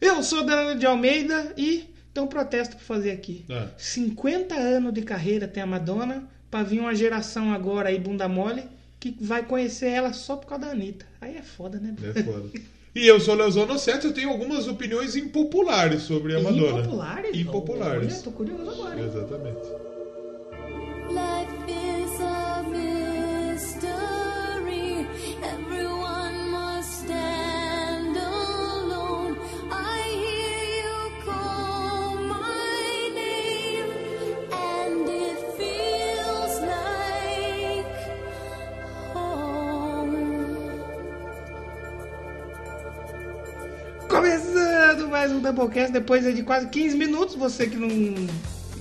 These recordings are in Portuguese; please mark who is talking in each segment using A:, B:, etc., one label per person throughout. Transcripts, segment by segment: A: Eu sou Daniel de Almeida e tem um protesto pra fazer aqui.
B: Ah.
A: 50 anos de carreira tem a Madonna, pra vir uma geração agora aí, bunda mole, que vai conhecer ela só por causa da Anitta. Aí é foda, né?
B: É foda. E eu sou o Leozono 7, eu tenho algumas opiniões impopulares sobre é a Madonna.
A: Impopulares?
B: Impopulares.
A: Olha, tô curioso agora. hein?
B: Exatamente.
C: Life is a mystery. Everyone must stand alone. I hear you call my name, and it feels like home.
A: Começando mais um Doublecast, depois aí de quase 15 minutos, você que não,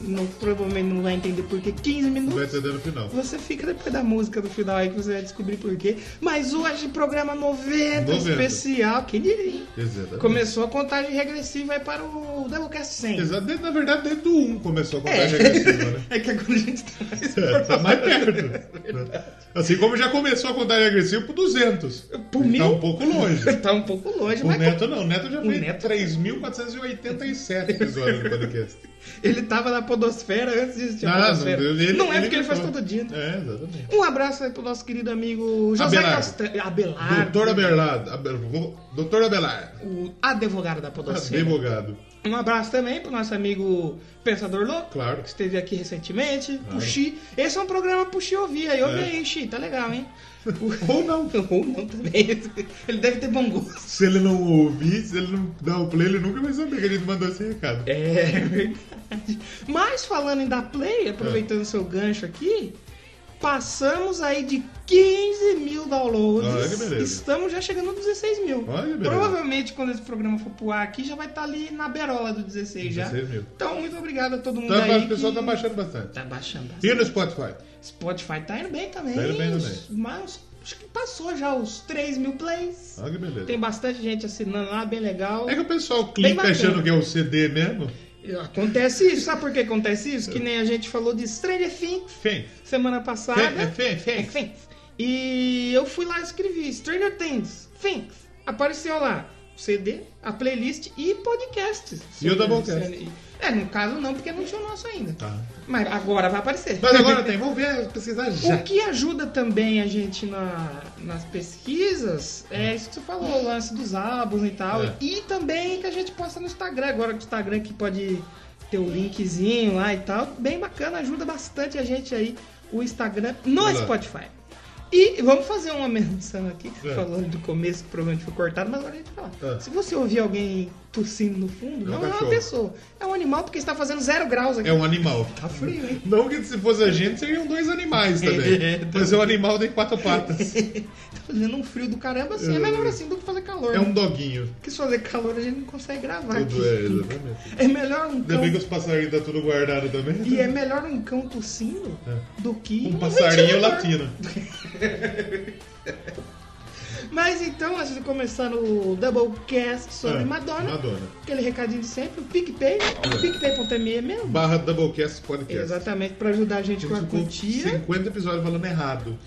A: não provavelmente não vai entender por que 15 minutos.
B: Vai entender no final.
A: Você fica depois da música no final aí que você vai descobrir por quê. Mas hoje, programa 90,
B: 90.
A: especial, quem diria?
B: Exatamente.
A: Começou a contagem regressiva aí para o Doublecast 100.
B: Exa- de- Na verdade, dentro do 1 começou a
A: É.
B: contagem regressiva, né?
A: É que agora a gente tá mais
B: É, tá
A: informado.
B: mais perto. Assim como já começou a contagem regressiva pro 200.
A: Pro mil?
B: Tá um pouco longe.
A: Tá um pouco longe,
B: O
A: mas
B: Neto não, o Neto já
A: O
B: fez
A: Neto- tá-
B: 3.487 episódios do podcast.
A: ele tava na podosfera antes de existir a
B: Ah,
A: podosfera. Não, é porque ele, faz
B: inventou.
A: todo dia, né?
B: É, exatamente.
A: Um abraço aí pro nosso querido amigo José
B: Abelardo.
A: Castanho. Abelardo.
B: Doutor Abelardo. Abel- vou- Doutor Abelardo. Tá
A: O advogado da
B: Ah,
A: podosfera.
B: Advogado.
A: Um abraço também pro nosso amigo Pensador Louco,
B: Claro.
A: que esteve aqui recentemente, Puxi. Esse é um programa Puxi ouvir, aí ouve
B: É.
A: aí, Xi, tá legal, hein?
B: Ou não.
A: Ou não também, ele deve ter bom gosto.
B: Se ele não ouvir, se ele não dar o play, ele nunca vai saber que a gente mandou esse recado.
A: É verdade. Mas falando em da Play,
B: É.
A: aproveitando seu gancho aqui, passamos aí de 15 mil downloads.
B: Olha que beleza.
A: Estamos já chegando a 16 mil.
B: Olha que beleza.
A: Provavelmente quando esse programa for pro ar aqui, já vai estar ali na berola do 16, já.
B: 16 mil.
A: Então, muito obrigado a todo mundo
B: Então,
A: aí.
B: o pessoal
A: que-
B: tá baixando bastante.
A: Tá baixando bastante.
B: E no Spotify?
A: Spotify tá indo bem também.
B: Tá indo bem também.
A: Mas acho que passou já os 3 mil plays.
B: Olha Ah, que beleza.
A: Tem bastante gente assinando lá, bem legal.
B: É que o pessoal
A: Bem
B: clica
A: bacana.
B: achando que é o CD mesmo?
A: Acontece isso, sabe por que acontece isso? Que nem a gente falou de Stranger Things
B: Fim.
A: semana passada.
B: É, é Things,
A: É
B: Things.
A: Things. E eu fui lá e escrevi Stranger Things, Things. Apareceu lá o CD, a playlist e podcast.
B: E o Doublecast.
A: É, no caso não, porque não tinha o nosso ainda.
B: Tá.
A: Mas agora vai aparecer.
B: Mas agora tem, vamos ver, pesquisar já.
A: O que ajuda também a gente na- nas pesquisas é isso que você falou, o lance dos álbuns e tal.
B: É.
A: E também que a gente posta no Instagram, agora que o Instagram que pode ter o linkzinho lá e tal. Bem bacana, ajuda bastante a gente aí, o Instagram no
B: Olá.
A: Spotify. E vamos fazer uma menção aqui,
B: É.
A: falando do começo, que provavelmente foi cortado, mas agora a gente fala.
B: É.
A: Se você ouvir alguém tossindo no fundo,
B: É um
A: não é uma
B: cachorro.
A: pessoa, é um animal porque está fazendo zero graus aqui.
B: É um animal.
A: Tá frio, hein?
B: Não que se fosse a gente, seriam dois animais também.
A: É, tá.
B: Mas é um animal tem quatro patas.
A: tá fazendo um frio do caramba assim, é
B: É.
A: melhor assim do que fazer calor.
B: É um doguinho.
A: Porque se fazer calor a gente não consegue gravar
B: Tudo é,
A: aqui.
B: exatamente.
A: É, melhor um
B: Ainda
A: cão.
B: bem que os passarinhos estão tudo guardado também. né?
A: E é melhor um cão tossindo
B: É.
A: do que.
B: Um passarinho
A: ventilador.
B: latino.
A: Mas então, antes de começar no Doublecast sobre
B: É,
A: Madonna,
B: Madonna.
A: aquele recadinho de sempre, o PicPay, picpay.me mesmo.
B: Barra Doublecast Podcast.
A: é Exatamente, pra ajudar a gente
B: A
A: com a
B: gente ficou
A: quantia.
B: 50 episódios falando errado.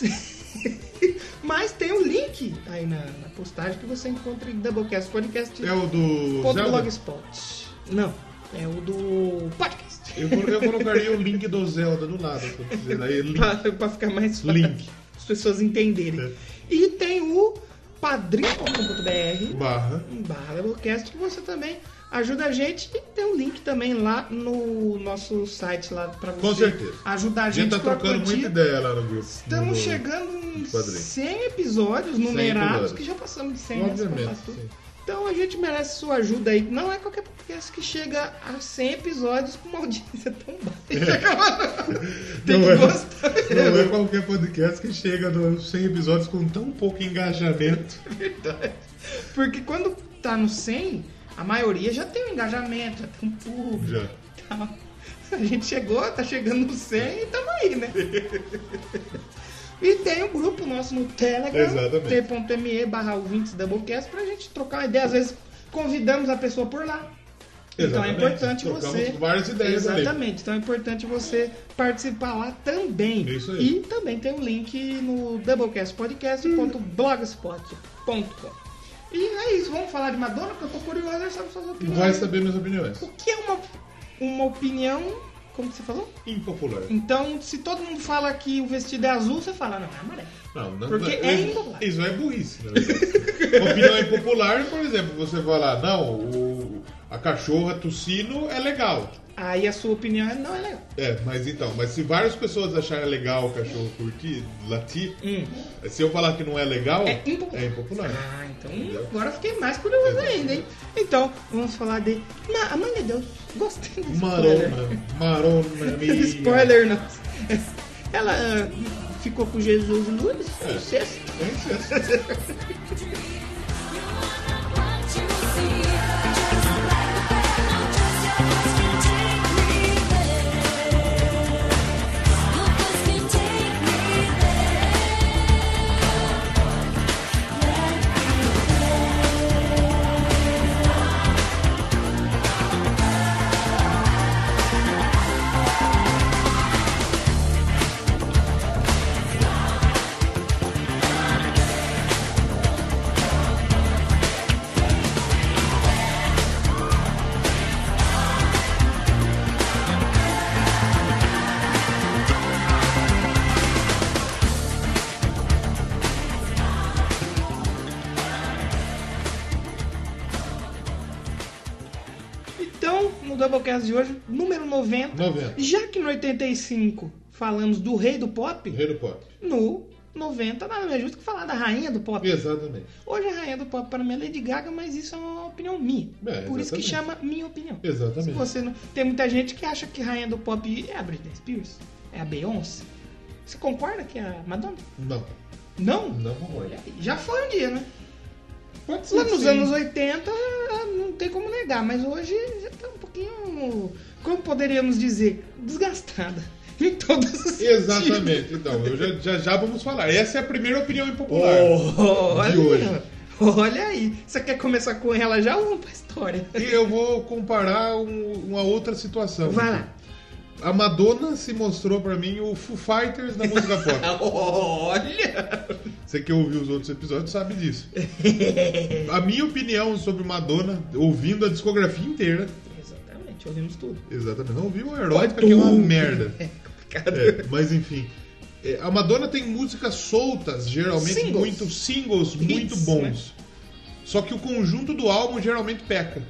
A: Mas tem um link aí na, na postagem que você encontra em Doublecast Podcast.
B: É o do.
A: ponto
B: Zelda?
A: blogspot. Não, é o do podcast.
B: Eu, colo- eu colocaria o link do Zelda do lado. se eu quiser. Aí, link.
A: Pra, pra ficar mais fácil
B: Link.
A: as pessoas entenderem.
B: É.
A: E tem o padrim.com.br
B: Barra.
A: barra Doublecast um que você também ajuda a gente e tem um link também lá no nosso site lá pra você
B: Com certeza.
A: ajudar a
B: A
A: gente
B: gente tá
A: com a
B: trocando
A: quantia.
B: muita ideia lá no grupo.
A: Estamos
B: No-
A: chegando em
B: Padrim.
A: 100 episódios numerados,
B: episódios.
A: que já passamos de 100 né, se
B: Obviamente.
A: contar tudo.
B: sim.
A: Então a gente merece sua ajuda aí. Não é qualquer podcast que chega a 100 episódios com uma audiência tão baixa. Tem
B: Não
A: que
B: é.
A: gostar.
B: Não é qualquer podcast que chega nos 100 episódios com tão pouco engajamento.
A: Porque quando tá no 100, a maioria já tem um engajamento, já tem um público.
B: Já.
A: e tal. A gente chegou, tá chegando no 100 e tamo aí, né? E tem o grupo nosso no Telegram,
B: Exatamente.
A: t.me barra ouvintes Doublecast, pra gente trocar uma ideia. Às vezes convidamos a pessoa por lá. Então é
B: Exatamente.
A: importante
B: Trocamos
A: você.
B: várias ideias ali.
A: Exatamente. Então é importante você participar lá também.
B: Isso aí.
A: E também tem um link no doublecastpodcast.blogspot.com. E é isso, vamos falar de Madonna, porque eu tô curiosa e sabe suas opiniões.
B: Vai saber minhas opiniões.
A: O que é uma, uma opinião. Como que você falou?
B: Impopular.
A: Então, se todo mundo fala que o vestido é azul, você fala, não, é amarelo.
B: Não, não
A: Porque
B: não-
A: é
B: isso-
A: impopular.
B: Isso é burrice, na verdade. Opinião é impopular, por exemplo, você falar, não, o- a cachorra tossino é legal.
A: Aí a sua opinião é, não é legal.
B: É, mas então, mas se várias pessoas acharem legal o cachorro curtir, latir, se eu falar que não é legal,
A: Hum. É impopular.
B: é impopular.
A: Ah, então
B: Entendeu?
A: agora eu fiquei mais curioso
B: Exato.
A: ainda, hein? Então, vamos falar de. Ma- a mãe de Deus, gostei desse spoiler.
B: Marona, marona, minha.
A: Spoiler não. Ela ah, ficou com Jesus Nunes,
B: É.
A: sucesso. Então, no Doublecast de hoje, número 90.
B: 90.
A: Já que no 85 falamos do rei do pop,
B: Harry Potter.
A: no 90 nada mais justo que falar da rainha do pop.
B: Exatamente.
A: Hoje a rainha do pop para mim é Lady Gaga, mas isso é uma opinião minha.
B: É,
A: Por isso que
B: exatamente.
A: chama minha opinião. Se
B: Exatamente.
A: você não... Tem muita gente que acha que rainha do pop é a Britney Spears, é a Beyoncé. Você concorda que é a Madonna?
B: Não,
A: Não?
B: não concordo.
A: Olha aí, Já foi um dia, né?
B: Pode
A: Lá nos
B: sim.
A: anos 80 ah, não tem como negar, mas hoje já tá um pouquinho, como poderíamos dizer, desgastada. Em todos os
B: Exatamente, então, eu já, já já vamos falar. Essa é a primeira opinião impopular.
A: sentidos. Olha,
B: De hoje.
A: olha aí. Você quer começar com ela já ou vamos pra história?
B: E eu vou comparar um- uma outra situação.
A: Vai lá.
B: A Madonna se mostrou pra mim o Foo Fighters da música pop.
A: Olha!
B: Você que ouviu os outros episódios sabe disso. A minha opinião sobre Madonna, ouvindo a discografia inteira,
A: Exatamente, ouvimos tudo.
B: exatamente, não ouvi o Erótica, que é uma merda.
A: É complicado.
B: É, mas enfim. É, A Madonna tem músicas soltas, geralmente
A: Singles.
B: muito singles, muito
A: Hits, né?
B: bons. Só que o conjunto do álbum geralmente peca.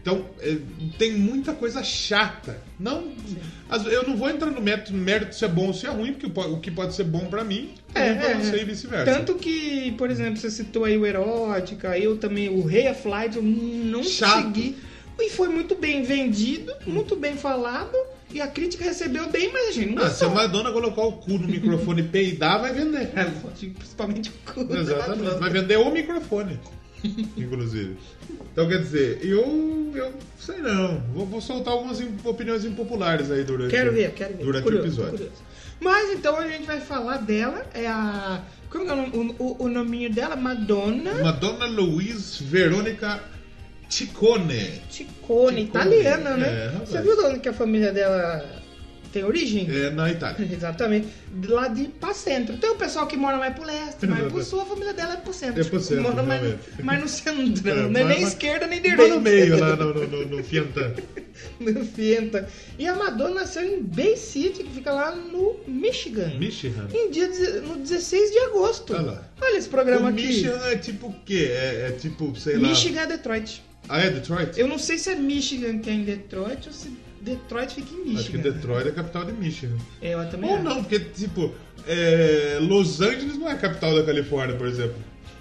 B: Então, é, tem muita coisa chata. Não, as- eu não vou entrar no mérito, no mérito se é bom ou se é ruim, porque o, po- o que pode ser bom pra mim
A: É,
B: é, ruim pra
A: é,
B: você
A: é.
B: e vice-versa.
A: Tanto que, por exemplo, você citou aí o Erótica, eu também, o Rei of Light, eu não
B: Chato. Hum.
A: segui. E foi muito bem vendido, muito bem falado, e a crítica recebeu bem, mas a gente não
B: Ah, se a
A: sabe.
B: Madonna colocar o cu no microfone e peidar, vai vender.
A: Principalmente o cu. da
B: Exatamente.
A: Madonna.
B: Vai vender o microfone, inclusive. Então, quer dizer, eu. Eu sei não. Vou, vou soltar algumas im- opiniões impopulares aí durante
A: Quero ver, quero ver.
B: Durante
A: Curioso,
B: o episódio.
A: curioso. Mas então a gente vai falar dela, é a. Como que é o, nome- o, o nominho dela? Madonna
B: Madonna Luiz Verônica Ticone.
A: Ticone, italiana,
B: Ticone,
A: né?
B: é, rapaz.
A: Você viu de onde que a família dela tem origem?
B: É, na Itália.
A: Exatamente. De Lá de pra centro. Tem o pessoal que mora mais pro leste, mais pro sul, a família dela é pro centro.
B: É pro centro,
A: mora mais,
B: realmente.
A: mais no centro.
B: É,
A: né?
B: mas-
A: nem
B: mas-
A: esquerda, nem
B: Lá
A: direita.
B: no meio, lá né? no, no, no, no Fiantan.
A: No Fienta. E a Madonna nasceu em Bay City, que fica lá no Michigan.
B: Um Michigan.
A: Em dia, de- no 16 de agosto.
B: Olha lá.
A: Olha esse programa
B: O
A: aqui.
B: Michigan é tipo o quê? É, é tipo, sei lá.
A: Michigan é Detroit.
B: Ah, é Detroit?
A: Eu não sei se é Michigan que é em Detroit ou se Detroit fica em Michigan.
B: Acho que Detroit é a capital de Michigan.
A: É, eu também
B: Ou
A: acho.
B: não, porque, tipo, é, Los Angeles não é a capital da Califórnia, por exemplo.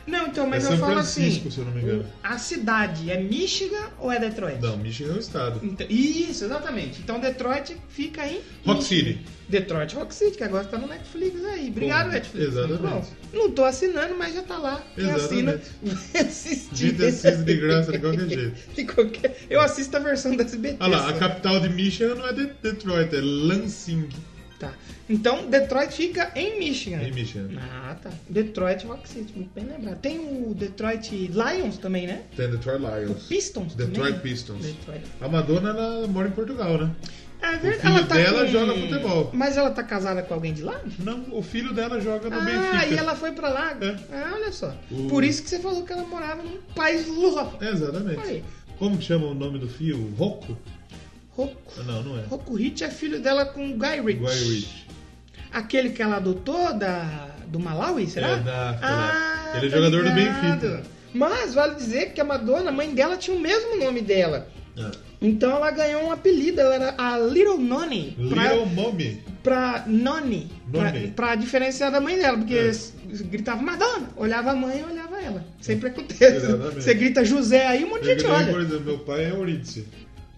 A: Não, então, mas
B: É
A: eu
B: São
A: falo
B: Francisco,
A: assim.
B: se eu não me engano.
A: A cidade é Michigan ou é Detroit?
B: Não, Michigan é o estado.
A: Então- isso, exatamente. Então Detroit fica em.
B: Rock City.
A: Detroit Rock City, que agora tá no Netflix aí. Obrigado,
B: Bom,
A: Netflix.
B: exatamente.
A: Muito bom. Não tô assinando, mas já tá lá. Quem
B: Exatamente.
A: assina vai assistir.
B: Dita Cis de graça, de qualquer jeito.
A: De qualquer- Eu assisto a versão da SBT.
B: Olha lá, a
A: só.
B: capital de Michigan não é de Detroit, é Lansing.
A: tá. Então, Detroit fica em Michigan.
B: Em Michigan.
A: Ah, tá. Detroit Rock City, muito bem lembrado. Tem o Detroit Lions também, né?
B: Tem Detroit
A: O
B: Lions.
A: Pistons também.
B: Detroit
A: né?
B: Pistons.
A: Detroit.
B: A Madonna ela mora em Portugal, né?
A: É verdade.
B: filho
A: ela tá
B: dela
A: com-
B: joga futebol.
A: Mas ela tá casada com alguém de lá?
B: Não, o filho dela joga no
A: ah,
B: Benfica.
A: e ela foi pra lá.
B: É.
A: Ah, olha só.
B: O-
A: Por isso que você falou que ela morava num país lusófono.
B: Exatamente.
A: Olha aí.
B: Como que chama o nome do fio? Rocco?
A: Rocco.
B: Não, não é.
A: Rocco Rich é filho dela com o Guy Rich.
B: Guy Rich.
A: Aquele que ela adotou da, do Malawi, será?
B: É, da África,
A: ah,
B: né? Ele é
A: tá
B: jogador do
A: ligado.
B: Benfica.
A: Mas vale dizer que a Madonna, a mãe dela, tinha o mesmo nome dela.
B: Ah.
A: Então ela ganhou um apelido, ela era a Little Nonny. pra-
B: Little Mommy.
A: pra Noni,
B: Noni.
A: Pra, pra diferenciar da mãe dela, porque
B: É.
A: s- gritava Madonna, olhava a mãe e olhava ela. Sempre acontece.
B: Exatamente.
A: Você grita José aí, um monte de gente
B: Eu lembro,
A: olha.
B: por exemplo, meu pai é Eurídice.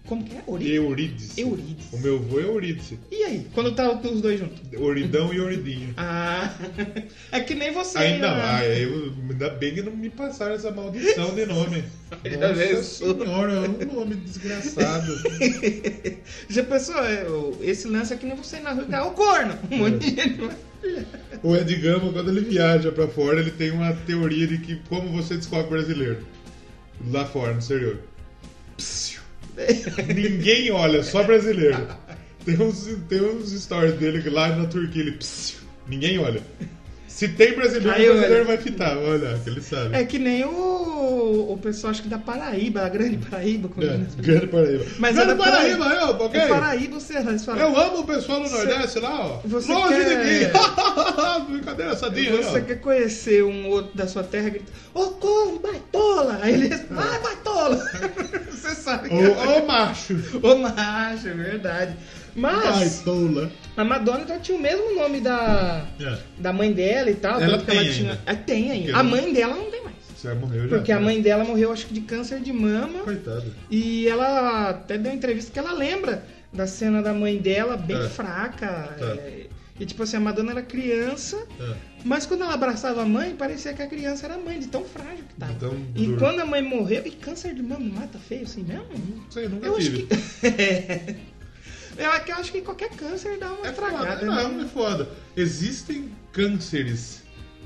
A: Como que é? Ori?
B: Eurídice.
A: Eurídice.
B: O meu avô é Eurídice.
A: E aí? Quando tá os dois juntos?
B: Ouridão e Ouridinho.
A: Ah, é que nem você.
B: Ainda
A: né?
B: lá, eu, ainda bem que não me passaram essa maldição de nome.
A: Ainda
B: Nossa
A: bem.
B: senhora, é um nome desgraçado.
A: Já pensou? é, o- Esse lance é que nem você na rua. Ah, o corno.
B: É.
A: Um monte de gente.
B: o Ed Gama, quando ele viaja pra fora, ele tem uma teoria de que como você descobre brasileiro. Lá fora, no exterior. Psiu. Ninguém olha, só brasileiro. Tem uns, tem uns stories dele que lá na Turquia, ele... Psiu. Ninguém olha. Se tem brasileiro,
A: Aí
B: o
A: eu
B: brasileiro
A: olho.
B: vai fitar. vai olhar, que ele sabe.
A: É que nem o, o pessoal, acho que da Paraíba, da Grande Paraíba. quando-
B: É, Grande Paraíba.
A: Mas é
B: Grande
A: da Paraíba.
B: Paraíba, eu, ok?
A: É Paraíba, você fala.
B: Eu amo o pessoal do
A: Você-
B: Nordeste lá, ó.
A: você
B: Longe
A: quer-
B: de mim. Brincadeira sadia, né,
A: Você
B: ó.
A: quer conhecer um outro da sua terra, grita, ô corno, baitola! Aí
B: É.
A: ele responde, ah, baitola! Você sabe que é
B: Ô, ô, macho.
A: Ô, macho, é verdade. Mas
B: Baitola.
A: a Madonna então tinha o mesmo nome da,
B: É,
A: da mãe dela e tal.
B: Ela
A: tanto que
B: tem
A: ela tinha.
B: ainda.
A: É, tem ainda.
B: Porque né?
A: A
B: não-
A: mãe dela não tem mais.
B: Você é morreu já.
A: Porque a mãe dela morreu, acho que de câncer de mama.
B: Coitado.
A: E ela até deu entrevista que ela lembra da cena da mãe dela, bem
B: É.
A: fraca.
B: É.
A: é, E tipo assim, a Madonna era criança.
B: É.
A: Mas quando ela abraçava a mãe, parecia que a criança era a mãe, de tão frágil que tava.
B: Então,
A: e
B: duro.
A: quando a mãe morreu. E câncer de mama mata feio assim mesmo?
B: Não sei, nunca
A: Eu acho
B: tive.
A: que. eu acho que- eu acho que qualquer câncer dá uma
B: É
A: estragada.
B: foda. Não,
A: né?
B: é foda. Existem cânceres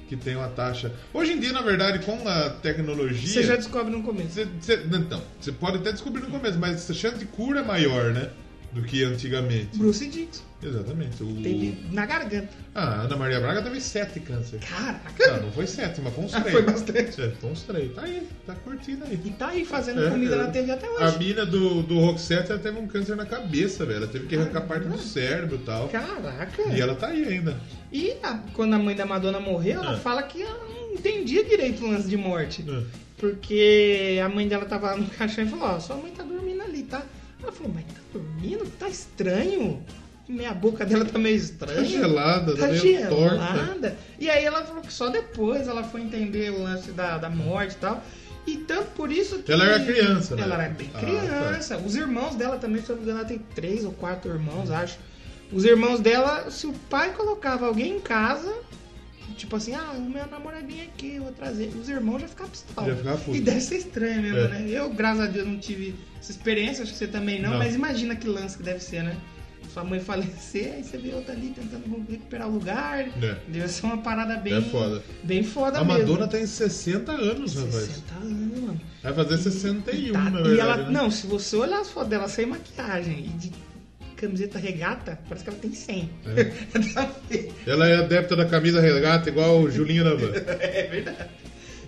B: que tem uma taxa. Hoje em dia, na verdade, com a tecnologia.
A: Você já descobre no começo.
B: Você- você- então, você pode até descobrir no começo, mas a chance de cura é maior, né? Do que antigamente.
A: Bruce Dixon.
B: Exatamente. O-
A: Teve na garganta.
B: Ah, a Ana Maria Braga teve sete câncer.
A: Caraca!
B: Não, não foi sete, mas foi uns
A: Ah,
B: três.
A: foi bastante.
B: É, foi uns três. Tá aí, tá curtindo aí.
A: E tá aí fazendo
B: É,
A: comida
B: é.
A: na TV até
B: A
A: hoje.
B: mina do, do Roxette, ela teve um câncer na cabeça, velho. Ela teve que arrancar parte do cérebro e tal.
A: Caraca!
B: E ela tá aí ainda.
A: E a- quando a mãe da Madonna morreu, ela
B: Ah.
A: fala que ela não entendia direito o lance de morte.
B: É.
A: Porque a mãe dela tava lá no caixão e falou, ó, sua mãe tá dormindo ali, tá? Ela falou, mas tá dormindo? Tá estranho. Meia boca dela tá meio estranha.
B: Tá gelada, tá
A: tá
B: meio torta.
A: gelada. E aí ela falou que só depois ela foi entender o lance da, da morte e tal. E tanto por isso que.
B: Ela era criança, né?
A: Ela era bem
B: Ah,
A: criança. Os irmãos dela também, se eu não me engano, ela tem três ou quatro irmãos, acho. Os irmãos dela, se o pai colocava alguém em casa, tipo assim, ah, o meu namoradinho aqui, eu vou trazer. Os irmãos já ficavam pistola.
B: Já ficava puto.
A: E deve ser estranho mesmo,
B: É.
A: né? Eu, graças a Deus, não tive essa experiência, acho que você também não,
B: Não.
A: mas imagina que lance que deve ser, né? Sua mãe falecer, aí você vê outra ali tentando recuperar o lugar. Deve ser uma parada bem.
B: É foda.
A: Bem foda
B: A
A: mesmo.
B: Madonna tem 60 anos, rapaz.
A: 60 anos, mano.
B: Vai fazer 61,
A: Tá,
B: na verdade.
A: e ela,
B: né?
A: não, se você olhar as fotos dela sem maquiagem e de camiseta regata, parece que ela tem 100.
B: É. Ela é adepta da camisa regata, igual o Julinho da Van.
A: é verdade.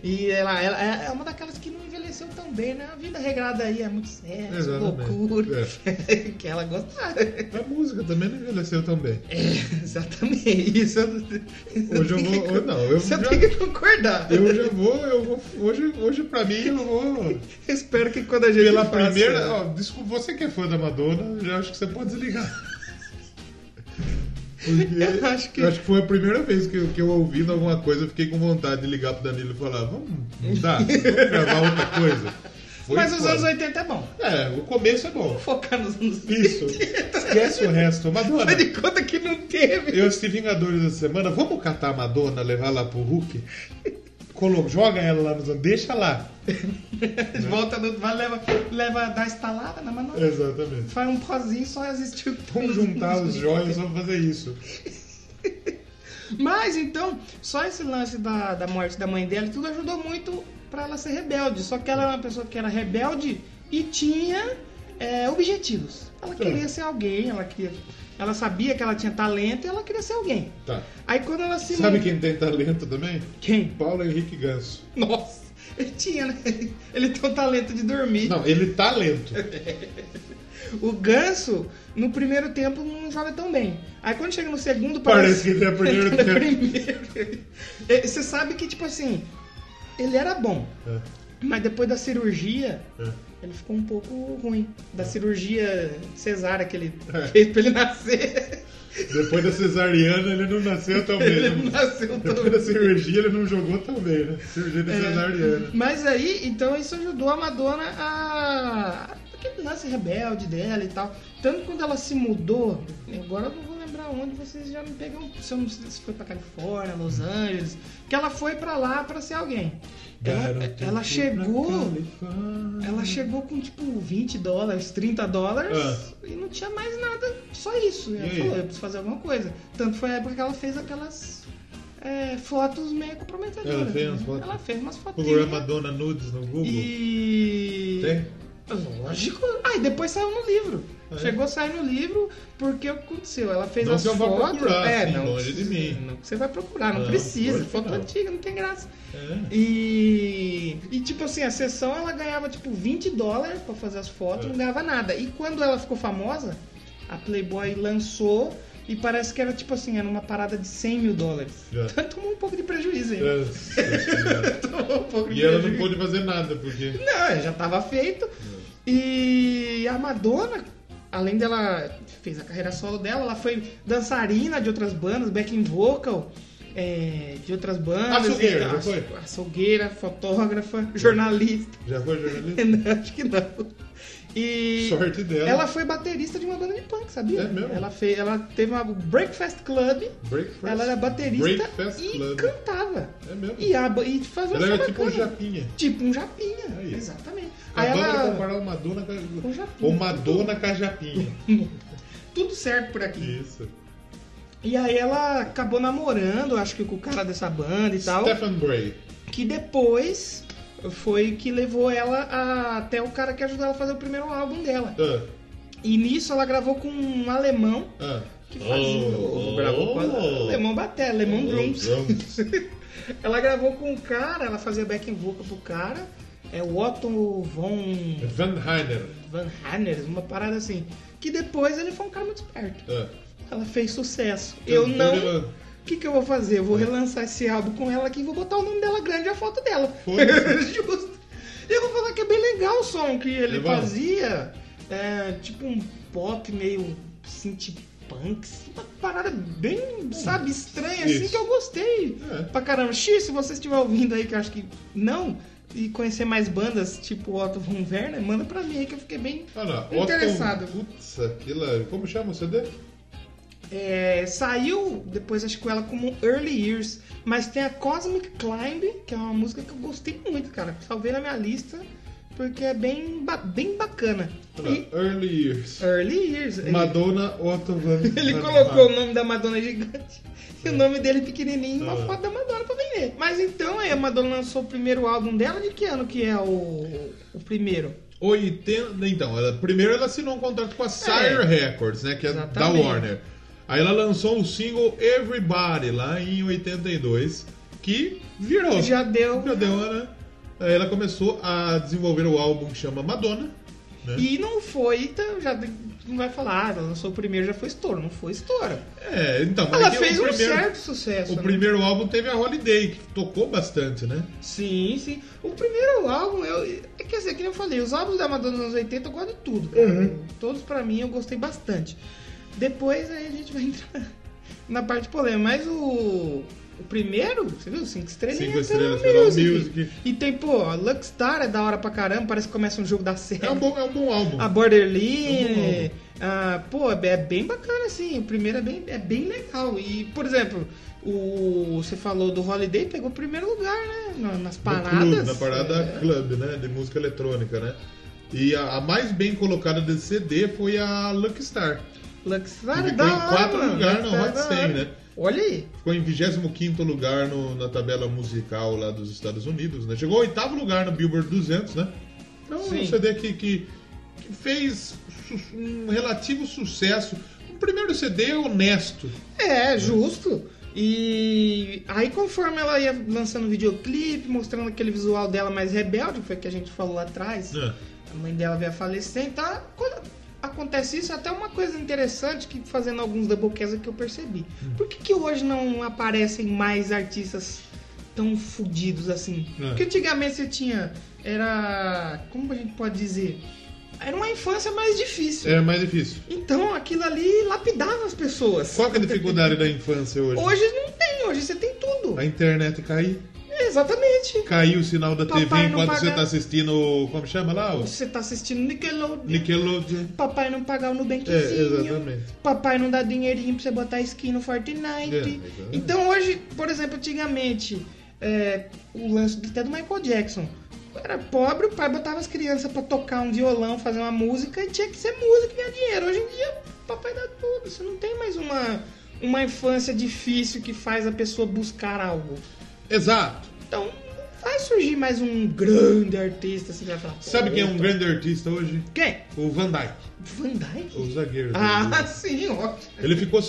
A: E ela, ela é- é uma daquelas que não envelheceu tão bem, né? A vida regrada aí é muito séria,
B: Exatamente. É.
A: loucura. que ela gostava.
B: A música também não envelheceu tão bem.
A: Exatamente. Isso eu,
B: Hoje eu vou. ou Não, eu
A: Você
B: já,
A: tem que concordar. Eu,
B: eu já vou. Eu vou hoje, hoje, pra mim, eu vou.
A: espero que quando a gente.
B: Pela
A: faça-
B: primeira. Ó, desculpa, você que é fã da Madonna, já acho que você pode desligar.
A: Eu
B: Porque
A: acho que-
B: eu acho que foi a primeira vez que eu, que eu ouvindo alguma coisa, eu fiquei com vontade de ligar pro Danilo e falar: vamos mudar, vamos gravar outra coisa. Foi
A: Mas os
B: foda.
A: anos 80 é bom.
B: É, o começo é bom.
A: Vamos focar nos anos 80.
B: Isso. Esquece o resto. Madonna.
A: Faz de conta que não teve.
B: Eu assisti Vingadores essa semana. Vamos catar a Madonna, levar lá pro Hulk? Colo... Joga ela lá nos Andes, deixa lá. É.
A: Volta do. Vai, leva, leva, dá estalada na manobra.
B: Exatamente.
A: Faz um pozinho só resistir o
B: É. Vamos juntar os joias, vamos fazer isso.
A: Mas então, só esse lance da, da morte da mãe dela, e tudo ajudou muito pra ela ser rebelde. Só que ela era uma pessoa que era rebelde e tinha é, objetivos. Ela
B: Tá.
A: queria ser alguém, ela queria. Ela sabia que ela tinha talento e ela queria ser alguém.
B: Tá.
A: Aí quando ela se.
B: Sabe quem tem talento também?
A: Quem?
B: Paulo Henrique Ganso.
A: Nossa, ele tinha, né? Ele tem o talento de dormir.
B: Não, ele tá lento.
A: O ganso, no primeiro tempo, não joga tão bem. Aí quando chega no segundo,
B: Parece
A: parece,
B: que ele é o primeiro
A: ele tá no
B: tempo.
A: primeiro. É, Você sabe que, tipo assim, ele era bom,
B: É,
A: mas depois da cirurgia,
B: é.
A: ele ficou um pouco ruim. Da cirurgia cesárea que ele
B: É.
A: fez pra ele nascer.
B: Depois da cesariana, ele não nasceu tão bem.
A: ele não
B: né?
A: nasceu tão É.
B: Depois da cirurgia, ele não jogou tão bem, né? Cirurgia da cesariana.
A: Mas aí, então isso ajudou a Madonna a. aquele lance rebelde dela e tal. Tanto quando ela se mudou, agora eu não vou lembrar onde, vocês já me pegam. Se eu não sei se foi pra Califórnia, Los Angeles, que ela foi pra lá pra ser alguém. Ela,
B: Garota,
A: ela
B: fui pra
A: chegou.
B: Califórnia.
A: Ela chegou com tipo 20 dólares, 30 dólares
B: Ah.
A: e não tinha mais nada, só isso. E ela
B: E aí?
A: falou, eu preciso fazer alguma coisa. Tanto foi a época que ela fez aquelas é, fotos meio comprometedoras.
B: Ela fez
A: né?
B: umas fotos?
A: Ela fez umas fotinhas.
B: Procurou Madonna Nudes no Google.
A: E.
B: Tem?
A: Lógico. Ah, e depois saiu no livro.
B: É.
A: Chegou a sair no livro porque o que aconteceu? Ela fez
B: Não
A: as
B: que eu vá
A: fotos.
B: procurar,
A: é,
B: assim,
A: não,
B: longe de mim.
A: Não, que você vai procurar, não,
B: Não,
A: precisa.
B: lógico que
A: Foto
B: não.
A: antiga, não tem graça.
B: É.
A: E, e tipo assim, a sessão ela ganhava tipo 20 dólares pra fazer as fotos,
B: É.
A: não ganhava nada. E quando ela ficou famosa, a Playboy lançou e parece que era tipo assim, era uma parada de 100 mil dólares.
B: É.
A: Então tomou um pouco de prejuízo ainda.
B: É.
A: Tomou um pouco de
B: E ela não
A: prejuízo.
B: pôde fazer nada, porque.
A: Não, já tava feito. E a Madonna, além dela fez a carreira solo dela, ela foi dançarina de outras bandas, backing vocal é, de outras bandas.
B: Açougueira,
A: E-
B: não foi?
A: Açougueira, fotógrafa, jornalista.
B: Já foi jornalista?
A: Não, Acho que não. E
B: Sorte dela.
A: ela foi baterista de uma banda de punk, sabia?
B: É mesmo?
A: Ela, fez, ela teve uma Breakfast Club,
B: Breakfast.
A: ela era baterista
B: Breakfast
A: e
B: Club.
A: cantava.
B: É mesmo.
A: E, a, e fazia
B: Ela
A: um
B: era
A: som
B: tipo um
A: bacana.
B: japinha.
A: Tipo um japinha,
B: Aí.
A: exatamente. Aí
B: Adoro
A: ela.
B: comparar o Madonna com
A: Um
B: a
A: japinha.
B: O Madonna com a japinha.
A: Tudo certo por aqui.
B: Isso.
A: E aí ela acabou namorando, acho que com o cara dessa banda e tal.
B: Stephen Gray.
A: Que depois foi que levou ela a- até o cara que ajudou ela a fazer o primeiro álbum dela.
B: Ah,
A: E nisso ela gravou com um alemão
B: ah.
A: que fazia.
B: Oh,
A: gravou com a-
B: oh.
A: alemão Baté, alemão
B: Oh,
A: Drums.
B: drums.
A: ela gravou com um cara, ela fazia backing vocal pro cara. É o Otto von
B: Van Heiner.
A: Van Hanners, uma parada assim. Que depois ele foi um cara muito esperto.
B: Ah. um
A: Ela fez sucesso. Eu
B: Cantora
A: não.
B: ela-
A: O que, que eu vou fazer? Eu vou
B: É.
A: relançar esse álbum com ela aqui e vou botar o nome dela grande e a foto dela.
B: Foda-se.
A: Justo. E Eu vou falar que é bem legal o som que ele
B: Legal.
A: fazia. É, tipo um pop meio synth punk. Uma parada bem, sabe, estranha assim
B: Isso.
A: que eu gostei.
B: É.
A: Pra caramba. X, se você estiver ouvindo aí, que eu acho que não, e conhecer mais bandas tipo Otto von Werner, manda pra mim aí que eu fiquei bem
B: Olha lá,
A: Interessado.
B: Otto, putz, aquilo. Como chama o CD?
A: É, saiu depois, acho que ela como Early Years, mas tem a Cosmic Climb, que é uma música que eu gostei muito, cara. Salvei na minha lista, porque é bem, ba- bem bacana.
B: Olha lá,
A: E
B: Early Years.
A: Early Years. ele-
B: Madonna Otto Van
A: Ele,
B: Van-
A: colocou o nome da Madonna gigante e
B: É.
A: o nome dele pequenininho, uma
B: Ah.
A: foto da Madonna pra vender. Mas então aí a Madonna lançou o primeiro álbum dela, de que ano que é o, o primeiro?
B: 80. Então, ela, primeiro ela assinou um contrato com a Sire
A: É.
B: Records, né? Que é da
A: Exatamente.
B: Warner. Aí ela lançou o single Everybody lá em 82, que virou.
A: Já deu.
B: Já deu, né? Aí ela começou a desenvolver o álbum que chama Madonna. Né?
A: E não foi, então já não vai falar, ah, ela lançou o primeiro, já foi estouro. Não foi estouro.
B: É, então. mas
A: Ela
B: é que
A: fez
B: o
A: um
B: primeiro,
A: certo sucesso.
B: O
A: né?
B: primeiro álbum teve a Holiday, que tocou bastante, né?
A: Sim, sim. O primeiro álbum, eu. É que assim, que nem eu falei, os álbuns da Madonna nos anos 80 eu gosto de tudo. cara.
B: Uhum.
A: Todos pra mim eu gostei bastante. Depois aí a gente vai entrar na parte polêmica. Mas o. O primeiro, você viu? Cinco estrelas.
B: Cinco
A: é
B: estrelas,
A: Hello
B: Hello
A: Music.
B: Music.
A: E tem, pô, a Luckstar é da hora pra caramba, parece que começa um jogo da série.
B: É um bom, é um bom álbum.
A: A Borderline.
B: É
A: ah, pô, é bem bacana, assim. O primeiro é bem, é bem legal. E, por exemplo, O, você falou do Holiday, pegou primeiro lugar, né? Na- Nas
B: No
A: paradas.
B: clube, na parada
A: É.
B: club, né? De música eletrônica, né? E a, a mais bem colocada desse CD foi a Lucky Star.
A: Luxar
B: Ele
A: da
B: ficou em
A: hora,
B: quarto
A: mano.
B: lugar
A: Luxar
B: no Hot
A: da
B: 100,
A: hora.
B: né?
A: Olha aí.
B: Ficou em 25 lugar no- na tabela musical lá dos Estados Unidos, né? Chegou ao oitavo lugar no Billboard 200, né? Então,
A: Sim.
B: um CD que, que, que fez su- um relativo sucesso. Um primeiro CD honesto.
A: É, justo. E aí, conforme ela ia lançando videoclipe, mostrando aquele visual dela mais rebelde, que foi o que a gente falou lá atrás,
B: né?
A: a mãe dela veio a falecer, então quando acontece isso, até uma coisa interessante que fazendo alguns doublecast que eu percebi.
B: Hum.
A: Por que, que hoje não aparecem mais artistas tão fodidos assim?
B: É.
A: Porque antigamente você tinha. Era. Como a gente pode dizer? Era uma infância mais difícil.
B: Era É mais difícil.
A: Então aquilo ali lapidava as pessoas.
B: Qual que é a dificuldade da infância hoje?
A: Hoje não tem, hoje você tem tudo.
B: A internet cair.
A: É, exatamente.
B: Caiu o sinal da
A: Papai
B: TV
A: não
B: enquanto
A: paga-
B: você tá assistindo. o- Como chama lá? O
A: Você tá assistindo Nickelodeon.
B: Nickelodeon.
A: Papai não pagar o Nubankzinho.
B: É, exatamente.
A: Papai não dá dinheirinho pra você botar skin no Fortnite.
B: É, exatamente.
A: então hoje, por exemplo, antigamente, é, o lance do- até do Michael Jackson. Era pobre, o pai botava as crianças pra tocar um violão, fazer uma música, e tinha que ser música e ganhar dinheiro. Hoje em dia, o papai dá tudo. Você não tem mais uma, uma infância difícil que faz a pessoa buscar algo.
B: Exato.
A: Então, não vai surgir mais um grande artista assim que vai falar.
B: Sabe
A: "Pô,
B: quem é um grande artista hoje?
A: Quem?
B: O Van Dyke,
A: Van Dyke?
B: o zagueiro.
A: Ah, sim, ó.
B: Ele ficou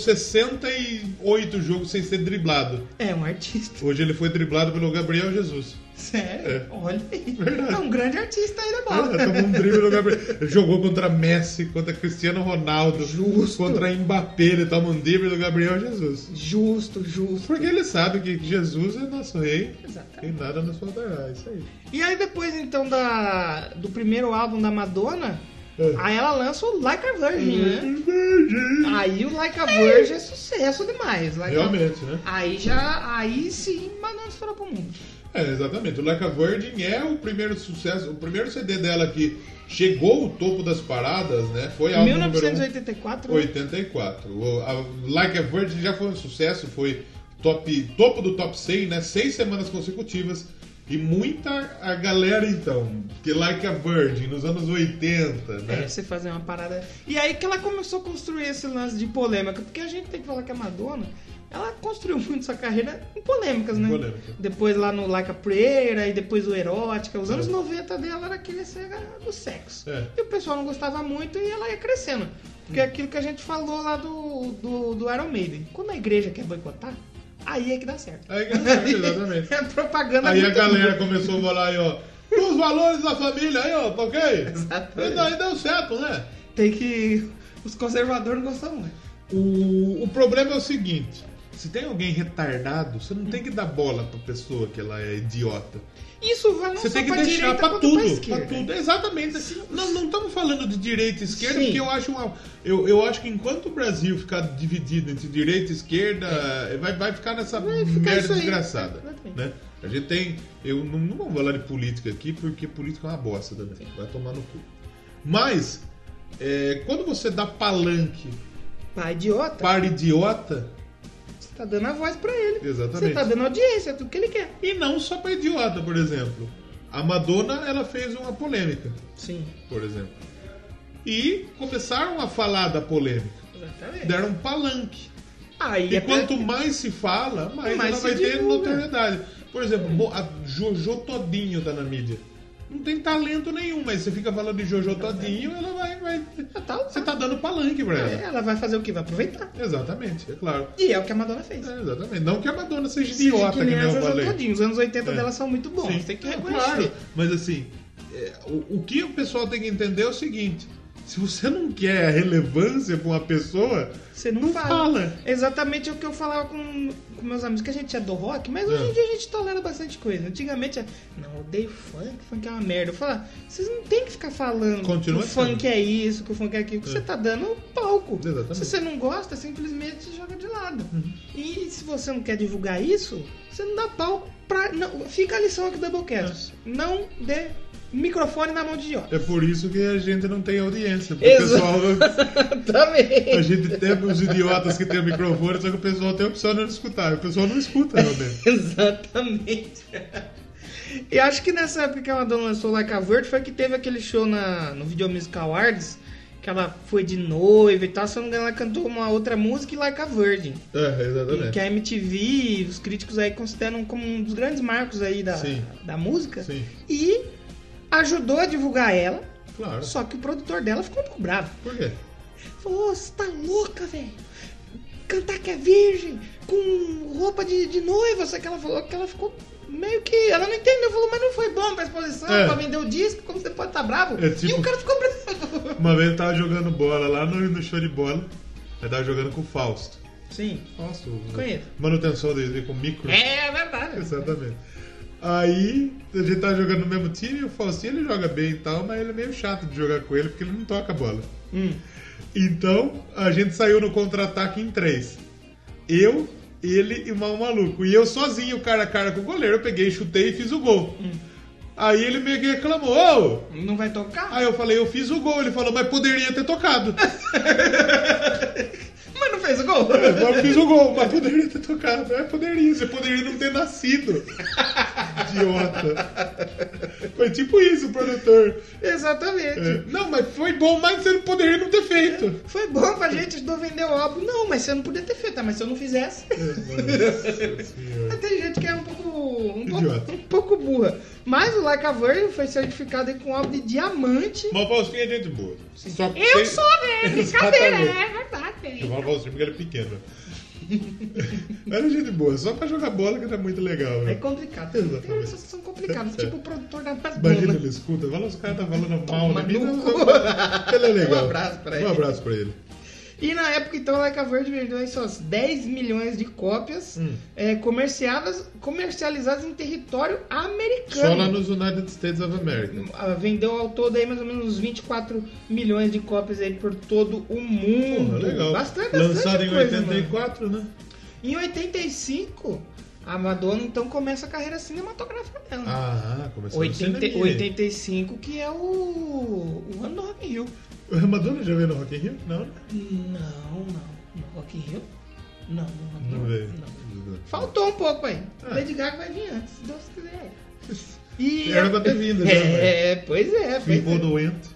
B: 68 jogos sem ser driblado.
A: É um artista.
B: Hoje ele foi driblado pelo Gabriel Jesus.
A: Sério?
B: É.
A: Olha aí.
B: Verdade.
A: É um grande artista aí da bola.
B: Tomou um drible do Gabriel. Ele Jogou contra Messi, contra Cristiano Ronaldo,
A: Justo.
B: contra Mbappé. Ele toma um drible do Gabriel Jesus.
A: Justo, justo.
B: Porque ele sabe que Jesus é nosso rei.
A: Exatamente.
B: Tem nada nos faltará. É isso aí.
A: E aí depois então da, do primeiro álbum da Madonna,
B: É.
A: aí ela lança o Like a Virgin, né? Aí o Like a Virgin é sucesso demais. Like a-
B: Realmente, né?
A: Aí já, aí sim, Madonna estourou pro mundo.
B: É, exatamente. O Like a Virgin é o primeiro sucesso, o primeiro CD dela que chegou ao topo das paradas, né? Foi álbum número
A: 1984,
B: 84. O, a like a Virgin já foi um sucesso, foi top, topo do top 100, né? Seis semanas consecutivas. E muita a galera, então, que Like a Virgin, nos anos 80,
A: É,
B: né?
A: você fazer uma parada. E aí que ela começou a construir esse lance de polêmica, porque a gente tem que falar que a Madonna, ela construiu muito sua carreira em polêmicas, né?
B: Polêmica.
A: Depois lá no Like a Prayer, aí depois o Erótica. Os anos 90 dela era querer ser a- do sexo.
B: É. Hum.
A: E o pessoal não gostava muito e ela ia crescendo. Porque é aquilo que a gente falou lá do, do, do Iron Maiden. Quando a igreja quer boicotar, aí é que dá certo.
B: Aí, exatamente.
A: É propaganda
B: Aí a
A: muito
B: galera começou a falar aí, ó. Os valores da família aí, ó, tá ok?
A: Exatamente.
B: E daí deu certo, né?
A: Tem que. Os conservadores não gostam muito.
B: O, o problema é o seguinte: se tem alguém retardado, você não tem que dar bola pra pessoa que ela é idiota.
A: Isso vai não
B: Você
A: Então só
B: tem que
A: pra
B: deixar
A: direita,
B: pra
A: quanto
B: tudo,
A: pra
B: pra
A: esquerda.
B: tudo. Exatamente. Não, não estamos falando de direita e esquerda,
A: Sim.
B: porque eu acho uma, eu, eu acho que enquanto o Brasil ficar dividido entre direita e esquerda, vai, vai ficar nessa
A: É. ficar isso
B: merda
A: aí.
B: desgraçada,
A: Exatamente.
B: né? A gente tem, eu não, não vou falar de política aqui, porque política é uma bosta também. Vai tomar no cu. Mas é, quando você dá palanque
A: Pai idiota,
B: para idiota,
A: você tá dando a voz pra ele. Você
B: exatamente.
A: tá dando audiência, é tudo que ele quer.
B: E não só para idiota, por exemplo. A Madonna, ela fez uma polêmica.
A: Sim,
B: por exemplo. E começaram a falar da polêmica.
A: exatamente.
B: Deram um palanque.
A: Aí
B: E
A: é
B: quanto mais se fala, mais,
A: Mais
B: ela
A: se
B: vai ter
A: divulga.
B: notoriedade. Por exemplo, bo- a Jojo Todinho tá na mídia. Não tem talento nenhum, mas você fica falando de Jojo Todinho, ela vai. vai-
A: pra... tá,
B: Você tá dando palanque pra
A: É,
B: ela.
A: Ela vai fazer o que? Vai aproveitar.
B: Exatamente, é claro.
A: E é o que a Madonna fez.
B: É, exatamente. Não que a Madonna seja idiota, que
A: nem
B: nem
A: a
B: eu
A: Jojo
B: falei.
A: Todinho. Os anos 80
B: É.
A: dela são muito bons.
B: Sim,
A: Tem que
B: é,
A: reconhecer.
B: claro. Mas assim, é, o, o que o pessoal tem que entender é o seguinte: se você não quer relevância pra uma pessoa,
A: Você não,
B: Não
A: fala.
B: fala.
A: Exatamente é o que eu falava com, com meus amigos, que a gente é do rock, mas hoje
B: É.
A: em dia a gente tolera bastante coisa. Antigamente é, não, eu odeio funk, funk é uma merda. Eu falava, vocês não tem que ficar falando
B: Continua
A: que o funk
B: sendo.
A: é isso, que o funk é aquilo, que você tá dando palco.
B: Exatamente. Uhum.
A: Se você não gosta, simplesmente joga de lado. E se você não quer divulgar isso, você não dá palco pra. Não, fica a lição aqui do Doublecast. Não dê microfone na mão de idiota.
B: É por isso que a gente não tem audiência. Porque
A: Exato.
B: o pessoal.
A: Também.
B: A gente tem os idiotas que tem o microfone, só que o pessoal tem a opção de não escutar. E O pessoal não escuta, meu Deus.
A: Exatamente. E acho que nessa época que a Madonna lançou Like a Verde foi que teve aquele show na, no Video Music Awards que ela foi de noiva e tal. Se eu não me engano, ela cantou uma outra música e Like a Virgin.
B: É,
A: E que
B: exatamente.
A: a MTV, os críticos aí consideram como um dos grandes marcos aí da,
B: Sim.
A: da música.
B: Sim,
A: E ajudou a divulgar ela,
B: claro.
A: só que o produtor dela ficou um pouco bravo.
B: Por quê?
A: Falou, "Ô, você tá louca, velho? Cantar que é virgem, com roupa de, de noiva, só que ela falou que ela ficou meio que. Ela não entendeu, falou, mas não foi bom pra exposição,
B: É.
A: pra vender o disco, como você pode estar tá bravo?
B: É tipo-
A: E o cara ficou bravo.
B: Uma vez eu tava jogando bola lá no, no show de bola. Eu tava jogando com o Fausto.
A: Sim,
B: Fausto.
A: Conheço.
B: Manutenção de, de- com micro.
A: é verdade.
B: Exatamente. Aí a gente tava jogando no mesmo time e o Faustinho ele joga bem e tal, mas ele é meio chato de jogar com ele porque ele não toca a bola.
A: Hum.
B: Então a gente saiu no contra-ataque em três. Eu, ele e o mal maluco. E eu sozinho, cara a cara com o goleiro, eu peguei, chutei e fiz o gol. Aí ele meio que reclamou: "Ô,
A: Não vai tocar?
B: Aí eu falei, eu fiz o gol. Ele falou, mas poderia ter tocado.
A: Mas não fez o gol.
B: Eu fiz o gol, mas poderia ter tocado. Mas poderia, você poderia não ter nascido. Idiota. Foi tipo isso, o produtor.
A: Exatamente.
B: É, Não, mas foi bom, mas você não poderia não ter feito.
A: Foi bom pra gente, ajudou a vender o álbum. Não, mas você não podia ter feito, tá? Mas se eu não fizesse.
B: É, Nossa senhora.
A: Tem gente que é um pouco. um
B: Idiota.
A: pouco, um pouco burra. Mas o Like a Virgin foi certificado aí com um álbum de diamante.
B: Mas o Faustinho é gente boa. Só que
A: Eu
B: tem-
A: sou, né? Brincadeira,
B: Exatamente.
A: é verdade.
B: Eu falo Faustinho porque ele é pequeno. Era gente boa, só pra jogar bola que era muito legal.
A: É
B: né?
A: complicado.
B: Exatamente.
A: Tem umas que são complicadas, tipo o produtor da
B: Imagina,
A: Madonna.
B: ele escuta, fala, os caras tá falando mal
A: Toma
B: de mim.
A: no
B: mas-
A: cu.
B: Ele é legal.
A: Um abraço pra ele.
B: Um abraço pra ele.
A: E na época, então, Like a Virgin vendeu aí suas 10 milhões de cópias
B: Hum.
A: é, comerciadas, comercializadas em território americano.
B: Só lá nos United States of America.
A: Ah, Vendeu ao todo aí mais ou menos uns 24 milhões de cópias aí por todo o mundo.
B: Porra, legal.
A: Bastante, bastante
B: Lançado em
A: coisa,
B: 84, né?
A: mano. Em 85, a Madonna então começa a carreira cinematográfica dela. né?
B: Ah, começou
A: 80,
B: no 80...
A: 85, que é o, o ano do Rock in Rio.
B: O Madonna já veio no Rock in Rio? Não, né?
A: Não, não. No Rock in Rio? Não, no Rock in
B: Não
A: Rio,
B: veio.
A: não. Faltou um pouco aí.
B: Ah.
A: Lady Gaga vai vir antes, se Deus quiser. E
B: Era pra ter vindo, tá já, né?
A: É, pois é. Pois
B: Ficou
A: é.
B: doente.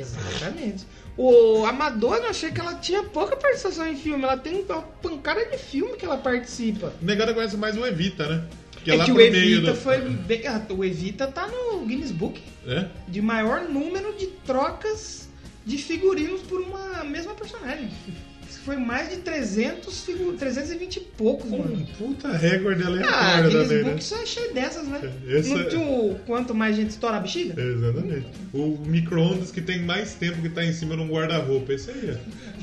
A: Exatamente. O, a Madonna, eu achei que ela tinha pouca participação em filme. Ela tem uma pancada de filme que ela participa.
B: O negada conhece mais o Evita, né?
A: é
B: lá
A: que o
B: pro meio
A: Evita
B: do-
A: foi. bem- ah, O Evita tá no Guinness Book
B: É?
A: de maior número de trocas de figurinos por uma mesma personagem. Isso Foi mais de 300 figu- 320 e poucos, mano.
B: Um puta recorde
A: Ah,
B: aleatório
A: Guinness
B: também, né?
A: Book só é cheio dessas, né?
B: Esse
A: Não
B: é-
A: tinha o quanto mais gente estoura a bexiga?
B: Exatamente. O micro-ondas que tem mais tempo que tá em cima de um guarda-roupa. Esse aí,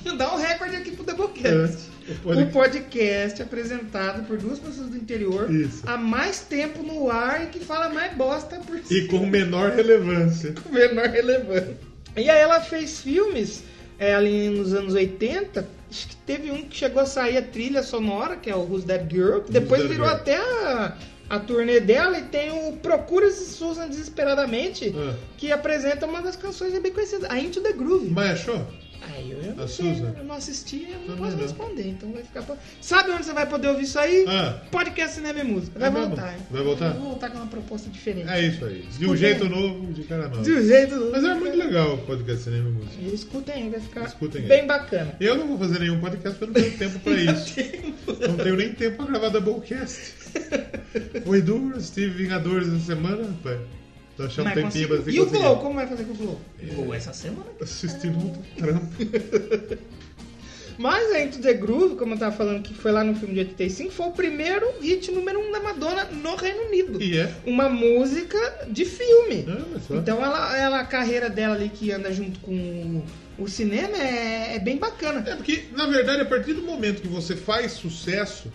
B: ó.
A: Dá um recorde aqui pro Doublecast.
B: É. O
A: O
B: podcast-
A: podcast apresentado por duas pessoas do interior
B: Isso.
A: há mais tempo no ar e que fala mais bosta por si,
B: E com menor relevância.
A: com menor relevância. E aí ela fez filmes é, ali nos anos 80. Acho que teve um que chegou a sair a trilha sonora, que é o Who's That Girl. que Depois
B: That
A: virou
B: Girl.
A: até a, a turnê dela e tem o Procura Susan Desesperadamente,
B: Ah.
A: que apresenta uma das canções bem conhecidas, A Into the Groove.
B: Mas achou?
A: Aí eu não
B: A
A: sei,
B: Susan?
A: eu não assisti, eu não
B: Também
A: posso
B: não.
A: responder, então vai ficar. pra- Sabe onde você vai poder ouvir isso aí?
B: Ah.
A: Podcast Cinema e Música. Vai
B: É mesmo?
A: voltar, hein?
B: Vai voltar?
A: Vou voltar com uma proposta diferente.
B: É isso aí. De um jeito novo, de cara nova.
A: De um jeito.
B: Mas é muito legal o podcast Cinema e Música.
A: Escutem, vai ficar
B: Escutem aí.
A: bem bacana.
B: Eu não vou fazer nenhum podcast porque eu não tenho tempo pra isso. Não tenho nem tempo pra gravar Doublecast. Foi duro, estive Vingadores essa semana, pai. Tô achando um
A: Mas
B: tempinho pra
A: consigo-
B: você
A: E o
B: conseguir.
A: Glow, como vai fazer com o Glow? Glow essa semana?
B: Assisti muito trampo.
A: Mas a Into the Groove, como eu tava falando, que foi lá no filme de 85, foi o primeiro hit número 1 um da Madonna no Reino Unido.
B: E é.
A: Uma música de filme.
B: Ah, olha só.
A: Então ela, ela- a carreira dela ali que anda junto com o, o cinema é, é bem bacana.
B: É porque, na verdade, a partir do momento que você faz sucesso.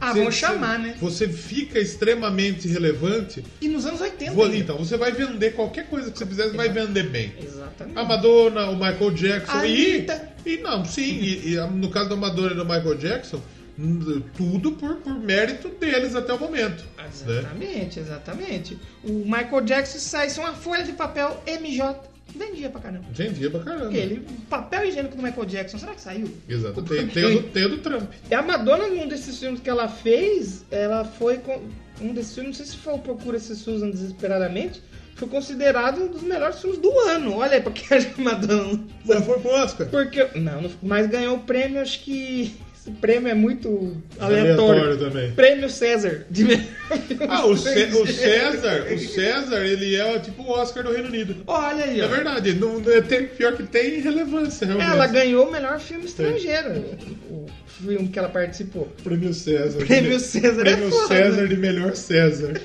A: Ah,
B: você-
A: vão chamar,
B: você-
A: né?
B: Você fica extremamente relevante.
A: E nos anos 80.
B: Vou-
A: né?
B: Então, você vai vender qualquer coisa que você fizer, você vai vender bem.
A: Exatamente.
B: A Madonna, o Michael Jackson
A: A
B: e,
A: Anitta.
B: e. Não, sim, e, e no caso da Madonna e do Michael Jackson, n- tudo por, por mérito deles até o momento. Né?
A: Exatamente, exatamente. O Michael Jackson saísse uma folha de papel MJ. Vendia pra caramba.
B: Vendia pra caramba.
A: Ele, o papel higiênico do Michael Jackson, será que saiu?
B: Exato. Tem, tem o do, tem o do Trump.
A: E a Madonna, num desses filmes que ela fez, ela foi. Com, um desses filmes, não sei se foi o Procura-se Susan Desesperadamente, foi considerado um dos melhores filmes do ano. Olha aí pra quem acha a Madonna.
B: Mas foi pro Oscar.
A: Porque. Não, não- mas ganhou o prêmio, acho que. Esse prêmio é muito aleatório.
B: Aleatório também.
A: Prêmio César de melhor filme
B: Ah, o, Cé- o
A: estrangeiro.
B: César, o César, ele é tipo o Oscar do Reino Unido.
A: Olha aí,
B: É
A: ó.
B: verdade, não, não é- tem, pior que tem relevância, realmente.
A: Ela ganhou o melhor filme estrangeiro. O filme que ela participou.
B: Prêmio César.
A: Prêmio César é
B: Prêmio
A: foda.
B: César de melhor César.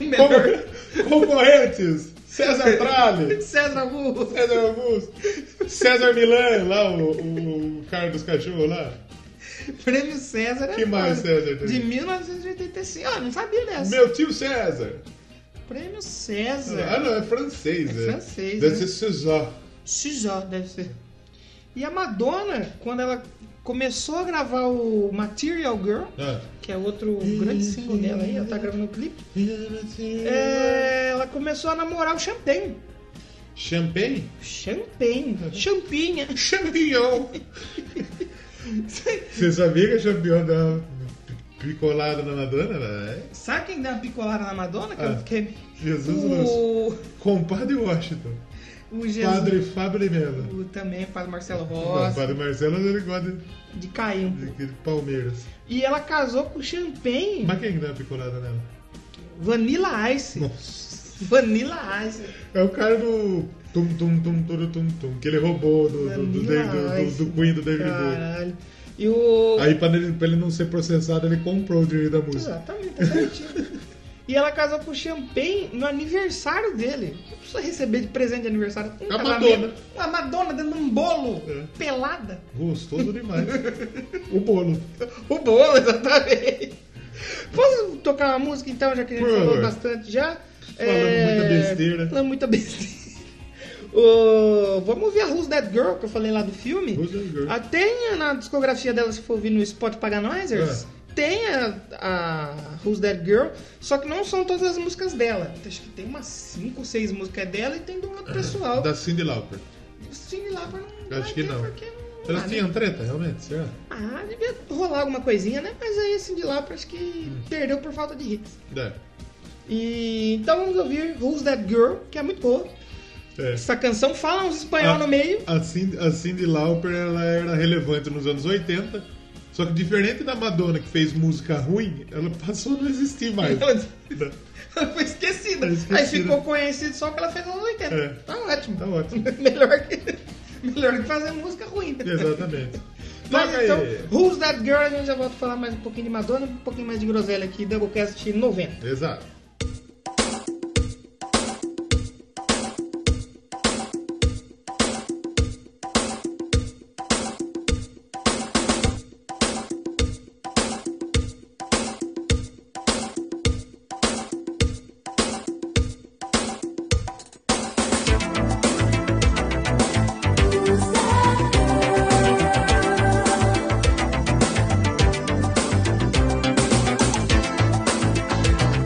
A: O melhor.
B: Como, concorrentes, César Tralli,
A: César Augusto.
B: César Augusto, César Milan, lá o, o cara dos cachorros lá.
A: Prêmio César é
B: Que mais
A: foda.
B: César teve?
A: De 1985. Ah, não sabia dessa.
B: Meu tio César.
A: Prêmio César.
B: Ah, não, é francês.
A: É francês,
B: Deve
A: né?
B: ser César.
A: Xijó, deve ser. E a Madonna, quando ela começou a gravar o Material Girl,
B: Ah.
A: que é outro grande single dela aí, ela tá gravando o clipe, é, ela começou a namorar o Champagne.
B: Champagne?
A: Champagne.
B: Uhum.
A: Champinha.
B: Champignon! Você sabia que a champignon dá picolada na Madonna? né?
A: Sabe quem deu uma picolada na Madonna? Que
B: Ah.
A: eu fiquei...
B: Jesus Lúcio.
A: O,
B: Compadre Washington.
A: o Jesus.
B: Padre Fábio Mello.
A: O, também, o Padre Marcelo
B: Não,
A: Rossi.
B: Padre Marcelo, ele gosta de-
A: De cair um pouco.
B: de, de Palmeiras.
A: E ela casou com o Champagne
B: Mas quem que dá picolada nela?
A: Vanilla Ice.
B: Nossa.
A: Vanilla Ice.
B: É o cara do tum tum tum tum tum tum que ele roubou do, do, do,
A: Vanilla
B: do- do- do Queen do David Bowie.
A: Caralho. E o.
B: Aí pra ele, pra ele não ser processado, ele comprou o direito da música.
A: Exatamente, tá certinho. e ela casou com o Champagne no aniversário dele. Não precisa receber de presente de aniversário. Um
B: É A
A: casamento.
B: Madonna.
A: Uma Madonna dando um bolo.
B: É.
A: Pelada.
B: Gostoso demais. o bolo.
A: O bolo, exatamente. Posso tocar uma música então, já que a gente
B: Por
A: falou
B: favor.
A: bastante já? Falando
B: muita besteira.
A: Falando muita besteira. Ô, vamos ver a Who's That Girl que eu falei lá do filme.
B: Who's That Girl?
A: Ah, tem na discografia dela, se for ouvir no Spot Paganizers,
B: Ah.
A: tem a, a Who's That Girl, só que não são todas as músicas dela. Acho que tem umas 5 ou 6 músicas dela e tem do outro pessoal.
B: É. Da Cindy Lauper.
A: O Cine lá pra não.
B: Eu acho que
A: vai ter
B: não.
A: porque não-
B: Elas
A: ah,
B: tinham treta, realmente? Será?
A: ah, devia rolar alguma coisinha, né? Mas aí esse de lá acho que perdeu por falta de hits.
B: É.
A: E então vamos ouvir Who's That Girl, que é muito boa.
B: é.
A: Essa canção fala uns espanhol
B: Ah.
A: no meio.
B: A Cindy, a Cyndi Lauper ela era relevante nos anos 80, só que diferente da Madonna que fez música ruim, ela passou a não existir mais.
A: Ela ela Então, foi esquecida.
B: Ah. Foi esquecida.
A: Aí ficou conhecido só que ela fez anos 80.
B: É.
A: Tá ótimo.
B: Tá ótimo.
A: melhor, que, melhor que fazer música ruim.
B: Exatamente.
A: Mas
B: Toca
A: então,
B: aí.
A: Who's That Girl? A gente já volta a falar mais um pouquinho de Madonna, um pouquinho mais de groselha aqui, Doublecast 90.
B: Exato.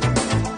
C: Who's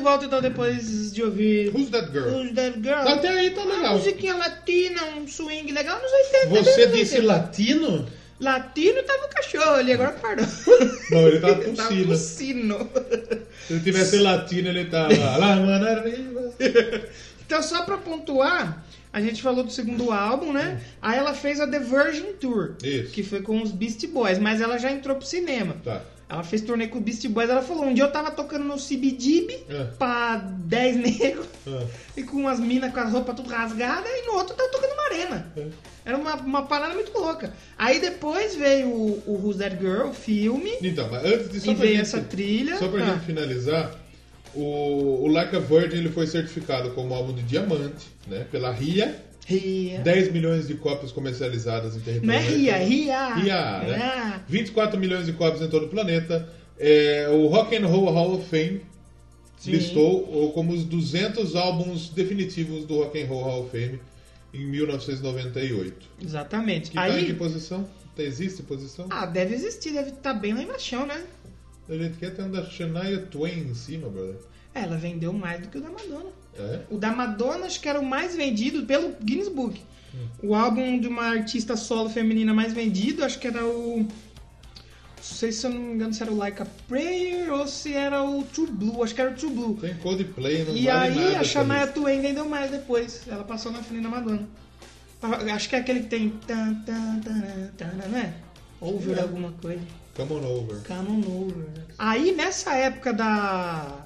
A: volta então depois de ouvir
B: Who's That Girl?
A: Who's That Girl.
B: Até aí tá
A: Uma
B: legal.
A: musiquinha latina, um swing legal nos 80.
B: Você
A: nos
B: disse
A: 80.
B: latino?
A: Latino tava o cachorro ali, agora parou.
B: Não, ele tava
A: Tava
B: tossindo.
A: tossindo.
B: Se ele tivesse latino, ele tava. lá, mano, arriba.
A: Então, só pra pontuar, a gente falou do segundo álbum, né? Aí ela fez a The Virgin Tour,
B: É. Isso.
A: que foi com os Beastie Boys, mas ela já entrou pro cinema.
B: Tá.
A: Ela fez turnê com o Beastie Boys, ela falou, um dia eu tava tocando no CBGB
B: É.
A: pra 10 negros
B: Ah,
A: e com umas minas com as roupas tudo rasgada e no outro eu tava tocando uma arena.
B: É.
A: Era uma, uma parada muito louca. Aí depois veio o, o Who's That Girl, o filme,
B: Então, mas antes de só
A: e
B: pra
A: veio
B: gente-
A: essa trilha.
B: Só pra
A: Ah,
B: gente finalizar, o, o Like a Virgin ele foi certificado como álbum de diamante, né? Pela RIA.
A: Ria.
B: 10 milhões de cópias comercializadas em território
A: É. Não é Ria, é
B: americano.
A: Ria.
B: RIA, né?
A: Ah,
B: 24 milhões de cópias em todo o planeta. É, o Rock and Roll Hall of Fame
A: Sim.
B: listou o- como os 200 álbuns definitivos do Rock and Roll Hall of Fame em 1998.
A: Exatamente.
B: Que tá em que
A: Aí,
B: posição? Existe posição?
A: ah, deve existir, deve estar bem lá embaixo, né?
B: A gente quer ter um da Shania Twain em cima, brother.
A: É, Ela vendeu mais do que o da Madonna.
B: É?
A: O da Madonna acho que era o mais vendido pelo Guinness Book. O álbum de uma artista solo feminina mais vendido, acho que era o. Não sei se eu não me engano se era o Like a Prayer ou se era o True Blue, acho que era o True Blue.
B: Tem Coldplay, não
A: E
B: vale
A: aí
B: nada
A: a
B: essa
A: Shania
B: lista.
A: Twain vendeu mais depois. Ela passou na frente da Madonna. Ah, Acho que é aquele que tem. tan, tan, tan, tan, Não é? Over
B: É.
A: alguma coisa.
B: Come on over.
A: Canon Tá novo. né? Aí nessa época da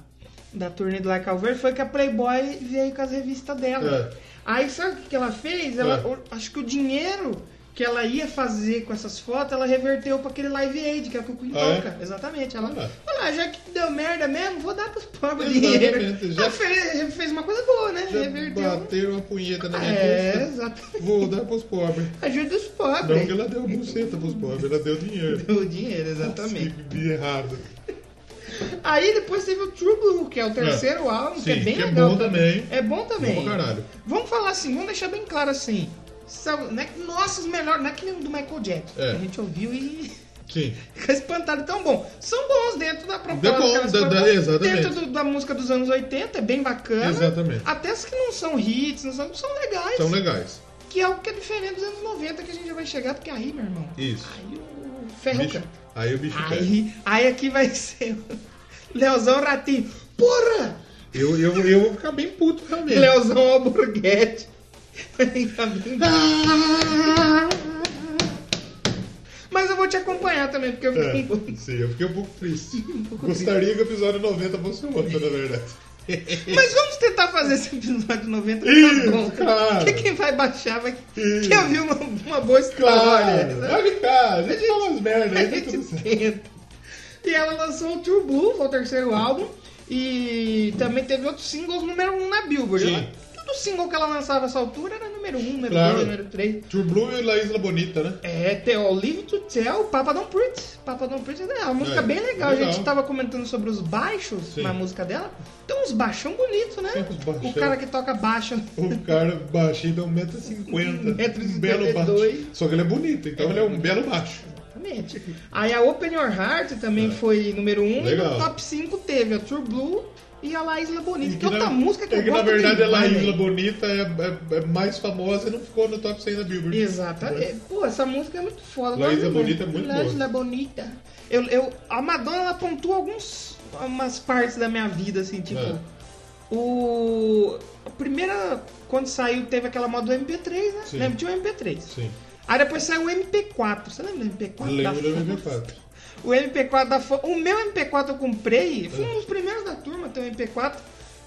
A: da turnê do Like Over foi que a Playboy veio com as revistas dela.
B: É.
A: Aí sabe o que que ela fez? Ela,
B: É.
A: o- acho que o dinheiro que ela ia fazer com essas fotos, ela reverteu pra aquele Live Aid, que é o que o Queen
B: Ah, é?
A: toca. Exatamente. Ela
B: Ah.
A: falou, "Ah, já que deu merda mesmo, vou dar pros pobres o
B: Exatamente,
A: dinheiro.
B: já-
A: Ela fez, fez uma coisa boa, né?
B: Já
A: reverteu.
B: Bateram uma punheta na minha
A: É,
B: custa.
A: exatamente.
B: Vou dar pros pobres.
A: Ajuda os
B: Não
A: pobres.
B: que ela deu buceta pros pobres, ela deu dinheiro.
A: O dinheiro, exatamente.
B: Que de errado.
A: Aí depois teve o True Blue, que é o terceiro álbum, que é
B: Sim,
A: bem
B: que é
A: legal.
B: bom também.
A: É bom também.
B: Bom pra caralho.
A: Vamos falar assim, vamos deixar bem claro assim. Sabe, não é que- nossa, os melhores, não é que nem o do Michael Jackson.
B: É.
A: A gente ouviu e
B: Sim.
A: fica espantado. Tão bom. São bons dentro da própria
B: É bom,
A: daquelas
B: da- da-
A: próprias-
B: exatamente.
A: Dentro do- da música dos anos 80, é bem bacana.
B: Exatamente.
A: Até as que não são hits, não são, são legais.
B: São legais.
A: Que é o que é diferente dos anos 90 que a gente já vai chegar, porque aí, meu irmão.
B: Isso.
A: Aí o ferro
B: Bicho-
A: canta.
B: aí o bicho pega.
A: Aí, aí aqui vai ser o Leozão Ratinho. Porra!
B: Eu, eu, eu vou ficar bem puto realmente.
A: Leozão Alburguete. Vai ficar bem
B: Ah!
A: Mas eu vou te acompanhar também, porque eu fiquei
B: É, sim, eu fiquei um pouco triste. Gostaria que o episódio 90 fosse o outro, na verdade.
A: Mas vamos tentar fazer esse episódio 90
B: Isso,
A: tá bom.
B: claro.
A: Que quem vai baixar vai
B: Isso.
A: quer ouvir uma, uma boa história.
B: Claro!
A: sabe?
B: Pode ficar, a gente fala umas merdas,
A: A
B: aí tá tudo
A: gente
B: certo.
A: tenta. E ela lançou o True Blue, foi o terceiro álbum. E também teve outros singles número 1 um na Billboard.
B: Sim.
A: Ela- todo single que ela lançava nessa altura era número 1, um, número 2,
B: Claro.
A: número 3.
B: True Blue e La Isla Bonita, né?
A: É, tem o Live to Tell, Papa Don't Preach. Papa Don't Preach é uma música
B: É,
A: bem legal. A gente
B: legal.
A: tava comentando sobre os baixos
B: Sim.
A: na música dela. Tem uns baixão bonitos, né?
B: Tem uns baixão.
A: O cara que toca baixo.
B: O Um cara baixinho então, um dá 1,50m.
A: Metro e
B: Um belo baixo.
A: 52.
B: Só que ele é bonito, então ele é um belo baixo.
A: Exatamente. Aí a Open Your Heart também foi número 1. Um, e
B: É. Legal.
A: no top 5 teve a True Blue e a La Isla Bonita.
B: E
A: que é outra
B: na-
A: música que
B: é
A: eu
B: que na
A: gosto
B: verdade ela a
A: demais,
B: Isla
A: né?
B: Bonita é, é- é mais famosa e não ficou no top 100 da Billboard.
A: Exatamente. Pô, essa música é muito foda.
B: La
A: Gosto
B: Isla
A: demais.
B: Bonita é muito
A: La
B: boa.
A: Isla Bonita. Eu, eu, a Madonna ela pontua alguns, algumas partes da minha vida, assim, tipo.
B: É.
A: O. A primeira. Quando saiu, teve aquela moda do MP3, né?
B: Sim.
A: Lembra? Tinha o MP3.
B: Sim.
A: Aí depois saiu o MP4. Você lembra do MP4? Da
B: Lembro do
A: Fo-
B: MP4.
A: O MP4 da Fo... O meu MP4 eu comprei, fui
B: É.
A: um dos primeiros da turma a ter um MP4.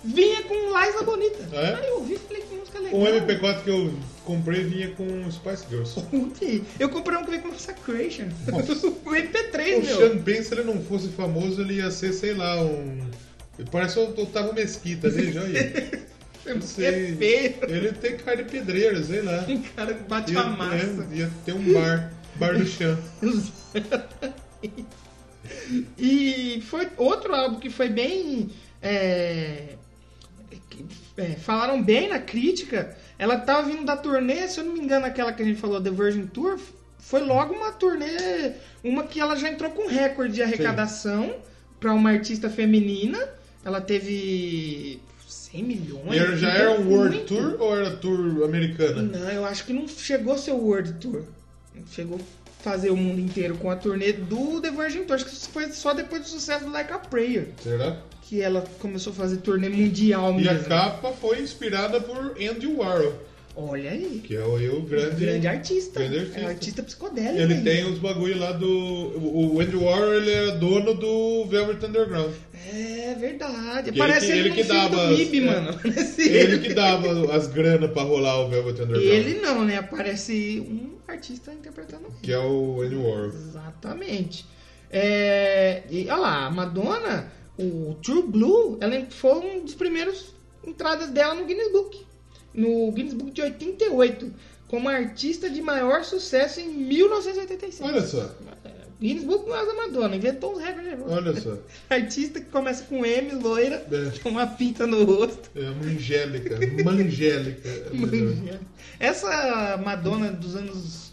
A: Vinha com Laisa Bonita.
B: É?
A: Aí eu vi e falei que música legal.
B: Um MP4 que eu comprei vinha com Spice Girls.
A: Puti, Eu comprei um que veio com Massacration.
B: Nossa.
A: o MP3,
B: O
A: meu.
B: Sean Penn, se ele não fosse famoso, ele ia ser, sei lá, um. ele Parece o Otávio Mesquita, né? veja aí.
A: Eu
B: Não
A: sei.
B: sei.
A: É feio.
B: Ele tem cara de pedreiro, sei lá.
A: Um cara que bate
B: Ia,
A: a massa.
B: é, ia ter um bar. Bar do Chan.
A: E foi outro álbum que foi bem. é, que, é, falaram bem na crítica. Ela tava vindo da turnê, se eu não me engano, aquela que a gente falou, The Virgin Tour. Foi logo uma turnê, uma que ela já entrou com recorde de arrecadação pra uma artista feminina. Ela teve 100 milhões.
B: E já
A: então,
B: era um World
A: muito.
B: Tour ou era Tour americana?
A: Não, eu acho que não chegou a ser o World Tour. Não Chegou a fazer o mundo inteiro com a turnê do The Virgin Tour. Acho que isso foi só depois do sucesso do Like a Prayer.
B: Será?
A: Que ela começou a fazer turnê mundial
B: E a
A: mesmo.
B: capa foi inspirada por Andy Warhol,
A: Olha aí.
B: que é o eu
A: Grande,
B: grande.
A: artista.
B: grande
A: É
B: artista.
A: um artista psicodélico.
B: Ele
A: aí.
B: tem os bagulho lá do. O o Andy Warhol ele era dono do Velvet Underground.
A: É verdade.
B: ele
A: Parece
B: que-
A: ele,
B: ele
A: no
B: que
A: filme
B: dava
A: do
B: as-
A: MIB,
B: é.
A: mano. Parece
B: Ele que dava as granas pra rolar o Velvet Underground.
A: Ele não, né? Aparece um artista interpretando ele.
B: Que é o Andy Warhol.
A: Exatamente. É, e olha lá, a Madonna, o True Blue, ela foi um dos primeiros entradas dela no Guinness Book. No Guinness Book de 88, como artista de maior sucesso em 1986.
B: Olha só,
A: Guinness Book não é da Madonna, inventou uns recordes.
B: olha só.
A: Artista que começa com M, loira,
B: É.
A: com uma pinta no rosto.
B: É Mangélica. Mangélica. é melhor.
A: Essa Madonna dos anos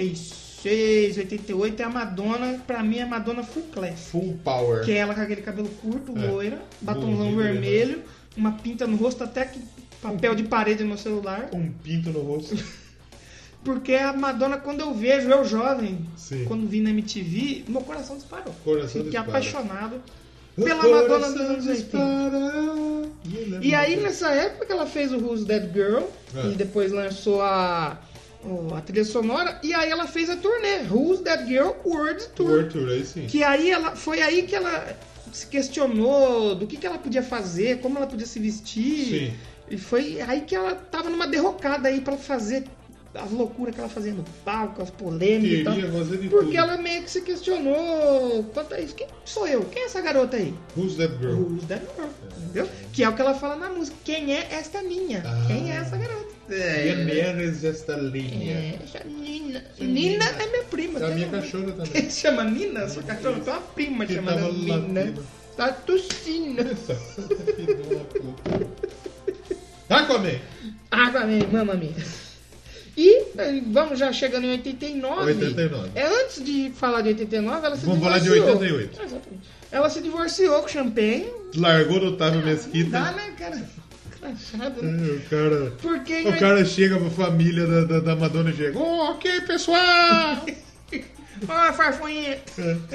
A: 86, 88 é a Madonna, pra mim é a Madonna full class.
B: Full power.
A: Que é ela com aquele cabelo curto,
B: É.
A: loira, batomzão
B: Bonito, né?
A: vermelho, uma pinta no rosto, até que papel de parede no celular.
B: Um pinto no rosto.
A: Porque a Madonna, quando eu vejo, eu jovem,
B: Sim.
A: quando vi na MTV, meu coração disparou.
B: Coração
A: Fiquei
B: dispara. É
A: apaixonado
B: O
A: pela Madonna dos
B: coração
A: anos 80.
B: dispara.
A: E aí nessa época que ela fez o Who's That Girl
B: É.
A: e depois lançou a, o- a trilha sonora e aí ela fez a turnê Who's That Girl World Tour.
B: O Arthur, aí sim.
A: Que aí ela foi aí que ela se questionou do que, que ela podia fazer, como ela podia se vestir.
B: Sim.
A: E foi aí que ela tava numa derrocada aí pra fazer as loucuras que ela fazia no palco, as polêmicas e tal.
B: Queria fazer de tudo.
A: Então, Porque ela meio que se questionou, quanto a isso, quem sou eu? Quem é essa garota aí?
B: Who's that girl?
A: Rules da Norma, entendeu? Que é o que ela fala na música. Quem é esta minha?
B: Ah. É,
A: Quem é essa garota?
B: Quem eres esta linha?
A: É, essa Nina. Nina é minha prima.
B: A
A: tem
B: minha
A: uma-
B: cachorra também.
A: Quem chama Nina? Sua cachorra tem uma prima
B: Que
A: chamada
B: tava lá,
A: Nina.
B: prima.
A: Tá tossindo.
B: Vai comer!
A: Água mesmo, mamma mia. E eh, vamos já chegando em 89.
B: 89.
A: É antes de falar de 89, ela se
B: Vamos falar de
A: divorciou.
B: 88.
A: Exatamente. Ela se divorciou com champanhe.
B: Largou do Otávio Mesquita.
A: Dá, né, cara? Crachado, né?
B: É, O cara,
A: Porque em
B: o cara chega pra família da, da, da Madonna e chega. "Ô, ok, pessoal!
A: Ó, farfunha!
B: É,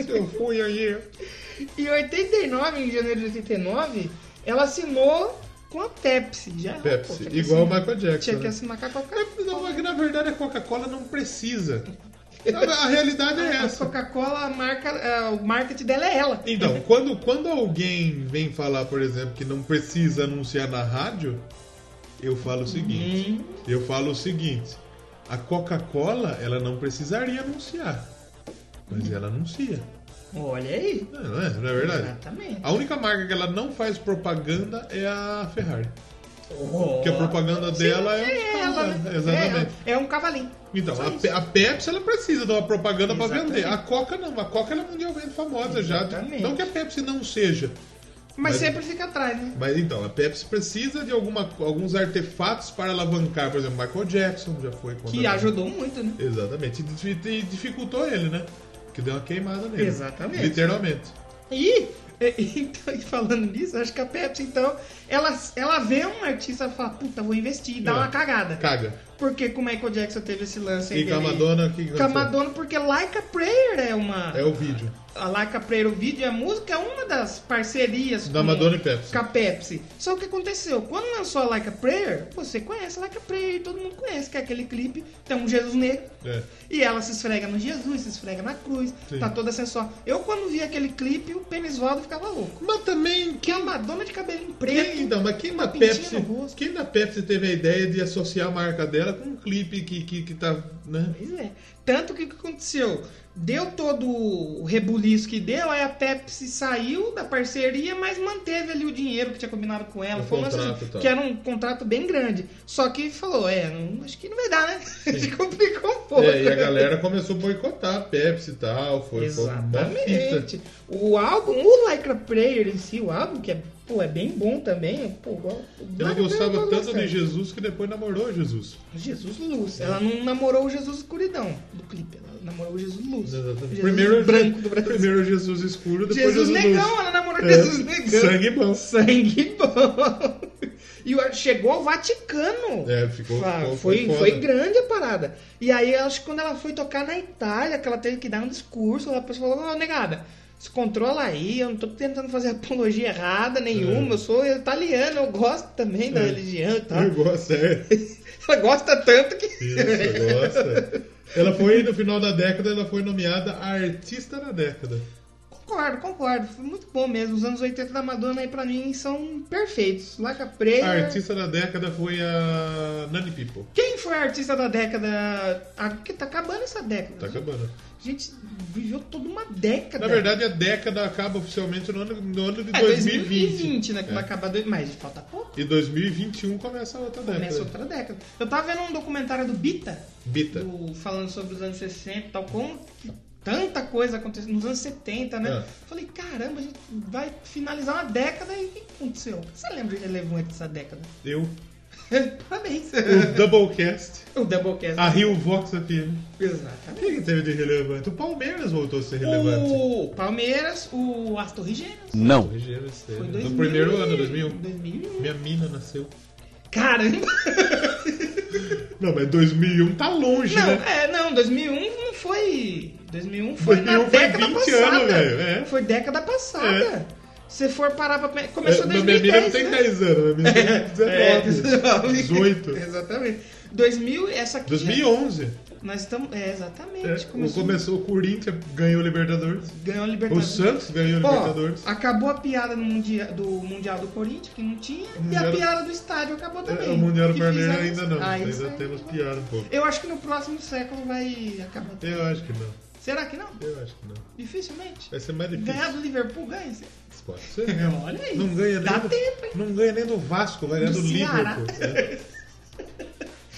B: Seu fui aí.
A: Em 89, em janeiro de 89, ela assinou com a Pepsi. Já pô,
B: Pepsi,
A: tinha que
B: igual o
A: assinar-
B: Michael Jackson.
A: Tinha que
B: né?
A: assinar com a Coca-Cola.
B: É, Não, é que na verdade a Coca-Cola não precisa. A a realidade é
A: A
B: essa.
A: Coca-Cola, a marca, é, o marketing dela é ela.
B: Então, quando, quando alguém vem falar, por exemplo, que não precisa anunciar na rádio, eu falo o seguinte. Eu falo o seguinte. A Coca-Cola, ela não precisaria anunciar. Mas
A: Uhum.
B: ela anuncia.
A: Hum, Olha aí.
B: Não não é, não é verdade?
A: Exatamente.
B: A única marca que ela não faz propaganda é a Ferrari. Porque a
A: Ó.
B: propaganda é dela é.
A: É ela, né? É
B: Exatamente.
A: ela. É, um cavalinho.
B: Então,
A: Só
B: a,
A: isso.
B: Pe- a Pepsi ela precisa de uma propaganda pra
A: Exatamente.
B: vender. A Coca não, a Coca ela é mundialmente famosa
A: Exatamente.
B: já. Não que a Pepsi não seja.
A: Mas,
B: Mas-
A: sempre fica atrás, né?
B: Mas então, a Pepsi precisa de alguma, alguns artefatos para alavancar. Por exemplo, Michael Jackson já foi quando é.
A: Que ajudou muito, né?
B: Exatamente. E dif- E dificultou ele, né? Que deu uma queimada nele.
A: Exatamente.
B: Literalmente.
A: E, e- então, e falando nisso, acho que a Pepsi, então, ela, ela vê um artista e fala, puta, vou investir e dá
B: É.
A: uma cagada.
B: Caga.
A: Porque com o Michael Jackson teve esse lance aí.
B: E com a
A: dele-
B: Madonna, o que que
A: Com a
B: aconteceu?
A: Madonna, porque Like a Prayer é uma.
B: É o vídeo.
A: A Like a Prayer, o vídeo e a música é uma das parcerias
B: Da
A: com-
B: Madonna e Pepsi.
A: Com a Pepsi. Só o que aconteceu? Quando lançou a Like a Prayer, você conhece Like a Prayer, todo mundo conhece, que é aquele clipe, tem um Jesus negro.
B: É.
A: E ela se esfrega no Jesus, se esfrega na cruz,
B: Sim.
A: tá toda sensual. Eu, quando vi aquele clipe, o Penisvaldo ficava louco.
B: Mas também
A: Que é uma dona de cabelinho preto.
B: Quem, então, mas quem da,
A: uma pintinha
B: Pepsi,
A: no Tá rosto.
B: quem da Pepsi teve a ideia de associar a marca dela com um clipe que, que, que tá. Né?
A: Pois é. Tanto que o que aconteceu? Deu todo o rebuliço que deu, aí a Pepsi saiu da parceria, mas manteve ali o dinheiro que tinha combinado com ela.
B: O
A: Foi um lance
B: contrato e tal.
A: que era um contrato bem grande. Só que falou, é, não- acho que não vai dar, né? Se complicou um pouco.
B: É, e a galera começou a boicotar a Pepsi e tal. Foi, foi uma fita.
A: Exatamente. O álbum, o Lycra Prayer em si, o álbum, que é pô, é bem bom também. Pô, igual-
B: Ela
A: várias
B: gostava
A: pessoas
B: tanto de
A: gostam.
B: Jesus É. que depois namorou Jesus.
A: Jesus Luz. Ela não namorou o Jesus escuridão do clipe. Ela namorou o Jesus Luz. Jesus
B: Primeiro,
A: branco do Brasil.
B: primeiro Jesus escuro, depois
A: Jesus,
B: Jesus,
A: negão,
B: luz.
A: ela namorou
B: É,
A: Jesus negão.
B: sangue bom.
A: Sangue bom. E o- chegou ao Vaticano.
B: É, ficou-
A: Fa-
B: ficou-
A: Ah, foi,
B: foi foda.
A: foi grande a parada. E aí, eu acho que quando ela foi tocar na Itália, que ela teve que dar um discurso, a pessoa falou, não, negada, se controla aí, eu não tô tentando fazer apologia errada nenhuma,
B: É.
A: eu sou italiano, eu gosto também da religião e tal.
B: Eu gosto, é.
A: Ela gosta tanto que...
B: Isso, eu gosto. é. Ela foi, no final da década, ela foi nomeada a artista da década.
A: Concordo, concordo. Foi muito bom mesmo. Os anos 80 da Madonna aí pra mim são perfeitos. Laca Preia.
B: A artista da década foi a Nanny People.
A: Quem foi a artista da década? Ah, que tá acabando essa década.
B: Tá acabando.
A: A gente viveu toda uma década.
B: Na verdade, a década acaba oficialmente no ano, no ano de
A: é
B: 2020.
A: 2020, né? Que
B: É.
A: vai acabar. dois- Mas falta pouco.
B: E 2021 começa a outra década.
A: Começa outra década. Eu tava vendo um documentário do Bita,
B: Bita.
A: do- falando sobre os anos 60 e tal, como que tanta coisa aconteceu nos anos 70, né?
B: É.
A: Falei, caramba, a gente vai finalizar uma década e o que aconteceu? O que você lembra de relevante dessa década?
B: Eu.
A: Parabéns.
B: O Doublecast.
A: O Doublecast.
B: A Rio Vox FM. O
A: Exatamente.
B: que, que teve de relevante? O Palmeiras voltou a ser relevante.
A: O Palmeiras, o Astor Rigeiros.
D: Não.
A: Foi
B: No
A: 2000
B: primeiro
A: e-
B: ano, 2001.
A: 2001.
B: Minha mina nasceu.
A: Caramba!
B: Não, mas 2001 tá longe,
A: Não,
B: né?
A: é, não, 2001 não foi. 2001 foi na
B: 2001 foi
A: década
B: 20
A: passada.
B: anos, velho, é.
A: Foi década passada.
B: É.
A: Se for parar pra. pe- Começou
B: É,
A: em
B: mas minha mina não
A: 2010.
B: tem
A: né?
B: 10 anos, minha mina tem 19,
A: É,
B: 18,
A: Exatamente. 2000, essa aqui. é
B: 2011.
A: Nós estamos. É,
B: É,
A: exatamente.
B: o- começou o Corinthians, ganhou o Libertadores.
A: Ganhou a
B: O
A: Libertadores.
B: Santos ganhou o
A: Ó,
B: Libertadores.
A: acabou a piada no mundia, do Mundial do Corinthians, que não tinha, e a
B: Mundial-
A: piada do estádio acabou também.
B: É, o Mundial
A: Que
B: Brasileiro
A: fizeram-
B: ainda não.
A: Ah, isso
B: ainda
A: aí.
B: temos piada um pouco.
A: Eu acho que no próximo século vai acabar.
B: Eu acho que não.
A: Será que não?
B: Eu acho que não.
A: Dificilmente.
B: Vai ser mais difícil.
A: Ganhar do Liverpool ganha.
B: Pode ser.
A: Olha aí.
B: Não ganha nem
A: Dá
B: do,
A: tempo, hein?
B: Não ganha nem do Vasco, vai ganhar
A: Do
B: do,
A: Ceará.
B: Liverpool. né?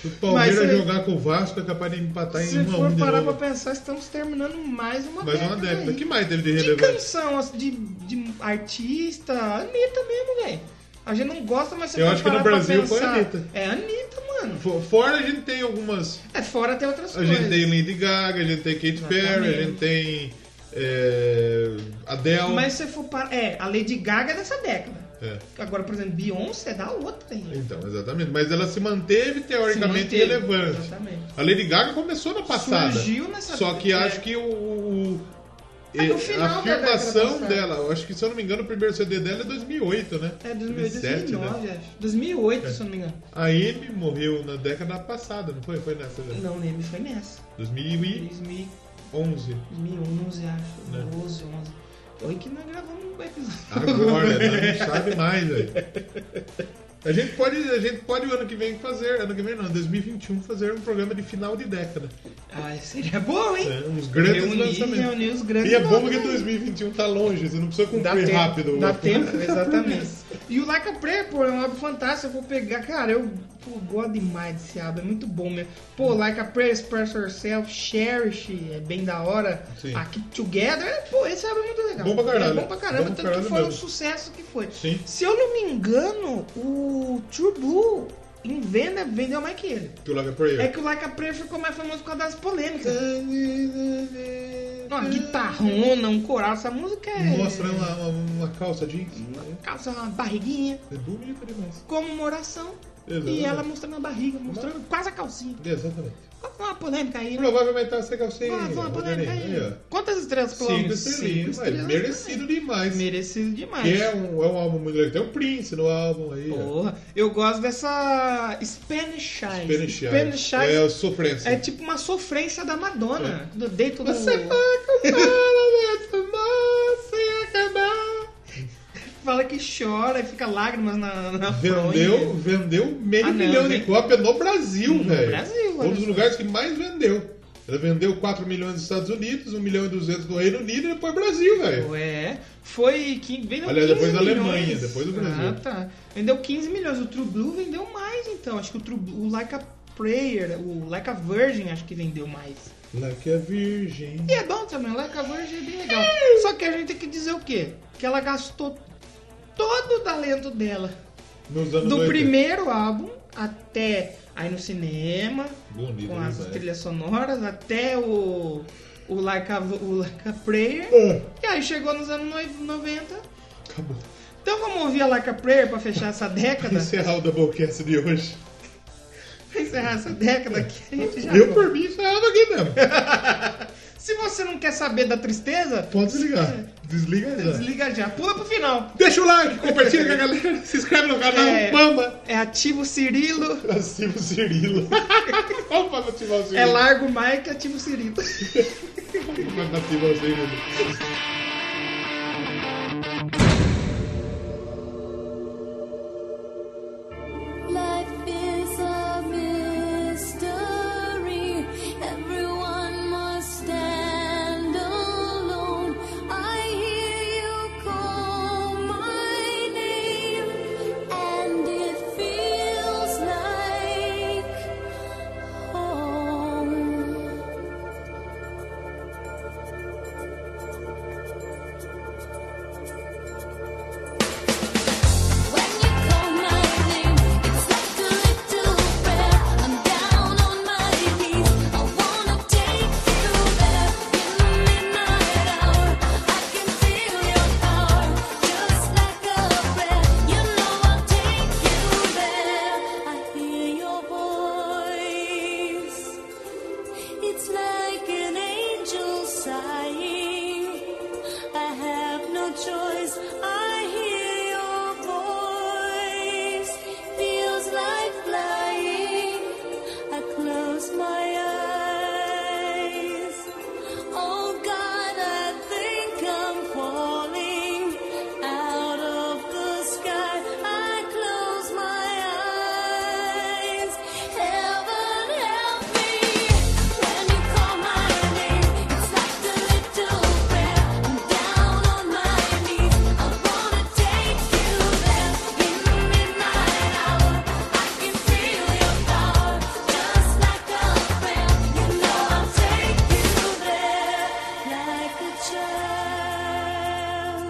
B: Se o Palmeiras
A: Mas, é,
B: jogar com o Vasco, é capaz de empatar em
A: Se
B: 1 a 1
A: for
B: de
A: parar né? pra
B: novo.
A: pensar, estamos terminando mais uma
B: Mais uma
A: década.
B: década.
A: aí.
B: que mais teve de
A: Que
B: relevante?
A: canção assim, de, de artista? Anitta mesmo, velho. A gente não gosta, mas você
B: Eu
A: for
B: acho que no
A: parar pra
B: Brasil foi
A: pensar,
B: Anitta.
A: É Anitta, mano.
B: Fo- Fora a gente tem algumas.
A: É fora tem outras
B: A
A: coisas.
B: gente tem Lady Gaga, a gente tem Katy Perry,
A: Exatamente.
B: a gente tem. É, Adele.
A: Mas se for para. É, a Lady Gaga é dessa década.
B: É,
A: Agora, por exemplo, Beyoncé é da outra ainda.
B: então, exatamente. Mas ela se manteve teoricamente
A: Se manteve,
B: relevante.
A: exatamente.
B: A Lady Gaga começou na passada.
A: Surgiu nessa-
B: Só que
A: é.
B: acho que o. o-
A: É no
B: eh,
A: final
B: a
A: da década
B: afirmação
A: passada.
B: dela, eu acho que se eu não me engano, o primeiro CD dela é 2008, né?
A: É 2008,
B: 2009.
A: 2009, acho. 2008, se eu não me engano.
B: A Amy morreu na década passada, não foi? Foi nessa, né?
A: Não, nem foi nessa.
B: 2011.
A: 2000, 2011, acho.
B: Né?
A: 12, 11. Foi que nós gravamos um episódio.
B: Agora, né? não sabe mais, velho. A gente pode, a gente pode o ano que vem fazer, ano que vem não, 2021 fazer um programa de final de década.
A: Ah, seria bom, hein?
B: né? Uns grandes
A: reunir,
B: lançamentos.
A: reunir os grandes.
B: E é bom
A: nomes,
B: que
A: né?
B: 2021 tá longe, você não precisa
A: Dá
B: cumprir
A: tempo,
B: rápido. né?
A: Dá
B: a-
A: tempo, exatamente. e o Like a Prayer, pô, é um álbum fantástico. Eu vou pegar, cara, eu pô, gosto demais desse álbum, é muito bom mesmo. Pô,
B: Hum.
A: Like a Prayer, Express Yourself, Cherish, é bem da hora.
B: Sim.
A: Aqui Together, é, pô, esse álbum é muito legal.
B: Bom pra caralho.
A: É bom pra caramba,
B: Bom
A: tanto
B: pra
A: que
B: caralho
A: foi um
B: mesmo.
A: sucesso que foi.
B: Sim.
A: Se eu não me engano, o True Blue em venda vendeu mais que ele.
B: Que o Love Prayer.
A: É que o Like a Prayer ficou mais famoso por causa das polêmicas. Uma guitarrona, um coral, essa música é.
B: É. Mostra uma, uma, uma calça jeans.
A: calça, uma barriguinha,
B: É bonita demais.
A: como uma oração.
B: Exatamente.
A: E ela mostrando a barriga, mostrando quase a calcinha.
B: Exatamente.
A: Uma polêmica aí, né?
B: Provavelmente tá sem calcinha.
A: Uma, Ah, uma polêmica aí.
B: Aí, ó.
A: Quantas estrelas pelo
B: Cinco
A: álbum?
B: estrelinhas. mas
A: estrelas
B: Merecido demais.
A: também. Merecido demais.
B: Que é um, é um álbum muito legal. Tem um Prince no álbum aí. ó.
A: Porra, eu gosto dessa Spanish Eyes.
B: Spanish Eyes.
A: Spanish Eyes
B: É o Sofrência.
A: é tipo uma sofrência da Madonna. Do deito do...
B: É. Você vai com ela, sem acabar.
A: Fala que chora e fica lágrimas na, na
B: Vendeu,
A: fronha.
B: vendeu meio
A: Ah, não,
B: milhão de
A: vende-
B: cópias no Brasil,
A: No
B: velho.
A: Brasil, olha
B: um dos
A: só.
B: lugares que mais vendeu. Ela vendeu 4 milhões nos Estados Unidos, 1 milhão e 200 no Reino Unido e depois Brasil, velho.
A: Ué, É. foi. que vendeu
B: Aliás,
A: 15
B: depois da
A: milhões.
B: Alemanha, depois do Brasil.
A: Ah, tá. Vendeu 15 milhões. O True Blue vendeu mais, então. Acho que o, True Blue- o Like a Prayer, o Like a Virgin, acho que vendeu mais.
B: Like a virgem.
A: E é
B: É.
A: bom também, o Like a Virgin é bem legal. Só que a gente tem que dizer o quê? Que ela gastou todo o talento dela.
B: Nos anos
A: Do
B: 80.
A: primeiro álbum até aí no cinema,
B: Bonito,
A: com
B: né,
A: as
B: velho?
A: trilhas sonoras, até o, o, like a, o Like a Prayer.
B: Ah,
A: E aí chegou nos anos noi- 90.
B: acabou.
A: Então vamos ouvir a Like a Prayer pra fechar essa década.
B: Encerrar o Doublecast de hoje.
A: pra encerrar essa década que a gente já.
B: Eu,
A: volta.
B: por mim, encerrava aqui mesmo.
A: Se você não quer saber da tristeza,
B: Pode desligar. Desliga já.
A: É. desliga já. Pula pro final.
B: É. Deixa o like, compartilha com a galera, se inscreve no canal,
A: É.
B: mama.
A: É ativo Cirilo.
B: Ativa o Cirilo. Vamos para ativar o Cirilo.
A: É largo Mike, ativo Cirilo.
B: Vamos ativar o Cirilo.
C: Life is a mystery. Everyone must stand alone. I hear you call my name, and it feels like home. When you call my name, it's like a little prayer. I'm down on my knees. I wanna take you there in the midnight hour. I can feel your power, just like a prayer. You know I'll take you there. I hear your voice. It's like an angel sighing. I have no choice. I hear your voice. Feels like flying. I close my eyes. Oh God, I think I'm falling out of the sky. I close my eyes. Heaven help me when you call my name. It's like a little prayer. I'm down on my knees. I wanna take you there in the midnight hour. I can feel your power, just like a prayer. You know I'll take you there, like a child.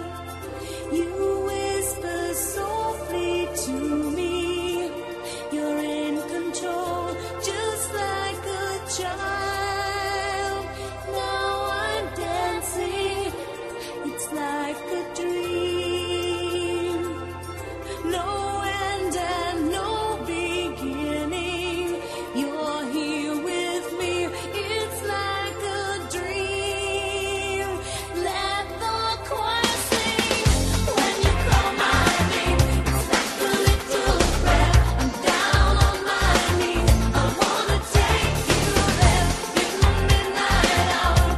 C: You whisper softly to me. You're in control, just like a child. Now I'm dancing. It's like a dream. No end and no beginning. You're here with me. It's like a dream. Let the choir sing when you call my name. It's like a little prayer. I'm down on my knees. I wanna take you there in the midnight hour.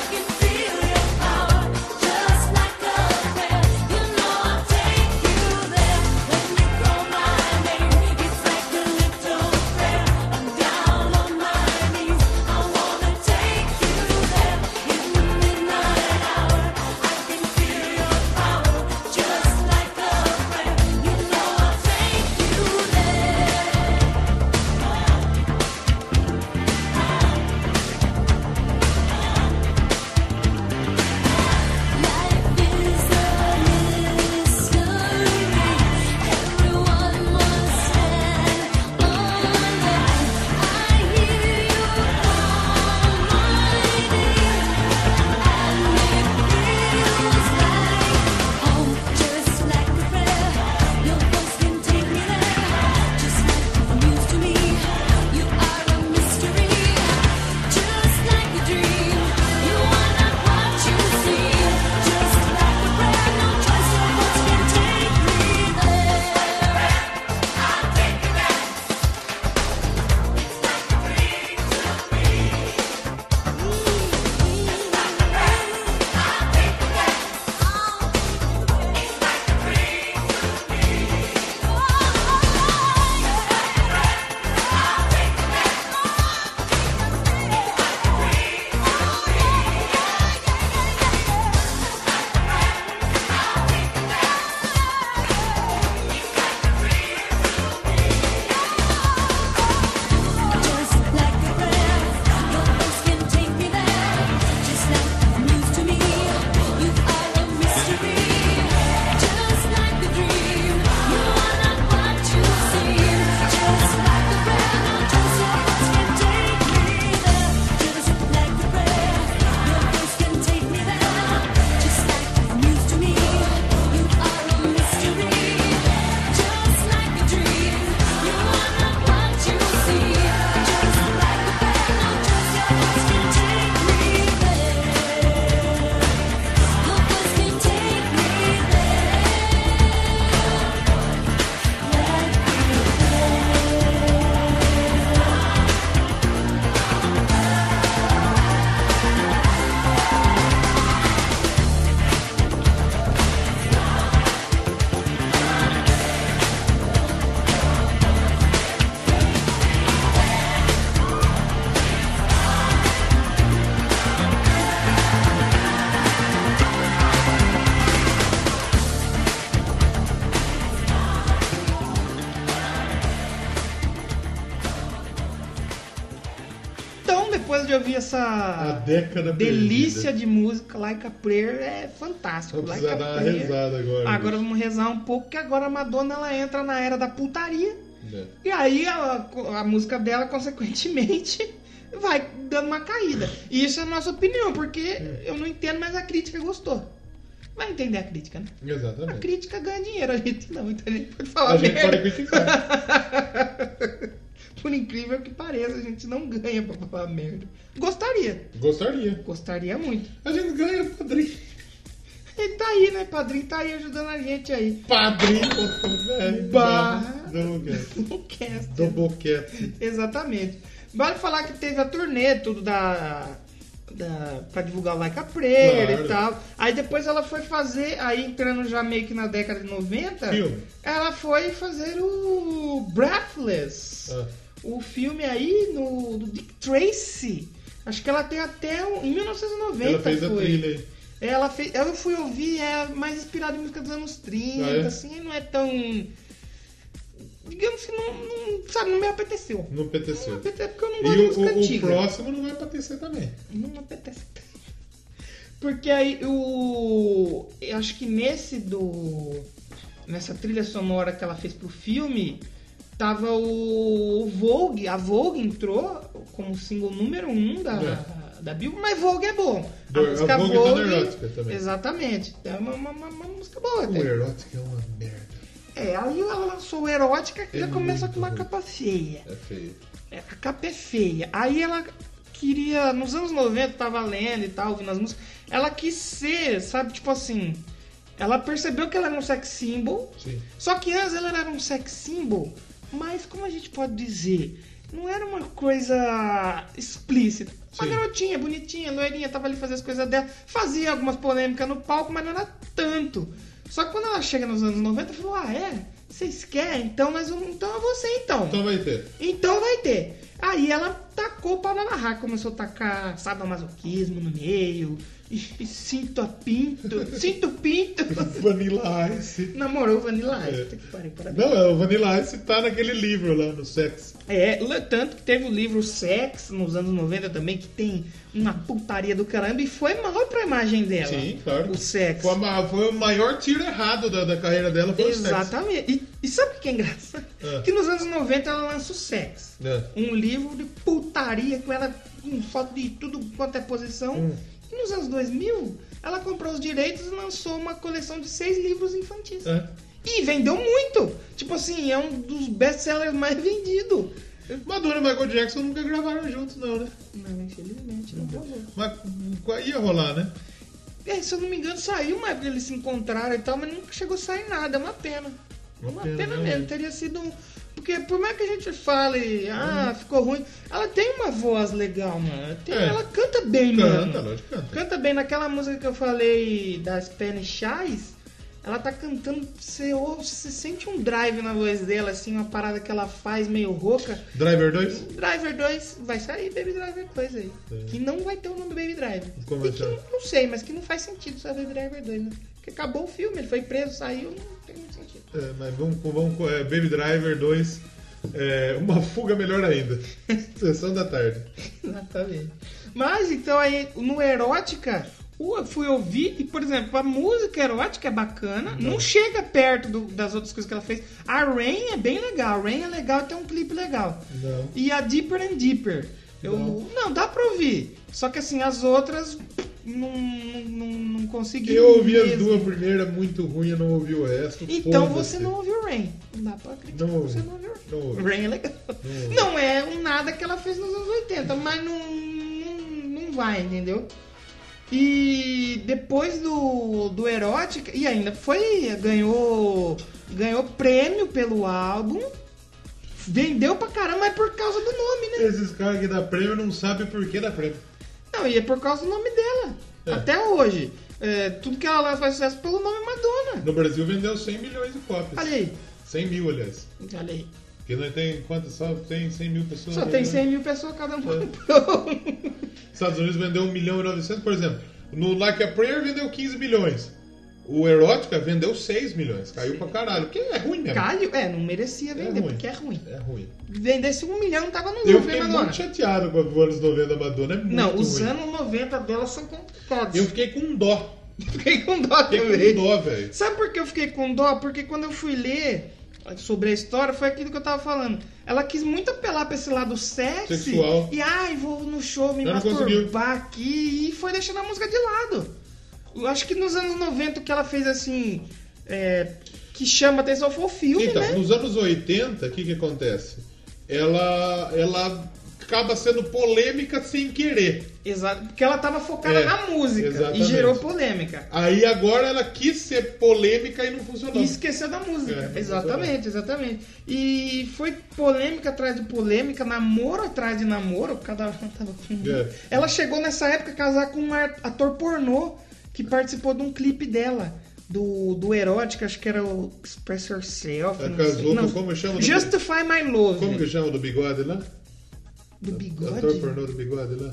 C: I can feel your power, just like a prayer.
A: Então,
B: A
A: essa
B: década
A: delícia
B: perdida.
A: de música, Like a Prayer, é fantástico.
B: Vou
A: Like a
B: precisar dar uma
A: Prayer.
B: rezada agora.
A: Agora vamos rezar um pouco, que agora a Madonna ela entra na era da putaria.
B: bicho. É.
A: E aí a, a música dela, consequentemente, vai dando uma caída. E isso é a nossa opinião, porque
B: É.
A: eu não entendo, mas a crítica gostou. Vai entender a crítica, né? A
B: Exatamente.
A: crítica ganha dinheiro, a gente não, então a gente pode falar
B: A gente
A: merda.
B: pode criticar.
A: Por incrível que pareça, a gente não ganha pra falar merda. Gostaria,
B: Gostaria.
A: gostaria muito.
B: A gente ganha padrinho.
A: Ele tá aí, né? Padrinho tá aí ajudando a gente aí.
B: Padrinho.
A: Bah.
B: Do
A: Podcast.
B: boquete.
A: Exatamente. Vale falar que teve a turnê, tudo da. da pra divulgar o Like a Prayer
B: Claro.
A: e tal. Aí depois ela foi fazer, aí entrando já meio que na década de 90,
B: Filme.
A: ela foi fazer o Breathless.
B: Ah.
A: O filme aí no, do Dick Tracy. Acho que ela tem até. um- em 1990
B: Ela fez a
A: foi.
B: trilha aí.
A: Ela fez, eu fui ouvir, é mais inspirada em música dos anos 30,
B: Ah, é?
A: assim, não é tão. Digamos que não, não- sabe, não me apeteceu.
B: No PTC.
A: Não me apeteceu porque eu não gosto
B: E
A: de
B: o,
A: música
B: o- o
A: antiga.
B: próximo não vai pra TC também.
A: Não me apetece. Porque aí o. Eu acho que nesse do. Nessa trilha sonora que ela fez pro filme, tava o, o Vogue. A Vogue entrou como single número um da, da Billboard, mas Vogue é bom.
B: Do- a Vogue é toda erótica também.
A: Exatamente. É uma, uma- uma- uma música boa
B: O
A: até.
B: erótico é uma merda.
A: É, aí ela lançou o erótica que
B: É
A: já começa
B: muito
A: com uma
B: ruim.
A: capa feia.
B: É feio.
A: É, A capa é feia. Aí ela queria, nos anos 90, tava lendo e tal, ouvindo as músicas. Ela quis ser, sabe, tipo assim. Ela percebeu que ela era um sex symbol.
B: Sim.
A: Só que antes ela era um sex symbol, mas como a gente pode dizer, não era uma coisa explícita. Uma
B: Sim.
A: garotinha, bonitinha, loirinha, tava ali fazendo as coisas dela, fazia algumas polêmicas no palco, mas não era tanto. Só que quando ela chega nos anos 90, falou: Ah, é? Vocês querem? Então, mas eu- então é você então.
B: Então vai ter.
A: Então vai ter. Aí ela tacou o pau na barraca, começou a tacar sadomasoquismo no meio, e, e cinto a pinto, cinto pinto.
B: Vanilla Ice.
A: Namorou Vanilla Ice.
B: É.
A: Puta que pariu, parabéns.
B: Não, é, o Vanilla Ice tá naquele livro lá no Sex.
A: É, le- tanto que teve o livro Sex nos anos 90 também, que tem uma putaria do caramba, e foi mal pra imagem dela.
B: Sim, claro.
A: O Sex.
B: Foi, a ma- foi o maior tiro errado da, da carreira dela, foi o Sex.
A: Exatamente. E, e sabe o que é engraçado?
B: Ah.
A: Que nos anos 90 ela lança o Sex.
B: É.
A: um livro de putaria com ela com foto de tudo quanto é posição.
B: Hum.
A: E nos anos 2000, ela comprou os direitos e lançou uma coleção de seis livros infantis.
B: É.
A: E vendeu muito! Tipo assim, é um dos best-sellers mais vendidos.
B: Madonna e Michael Jackson nunca gravaram juntos, não, né?
A: Não, infelizmente, não rolou.
B: Mas qua- ia rolar, né?
A: É, se eu não me engano, saiu uma época que eles se encontraram e tal, mas nunca chegou a sair nada. É uma pena. É
B: Uma
A: Uma
B: pena,
A: pena,
B: né?
A: mesmo. Teria sido um. Porque por mais que a gente fale, ah, ficou ruim, ela tem uma voz legal, mano. Ela tem-
B: Hum. É.
A: Ela canta bem, mano.
B: Canta, lógico que canta.
A: Canta bem naquela música que eu falei das Spanish Eyes. Ela tá cantando, você, ouve, você sente um drive na voz dela, assim, uma parada que ela faz meio rouca.
B: Driver 2?
A: Driver 2 vai sair Baby Driver 2 aí.
B: É.
A: Que não vai ter o nome do Baby Driver.
B: Como
A: E
B: vai
A: que
B: ser?
A: não, não sei, mas que não faz sentido só Baby Driver 2, né? Porque acabou o filme, ele foi preso, saiu, não tem muito sentido.
B: É, mas vamos, com- vamos com- é, Baby Driver 2. é, uma fuga melhor ainda. Sessão da tarde.
A: Exatamente. Mas então aí, no erótica, eu fui ouvir, e por exemplo, a música erótica é bacana,
B: Uhum.
A: não, chega perto do- das outras coisas que ela fez. A Rain é bem legal, a Rain é legal e tem um clipe legal.
B: Não.
A: E a Deeper and Deeper. Eu,
B: Não.
A: não. dá pra ouvir. Só que assim, as outras não, não, não consegui.
B: Eu ouvi as
A: mesmo.
B: duas primeiras muito ruim, eu não ouvi o resto.
A: Então
B: foda-se.
A: você não ouviu Rain. Não dá pra criticar
B: Não
A: que você
B: ouvi.
A: não ouviu Rain.
B: Não ouvi.
A: Rain é legal.
B: Não ouvi.
A: Não é um nada que ela fez nos anos 80, mas não, não, não vai, entendeu? E depois do, do Erótica, e ainda foi, ganhou, ganhou prêmio pelo álbum, vendeu pra caramba, mas por causa do nome, né?
B: Esses caras que dá prêmio não sabem por que dá prêmio.
A: Não, e é por causa do nome dela.
B: É.
A: Até hoje. É, tudo que ela lança faz sucesso pelo nome é Madonna.
B: No Brasil vendeu 100 milhões de cópias.
A: Olha aí.
B: 100 mil, aliás.
A: Olha aí.
B: Porque não tem quantas? Só tem 100 mil pessoas. né?
A: Só
B: no
A: tem
B: mundo.
A: 100 mil pessoas cada um
B: É.
A: comprou.
B: um Estados Unidos vendeu 1 milhão e 900, por exemplo. No Like a Prayer vendeu 15 milhões. O Erótica vendeu 6 milhões, caiu pra caralho. Porque é ruim mesmo.
A: Calho, é, não merecia vender,
B: ruim.
A: porque é ruim.
B: É ruim.
A: Vendesse um milhão, tava no
B: Eu
A: lucro,
B: fiquei
A: hein,
B: muito
A: Madonna?
B: chateado com os anos 90 da Madonna. É muito
A: Não, os
B: ruim.
A: anos 90 dela são complicados.
B: Eu fiquei com dó.
A: fiquei com dó
B: Fiquei
A: também.
B: com dó, velho.
A: Sabe por que eu fiquei com dó? Porque quando eu fui ler sobre a história, foi aquilo que eu tava falando. Ela quis muito apelar pra esse lado sexy.
B: Sexual.
A: E ai, vou no show me
B: Ela não conseguiu.
A: masturbar aqui. E foi deixando a música de lado. Eu acho que nos anos 90 que ela fez assim. é, que chama atenção foi o filme,
B: Então,
A: né?
B: nos anos 80, o que que acontece? Ela, ela acaba sendo polêmica sem querer.
A: Exato. Porque ela tava focada
B: É,
A: na música.
B: exatamente.
A: E gerou polêmica.
B: Aí agora ela quis ser polêmica e não funcionou.
A: E esqueceu da música.
B: É,
A: exatamente, exatamente. E foi polêmica atrás de polêmica, namoro atrás de namoro, cada um tava com.
B: É.
A: Ela chegou nessa época a casar com um ar- ator pornô que participou de um clipe dela. Do, do erótica, acho que era o Express Yourself.
B: Ela
A: não
B: casou
A: sei.
B: com
A: Não,
B: como chama? do-
A: Justify My Love.
B: Como que chama do bigode lá?
A: Do
B: Ator
A: bigode?
B: pornô do bigode lá?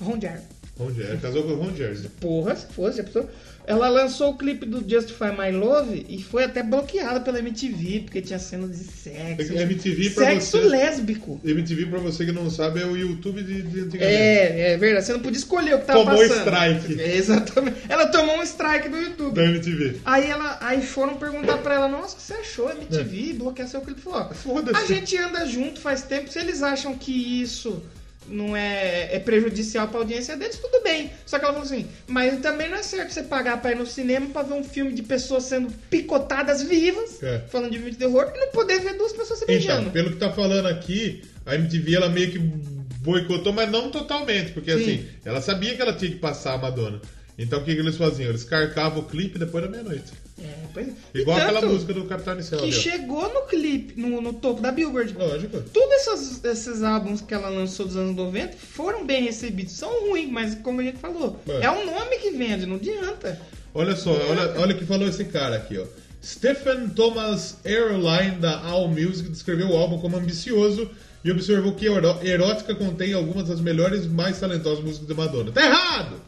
B: é?
A: Ron Jeremy.
B: Ron Jeremy. Casou com o Ron Jeremy.
A: Porra, se fosse, a pessoa. Ela lançou o clipe do Justify My Love e foi até bloqueada pela MTV, porque tinha cenas de sexo.
B: É, MTV pra
A: sexo
B: você.
A: lésbico.
B: MTV, pra você que não sabe, é o YouTube de, de antigamente.
A: É, é verdade. Você não podia escolher o que tava
B: Tomou
A: passando.
B: strike. É.
A: É, exatamente. Ela tomou um strike do YouTube.
B: Da MTV.
A: Aí, ela, aí foram perguntar pra ela, nossa, o que você achou? MTV, bloquear seu clipe. Falou, ó,
B: Foda-se.
A: a gente anda junto faz tempo. Se eles acham que isso não é, é prejudicial pra audiência deles, tudo bem. Só que ela falou assim, mas também não é certo você pagar pra ir no cinema pra ver um filme de pessoas sendo picotadas vivas,
B: É.
A: falando de filme de terror, e não poder ver duas pessoas se beijando.
B: Então, pelo que tá falando aqui, a MTV ela meio que boicotou, mas não totalmente, porque
A: Sim.
B: assim, ela sabia que ela tinha que passar a Madonna. Então o que, que eles faziam? Eles carcavam o clipe depois da meia-noite.
A: É, pois é. E
B: Igual
A: tanto
B: aquela música do Capitão Inicial.
A: Que
B: ali, ó.
A: chegou no clipe, no, no topo da Billboard.
B: Lógico.
A: Todos esses, esses álbuns que ela lançou dos anos 90 foram bem recebidos. São ruins, mas como a gente falou,
B: É.
A: é, um nome que vende, não adianta.
B: Olha só, olha, olha o que falou esse cara aqui, ó. Stephen Thomas Airline da All Music descreveu o álbum como ambicioso e observou que Eró- Erótica contém algumas das melhores e mais talentosas músicas de Madonna. Tá errado!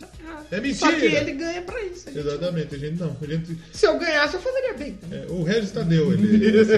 B: É
A: Só
B: mentira!
A: que ele ganha pra isso. gente.
B: Exatamente, a gente não. A gente,
A: Se eu ganhasse, eu fazeria bem.
B: é, o Regis Tadeu, ele. ele, assim,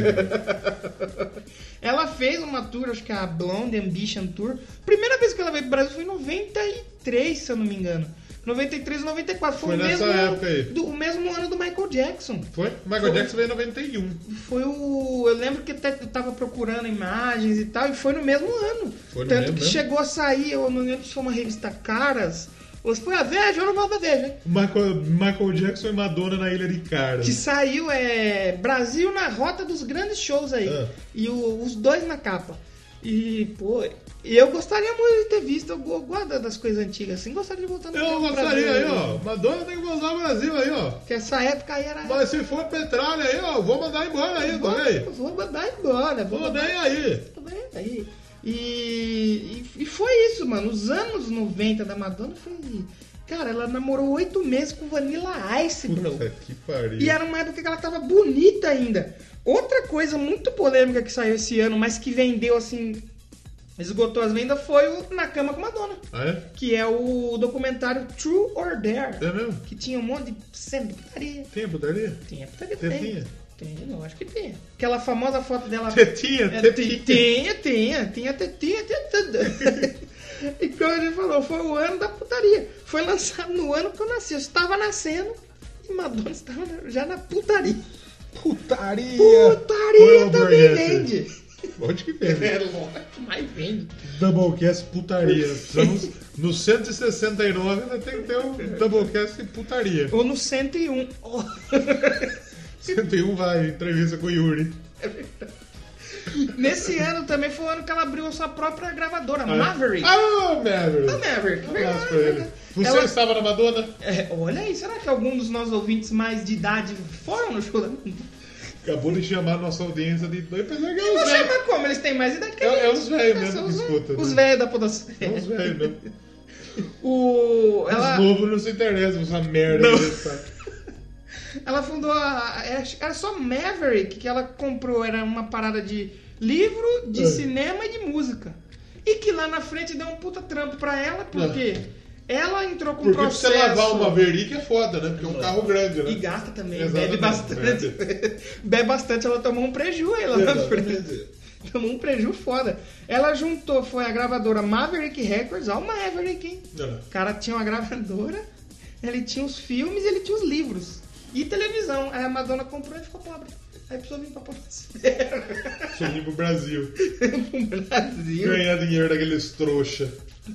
A: Ela fez uma tour, acho que é a Blonde Ambition Tour. Primeira vez que ela veio pro Brasil foi em 93, se eu não me engano. 93 ou 94. Foi,
B: Foi
A: o
B: nessa
A: mesmo,
B: época aí.
A: do- o mesmo ano do Michael Jackson.
B: foi? Michael
A: Foi.
B: Jackson veio em 91.
A: Foi o. Eu lembro que até eu tava procurando imagens e tal, e foi no mesmo ano.
B: Foi no
A: Tanto
B: mesmo
A: que
B: ano.
A: chegou a sair, eu não lembro se foi uma revista Caras, ou se foi a Veja, ou não volta a Veja, hein?
B: Michael, Michael Jackson e Madonna na Ilha de Cara.
A: Que saiu é Brasil na rota dos grandes shows aí.
B: Ah.
A: E o- os dois na capa. E, pô, e eu gostaria muito de ter visto, eu go- gosto das coisas antigas assim, gostaria de voltar no
B: Eu
A: tempo pra
B: gostaria
A: ver,
B: aí, ó. Madonna tem que mostrar o Brasil aí, ó.
A: Que essa época aí era.
B: Mas se for petralha aí, ó, vou mandar embora aí,
A: vou,
B: também.
A: vou mandar embora, vou
B: Vou
A: mandar
B: mandar aí.
A: Tá vendo aí? E, e, e foi isso, mano. Os anos 90 da Madonna foi. Cara, ela namorou oito meses com Vanilla Ice, bro.
B: Puta que pariu.
A: E era uma época que ela tava bonita ainda. Outra coisa muito polêmica que saiu esse ano, mas que vendeu assim. Esgotou as vendas foi o Na Cama com Madonna,
B: Ah, é?
A: que é o documentário True or Dare,
B: É mesmo?
A: que tinha um monte de cena de putaria.
B: Tem a putaria?
A: Tem, putaria
B: Tetinha?
A: tem. Tem, não, acho que tem. Aquela famosa foto dela
B: Tetinha,
A: é,
B: tetinha.
A: tem- Tinha, tinha, tinha, até- tinha, tinha tudo. e como Então ele falou, foi o ano da putaria. Foi lançado no ano que eu nasci. Eu estava nascendo e Madonna estava na- já na putaria.
B: Putaria! Foi
A: Putaria
B: o
A: também
B: Borghetti.
A: vende.
B: Onde que vende?
A: É lógico, mas vende.
B: Doublecast putaria. Precisamos, no 169 ainda tem que ter um Doublecast putaria.
A: Ou no 101. Ó.
B: 101 vai, entrevista com o Yuri.
A: Nesse ano também foi o ano que ela abriu a sua própria gravadora, Maverick.
B: Ah,
A: A
B: Maverick!
A: Maverick.
B: Um abraço pra ele. Você
A: Ela-
B: estava na Madonna?
A: É, olha aí, será que algum dos nossos ouvintes mais de idade foram no show da
B: Acabou de chamar a nossa audiência de dois pessoas que é
A: Não
B: uns
A: sei
B: velhos.
A: mas como, eles têm mais idade que a
B: É-
A: gente.
B: é os velhos mesmo
A: são
B: que
A: os velhos.
B: escutam, né?
A: Os velhos da
B: É uns
A: podosfera.
B: velhos mesmo.
A: O,
B: Os
A: ela,
B: novos não se interessam com essa merda.
A: Ah. Não. É
B: aí, sabe?
A: ela fundou a... Era, era só Maverick que ela comprou. Era uma parada de livro, de
B: É.
A: cinema e de música. E que lá na frente deu um puta trampo pra ela, porque... Ela entrou com um
B: É. Porque pra
A: processo.
B: você lavar uma Verick é foda, né? Porque é um carro grande, né?
A: E gasta também,
B: Exatamente, é.
A: bebe bastante. bebe bastante, ela tomou um preju aí lá na frente.
B: Exatamente.
A: Tomou um preju foda. Ela juntou, foi a gravadora Maverick Records ao Maverick, hein?
B: É.
A: O cara tinha uma gravadora, ele tinha os filmes e ele tinha os livros. E televisão. Aí a Madonna comprou e ficou pobre. Aí precisou vir pra Podosfera.
B: Sumir pro Brasil.
A: pro Brasil.
B: Ganhar dinheiro daqueles trouxa.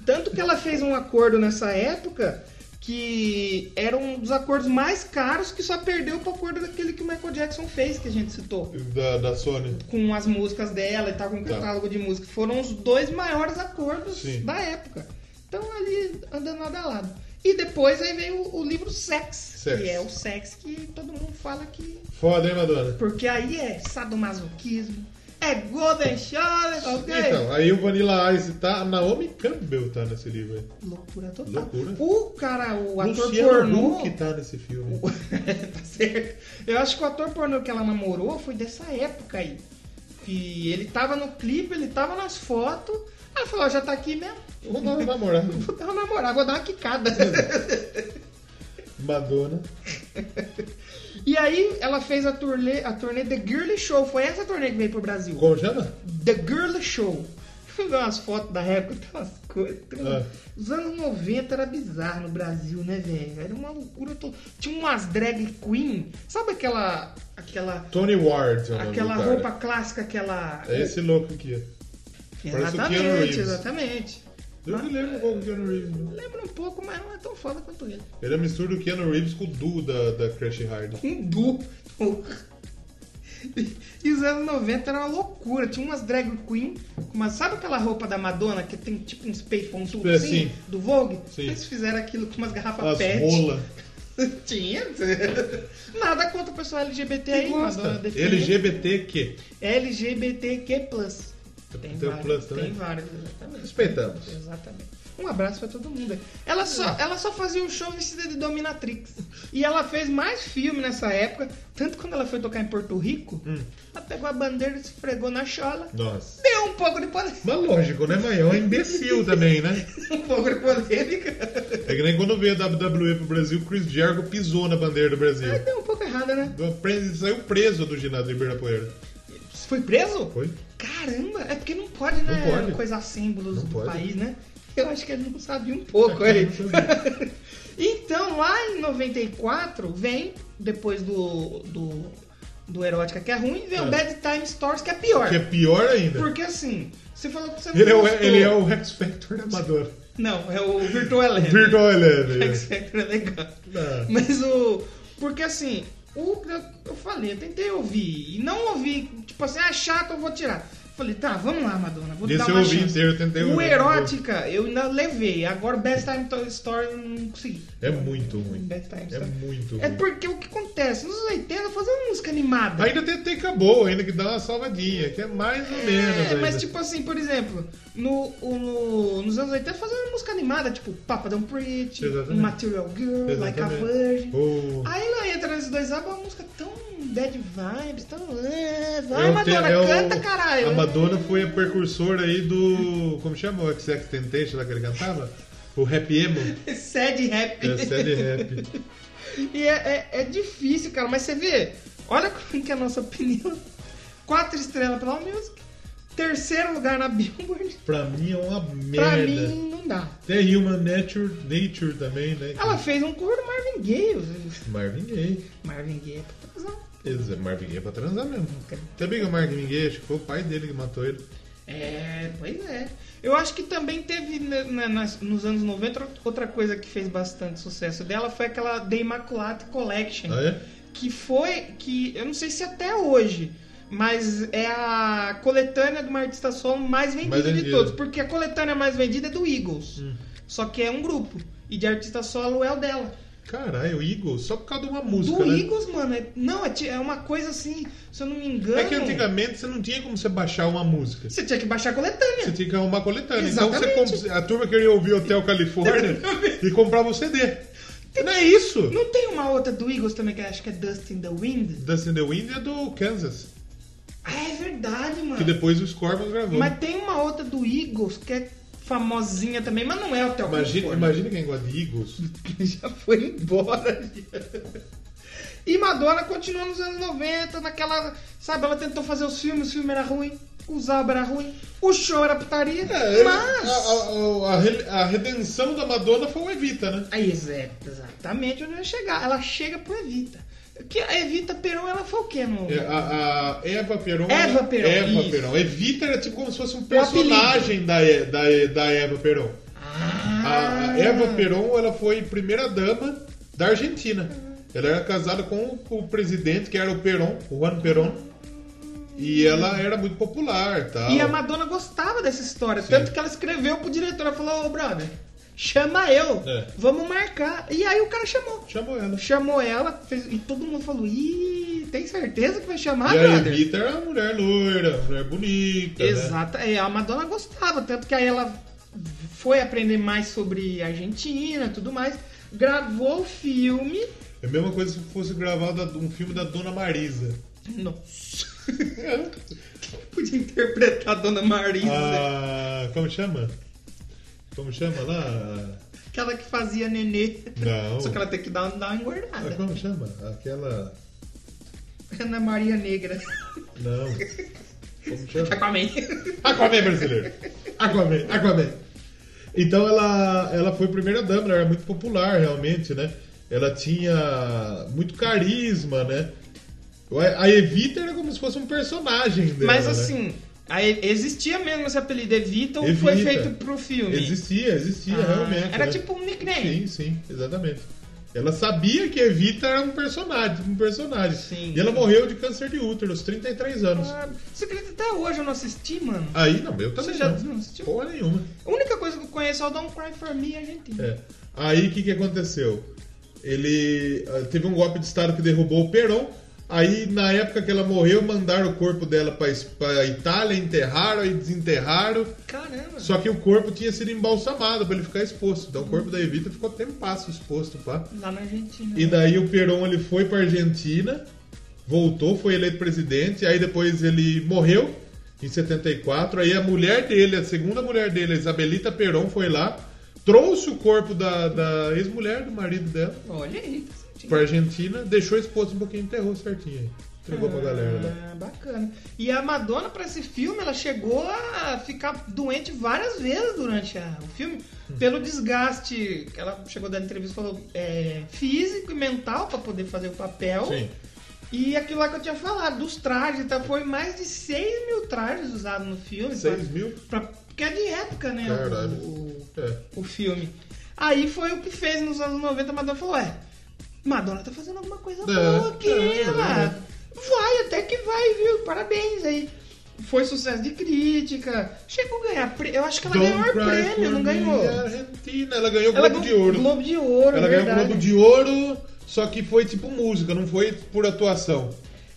A: Tanto que ela fez um acordo nessa época que era um dos acordos mais caros que só perdeu pro acordo daquele que o Michael Jackson fez, que a gente citou.
B: Da, da Sony.
A: Com as músicas dela e tal, com o
B: Tá.
A: catálogo de música. Foram os dois maiores acordos
B: Sim.
A: da época. Então ali andando lado a lado. E depois aí veio o, o livro Sex,
B: Sex.
A: que é o sex que todo mundo fala que.
B: Foda, hein, Madonna?
A: Porque aí é sadomasoquismo, é Golden Shower, ok?
B: Então, aí o Vanilla Ice tá. A Naomi Campbell tá nesse livro aí.
A: Loucura total.
B: Loucura. Um
A: O cara, o ator
B: Luciano
A: pornô.
B: Huck tá nesse filme.
A: tá certo. Eu acho que o ator pornô que ela namorou foi dessa época aí. Que ele tava no clipe, ele tava nas fotos. Ela falou: ó, já tá aqui mesmo.
B: Vou dar uma namorada.
A: Vou dar uma namorada, vou dar uma quicada.
B: Madonna.
A: e aí ela fez a turnê, a turnê The Girly Show. Foi essa turnê que veio pro Brasil.
B: Como chama?
A: The Girly Show. Fui ver umas fotos da época, tem umas coisas. tem um-
B: É.
A: Os anos 90 era bizarro no Brasil, né, velho? Era uma loucura. to- Tinha umas drag queen. Sabe aquela. aquela.
B: Tony Ward. é o nome
A: aquela
B: do cara.
A: roupa clássica, aquela.
B: É esse louco aqui. ó. parece o Keanu
A: Exatamente,
B: Reeves.
A: exatamente.
B: Eu me lembro um pouco do Keanu Reeves. né?
A: Lembra um pouco, mas não é tão foda quanto ele.
B: Ele é a mistura do Keanu Reeves com o Du da, da Crash Hard.
A: Um du. E os anos 90 era uma loucura. Tinha umas drag queen. com uma- sabe aquela roupa da Madonna que tem tipo uns peitões tudo
B: É,
A: assim?
B: sim.
A: Do Vogue?
B: Sim.
A: Eles fizeram aquilo com umas garrafas
B: As
A: pet.
B: rola.
A: Tinha. Nada contra o pessoal LGBT aí, Madonna defende.
B: LGBTQ.
A: LGBTQ+. Tem,
B: Tem o
A: vários,
B: plus
A: tem
B: também?
A: vários, exatamente.
B: Respeitamos.
A: Exatamente. Um abraço pra todo mundo. Ela só, ela só fazia o show vestida de Dominatrix. E ela fez mais filme nessa época. Tanto quando ela foi tocar em Porto Rico, ela pegou a bandeira e se fregou na chola.
B: Nossa.
A: Deu um pouco de polêmica.
B: Mas lógico, né, mãe? É um imbecil também, né?
A: Um pouco de polêmica.
B: É que nem quando veio a WWE pro Brasil, o Chris Jericho pisou na bandeira do Brasil.
A: Mas deu um pouco errada, né?
B: Ele saiu preso do ginásio de Ibirapuera.
A: Você Foi preso?
B: Foi?
A: Caramba, é porque não pode, né?
B: Não pode.
A: Coisar símbolos
B: Não
A: do
B: pode. É,
A: país, né? Eu acho que ele não sabia um pouco aí. então, lá em 94, vem, depois do, do, do Erótica, que é ruim, vem
B: É.
A: o Bad Time Stories, que é pior.
B: Que é pior ainda.
A: Porque assim, você falou que você não
B: Ele é, o,
A: gostou.
B: ele é o Rex Factor da Madonna.
A: Não, é o Virtual Eleven.
B: Virtual
A: X
B: Eleven.
A: Factor é legal.
B: Ah.
A: Mas o. Porque assim, o eu falei, eu tentei ouvir. E não ouvi, tipo assim, ah, chato, eu vou tirar. Falei, tá, vamos lá, Madonna, vou
B: Esse
A: dar
B: eu
A: uma
B: ouvi
A: chance. Um
B: inteiro, eu tentei
A: o
B: ouvir.
A: Erótica, eu ainda levei. Agora o Best Time To- Story eu não consegui.
B: É muito ruim.
A: Best Time
B: É
A: Story.
B: muito
A: É
B: ruim.
A: porque o que acontece? Nos 80 fazia uma música animada.
B: Ainda tem Teca Boa, ainda que dá uma salvadinha, que é mais ou menos.
A: É,
B: ainda.
A: mas tipo assim, por exemplo, no, o- no- nos anos 80 fazendo música animada, tipo Papa Don't Preach,
B: Exatamente.
A: Material Girl, Like a
B: Exatamente.
A: Virgin.
B: Oh.
A: Aí ela entra nesses dois álbuns, uma música tão dead vibes, tão. é, Vai,
B: É o
A: Madonna,
B: te- é o-
A: canta, caralho.
B: A Madonna foi a precursora aí do. Como chama o XX Temptation lá que ele cantava? O Rap Emo?
A: Sad rap.
B: É a série rap.
A: E é, é- é difícil, cara, mas você vê, olha como que é a nossa opinião. Quatro estrelas pela Music, terceiro lugar na Billboard.
B: Pra mim é uma
A: Pra
B: merda.
A: mim, não dá.
B: Tem a Human Nature, Nature também, né?
A: Ela fez um cover do Marvin Gaye.
B: Marvin Gaye.
A: Marvin Gaye é pra transar.
B: Eles- Marvin Gaye é pra transar mesmo. Sabia que o Marvin Gaye, acho que foi o pai dele que matou ele.
A: É, pois é. Eu acho que também teve né, né, nas- nos anos 90 outra coisa que fez bastante sucesso dela foi aquela The Immaculate Collection.
B: Ah, é?
A: Que foi, que eu não sei se até hoje, mas é a coletânea de uma artista solo mais vendida,
B: Mais
A: de
B: vendida. Hum.
A: todos. Porque a coletânea mais vendida é do Eagles. Só que é um grupo. E de artista solo é o dela.
B: Caralho, o Eagles, só por causa de uma música,
A: do
B: né?
A: Eagles, mano, é- não, é, ti- é uma coisa assim, se eu não me engano.
B: É que antigamente você não tinha como você baixar uma música.
A: Você tinha que baixar a coletânea.
B: Você tinha que arrumar coletânea. Então
A: Exatamente.
B: você comp... a turma queria ouvir Hotel Califórnia e comprava o CD. Não é isso!
A: Não tem uma outra do Eagles também que eu acho que é Dust in the Wind?
B: Dust in the Wind é do Kansas,
A: Ah, é verdade, mano.
B: que depois o Scorpions gravou.
A: Mas tem uma outra do Eagles que é famosinha também, mas não é o Theo
B: Imagina,
A: Conforme.
B: imagina quem é gosta de Eagles.
A: Já foi embora. já. E Madonna continuou nos anos 90, naquela. Sabe, ela tentou fazer os filmes, o filme era ruim, o Zaba era ruim, o show era putaria,
B: É,
A: mas.
B: a- a- a re- a redenção da Madonna foi o Evita, né?
A: Aí, Zé, exatamente onde eu ia chegar. Ela chega pro Evita. Que a Evita Peron, ela foi o quê, no.
B: É, A, a Eva Peron.
A: Eva
B: né?
A: Peron,
B: Eva
A: isso.
B: Peron. Evita era tipo como se fosse um
A: apelido.
B: personagem da, E- da, E- da Eva Peron.
A: Ah,
B: A, a Eva Peron ela foi primeira dama da Argentina. Ela era casada com o, com o presidente, que era o Peron, o Juan Peron. E ela era muito popular, tá?
A: E a Madonna gostava dessa história. Tanto que ela escreveu pro diretor. Ela falou: Ô, brother, chama eu.
B: É.
A: Vamos marcar. E aí o cara chamou.
B: Chamou ela.
A: Chamou ela. fez- E todo mundo falou: Ih, tem certeza que vai chamar,
B: e a
A: Ah, brother?
B: Evita era uma mulher loira, uma mulher bonita. né?
A: Exato. É, a Madonna gostava, tanto que aí ela foi aprender mais sobre Argentina e tudo mais. Gravou o filme.
B: É a mesma coisa se fosse gravado um filme da Dona Marisa. É.
A: Nossa. Quem podia interpretar a Dona Marisa?
B: Ah, como chama? Como chama lá?
A: Aquela que fazia nenê.
B: Ah. Não.
A: Só que ela tem que dar, dar uma
B: Ah,
A: engordada.
B: como chama? Aquela.
A: Ana Maria Negra. tá
B: Não. Como chama?
A: Aquaman.
B: Aquaman brasileiro. Aquaman, Aquaman. Então ela, ela foi primeira dama, ela era muito popular realmente, né? Ela tinha muito carisma, né? A Evita era como se fosse um personagem dela.
A: Mas
B: né?
A: assim, aí existia mesmo esse apelido Evita ou foi
B: Evita.
A: feito pro filme?
B: Existia, existia
A: Ah,
B: realmente.
A: Era
B: né?
A: tipo um nickname.
B: Sim, sim, exatamente. Ela sabia que Evita era um personagem, um personagem.
A: Sim.
B: E ela morreu de câncer de útero aos 33 anos.
A: Ah, Você acredita que até hoje eu não assisti, mano?
B: Aí não, eu também
A: Você já
B: não.
A: não assistiu?
B: Porra nenhuma.
A: A única coisa que eu conheço é o Don't Cry For Me Argentina.
B: É. Aí o que, que aconteceu? Ele ah, teve um golpe de estado que derrubou o Perón. Aí na época que ela morreu, mandaram o corpo dela para Itália, enterraram e desenterraram.
A: Caramba.
B: Só que o corpo tinha sido embalsamado para ele ficar exposto. Então o corpo da Evita ficou até passo exposto, pá.
A: Lá na Argentina.
B: E daí o Perón ele foi para Argentina, voltou, foi eleito presidente, aí depois ele morreu em 74. Aí a mulher dele, a segunda mulher dele, a Isabelita Perón, foi lá, trouxe o corpo da, da ex-mulher do marido dela
A: Olha aí, tá certinho.
B: para Argentina, deixou exposto um pouquinho, enterrou certinho. aí. Entregou pra galera né? lá.
A: Ah, bacana. E a Madonna, pra esse filme, ela chegou a ficar doente várias vezes durante a- o filme.
B: Hum.
A: Pelo desgaste, que ela chegou da entrevista e falou é, físico e mental pra poder fazer o papel.
B: Sim.
A: E aquilo lá que eu tinha falado, dos trajes, tá? foi mais de 6 mil trajes usados no filme.
B: 6 mil?
A: Pra, porque é de época, né? o-
B: Caralho.
A: o-
B: É.
A: o filme. Aí foi o que fez nos anos 90, a Madonna falou, ué, Madonna tá fazendo alguma coisa boa aqui,
B: é, é,
A: ela.
B: é.
A: Vai, até que vai, viu? Parabéns aí. Foi sucesso de crítica. Chegou a ganhar prêmio. Eu acho que ela
B: Don't
A: ganhou o
B: cry
A: prêmio,
B: for
A: não
B: me,
A: ganhou.
B: Argentina, ela ganhou o
A: Ela
B: Globo de
A: ganhou
B: Ouro.
A: Globo de Ouro,
B: Ela ganhou o
A: verdade.
B: Globo de Ouro, só que foi tipo música, não foi por atuação.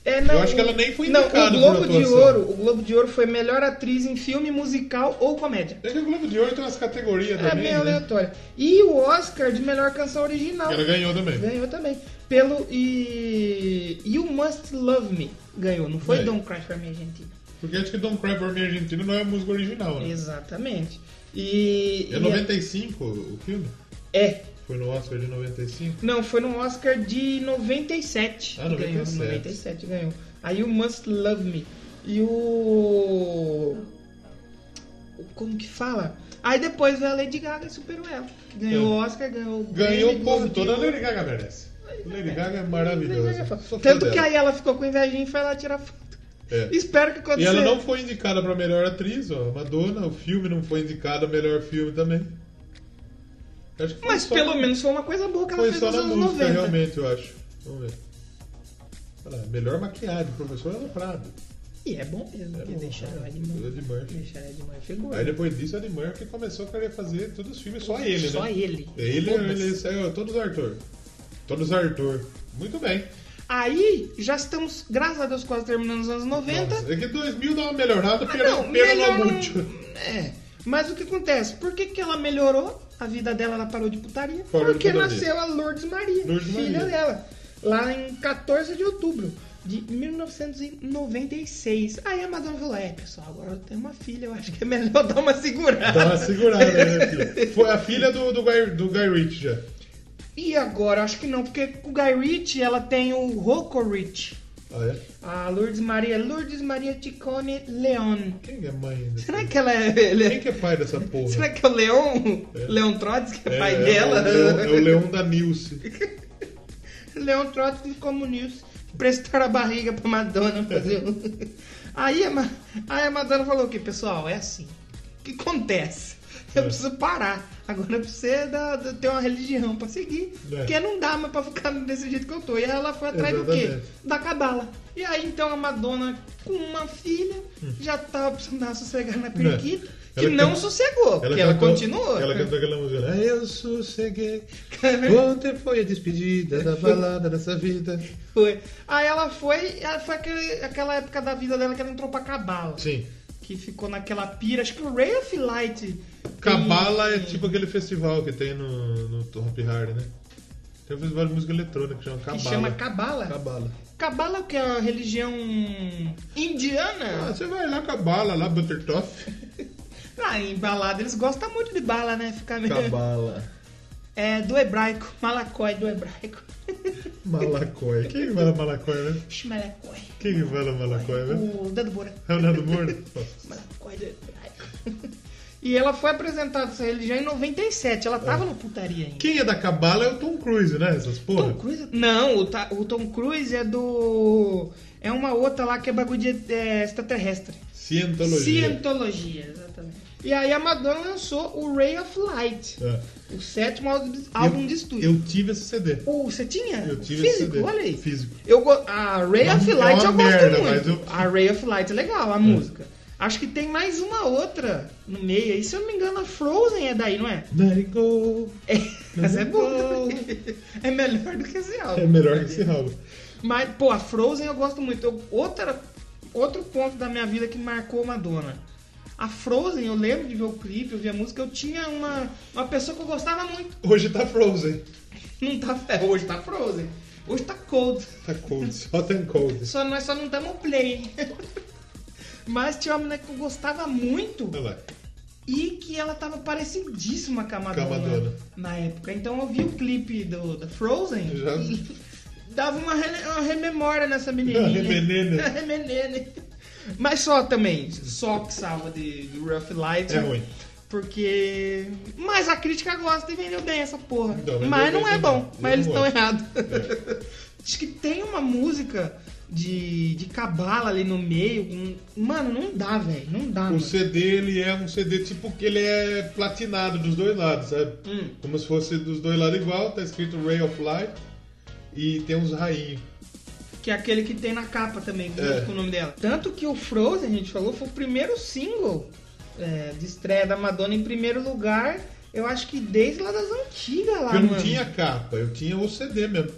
A: É, não,
B: Eu acho que
A: o-
B: ela nem foi
A: Não, o
B: indicada por
A: Globo de
B: atuação.
A: Ouro, o Globo de Ouro foi melhor atriz em filme musical ou comédia.
B: É que o Globo de Ouro tem umas categorias
A: É
B: também.
A: meio
B: né?
A: aleatório. E o Oscar de melhor canção original.
B: Ela ganhou também.
A: Ganhou também. Pelo. E. You Must Love Me ganhou, não foi
B: É.
A: Don't Cry for Me Argentina.
B: Porque acho que Don't Cry for Me Argentina não é a música original, né?
A: Exatamente. E.
B: É
A: e
B: 95 o filme?
A: É.
B: Foi no Oscar de 95?
A: Não, foi no Oscar de 97.
B: Ah,
A: que ganhou.
B: 97.
A: 97 ganhou. Aí You Must Love Me. E o. o- Como que fala? Aí depois veio a Lady Gaga e superou ela. que Ganhou
B: É.
A: o Oscar, ganhou o
B: Ganhou
A: Grammy,
B: o
A: Globo
B: povo
A: de
B: todo. A
A: Ouro.
B: Lady Gaga merece. A Lady Gaga é
A: Lady Gaga
B: maravilhosa.
A: fala.
B: Sou fã
A: Tanto que
B: dela.
A: aí ela ficou com invejinha e foi lá tirar foto.
B: É.
A: Espero que quando
B: E ela
A: você-
B: não foi indicada pra melhor atriz, ó. Madonna, o filme não foi indicado a melhor filme também. Acho que foi
A: Mas
B: só-
A: pelo menos foi uma coisa boa que ela
B: Foi
A: fez
B: só
A: nos
B: na
A: anos
B: música,
A: 90.
B: realmente, eu acho. Vamos ver. Olha lá, melhor maquiagem, professor Ana Prado.
A: E é bom mesmo,
B: É
A: porque
B: bom,
A: deixaram
B: né?
A: ela de
B: Tudo de
A: mão.
B: Murphy.
A: Deixaram ela de mão figura.
B: Aí depois disso, Eddie Murphy começou a querer fazer todos os filmes só ele,
A: Só
B: né?
A: ele.
B: Ele,
A: Foda-se.
B: ele saiu, todos Arthur. Todos Arthur. Muito bem.
A: Aí já estamos, graças a Deus, quase terminando os anos 90.
B: Nossa, é que 2000 dá uma melhorada,
A: Ah,
B: pelo
A: não,
B: pelo
A: melhor não-
B: muito.
A: É. Mas o que acontece? Por que, que ela melhorou? A vida dela ela parou de putaria?
B: Parou de
A: Porque
B: putaria.
A: nasceu a Lourdes Maria,
B: Lourdes
A: filha
B: Maria.
A: dela, lá em 14 de outubro. de 1996. Aí a Madonna falou: É, pessoal, agora eu tenho uma filha, eu acho que é melhor dar uma segurada.
B: Dá uma segurada, né, filho? Foi a filha do, do, Guy, do Guy Ritchie já.
A: E agora? Acho que não, porque o Guy Ritchie ela tem o Rocco Ritchie.
B: Ah, é?
A: A Lourdes Maria, Lourdes Maria Ticone Leon.
B: Quem é mãe desse?
A: Será que ela é. ele é-
B: Quem que é pai dessa porra?
A: Será que é o Leon? Leon Trotsky que é, pai dela?
B: É o, Leão, é o Leão da Nilce.
A: Leon Trotsky comunista prestaram a barriga pra Madonna fazer um... aí, a, Ma- aí a Madonna falou o que, pessoal? É assim. O que acontece? Eu
B: É.
A: preciso parar. Agora eu preciso da- da- ter uma religião pra seguir.
B: É.
A: Porque não dá mais pra ficar desse jeito que eu tô. E ela foi atrás do quê?
B: Exatamente.
A: Da cabala. E aí então a Madonna, com uma filha, já tava precisando dar uma sossegada na periquita.
B: Hum. É.
A: Que
B: Ela
A: não
B: can-
A: sossegou, porque ela
B: cantou-
A: continuou.
B: Ela cantou aquela música. lá, Eu sosseguei.
A: É
B: Ontem foi a despedida da balada dessa vida.
A: Foi. Aí ela foi, ela foi aquele- aquela época da vida dela que ela entrou pra Cabala.
B: Sim.
A: Que ficou naquela pira, acho que o Ray of Light. tem-
B: Cabala é tipo aquele festival que tem no, no Top Hard, né? Tem um festival de música eletrônica que chama
A: Que
B: Cabala.
A: chama Cabala.
B: Cabala.
A: Cabala que é a religião
B: Ah,
A: indiana.
B: você vai lá, Cabala, lá, Buttertoff.
A: Ah, em balada eles gostam muito de bala, né? Ficar meio...
B: Cabala.
A: É, do hebraico. Malacói do hebraico.
B: Malacói. Quem que fala Malacói, né?
A: Shmalacói.
B: Quem que fala Malacói, né?
A: O dedo bora.
B: É o Nando Moura?
A: Malacói do hebraico. E ela foi apresentada essa religião em 97. Ela tava no putaria ainda.
B: Quem é da Cabala é o Tom Cruise, né? Essas porra.
A: Tom Cruise? Não, o, Ta- o Tom Cruise é do. É uma outra lá que é bagulho de é, extraterrestre.
B: Cientologia.
A: Cientologia, exatamente. E aí a Madonna lançou o Ray of Light,
B: É.
A: o sétimo álbum de- álbum de estúdio.
B: Eu tive esse CD.
A: Pô, você tinha?
B: Eu tive esse
A: Físico,
B: CD.
A: olha aí.
B: Físico.
A: Eu go- A Ray
B: É
A: of
B: uma-
A: Light
B: é
A: eu gosto
B: uma merda, mas
A: muito.
B: eu-
A: A Ray of Light é legal, a música. Acho que tem mais uma outra no meio aí. Se eu não me engano, a Frozen é daí, não é?
B: Let it go.
A: é essa é boa.
B: Legal.
A: é melhor do que esse álbum.
B: É melhor que esse álbum.
A: Mas, pô, a Frozen eu gosto muito. Eu- outra, outro ponto da minha vida que marcou Madonna. A Frozen, eu lembro de ver o clipe, eu vi a música, eu tinha uma, uma pessoa que eu gostava muito.
B: Hoje tá Frozen.
A: Não tá é, hoje tá Frozen. Hoje tá cold.
B: Tá cold. Hot and cold.
A: Só, nós só não estamos play. Mas tinha uma menina que eu gostava muito
B: Olha lá.
A: e que ela tava parecidíssima com a Madonna,
B: Com a Madonna.
A: na época. Então eu vi o clipe do, da Frozen
B: Já-
A: e dava uma, re- uma rememora nessa
B: Uma
A: menininha.
B: remenene.
A: Uma remenene. Mas só também, só que salva de, de Rough Light.
B: É ruim.
A: Porque. Mas a crítica gosta e vendeu bem essa porra.
B: Não, vendeu
A: mas não
B: bem É.
A: é
B: também.
A: bom. Mas
B: Eu
A: eles
B: não
A: estão
B: gosto.
A: errados. Acho que tem uma música de, de cabala ali no meio. um- Mano, não dá, velho. Não dá.
B: O
A: mano.
B: CD, ele é um CD tipo que ele é platinado dos dois lados, sabe?
A: Hum.
B: Como se fosse dos dois lados igual, tá escrito Ray of Light e tem uns rainhos.
A: Que é aquele que tem na capa também, com,
B: É.
A: com o nome dela. Tanto que o Frozen, a gente falou, foi o primeiro single é, de estreia da Madonna em primeiro lugar. Eu acho que desde lá das antigas lá,
B: eu não
A: mano.
B: tinha capa, eu tinha o CD mesmo.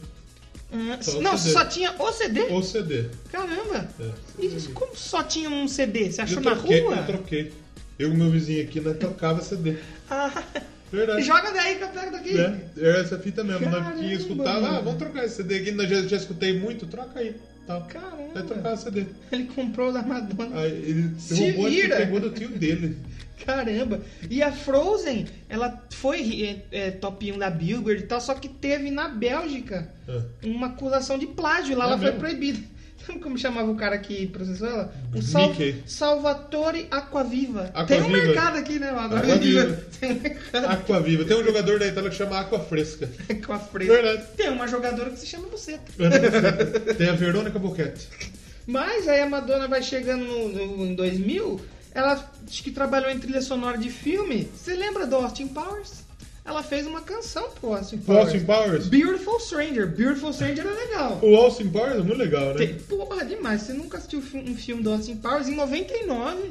A: Ah,
B: só o
A: não,
B: CD.
A: só tinha o CD?
B: O CD.
A: Caramba!
B: É.
A: E isso, como só tinha um CD? Você achou
B: eu
A: na
B: troquei,
A: rua?
B: eu troquei. Eu e meu vizinho aqui, nós trocava CD.
A: Ah,
B: Verdade.
A: joga daí que eu pego daqui.
B: né? Era essa fita mesmo. Nós
A: Caramba,
B: tinha escutado,
A: mano.
B: ah, vamos trocar esse CD aqui, nós já, já escutei muito, troca aí. Tal.
A: Caramba.
B: Vai trocar o CD.
A: Ele comprou o da Madonna.
B: Aí ele
A: Se
B: roubou acho que
A: vira.
B: pegou do tio dele.
A: Caramba! E a Frozen, ela foi é, é, top 1 da Billboard e tal, só que teve na Bélgica
B: Ah.
A: uma acusação de plágio. Lá
B: É
A: ela foi
B: mesmo?
A: proibida. Sabe como chamava o cara que processou ela? O
B: Mickey.
A: Salvatore Aquaviva.
B: Aquaviva.
A: Tem um mercado aqui, né? o
B: Aquaviva.
A: Tem um mercado
B: Aqua Viva. Tem um jogador da Itália que chama Aqua Fresca.
A: com a Fresca.
B: Verdade.
A: Tem uma jogadora que se chama Buceta.
B: Tem a Verônica Boquete.
A: Mas aí a Madonna vai chegando no, no- em 2000, ela acho que trabalhou em trilha sonora de filme. Você lembra do Austin Powers? Ela fez uma canção pro Austin
B: O
A: Powers.
B: Austin Powers.
A: Beautiful Stranger. Beautiful Stranger é legal.
B: O Austin Powers é muito legal, né?
A: Tem- Porra, demais. Você nunca assistiu fi- um filme do Austin Powers? Em 99,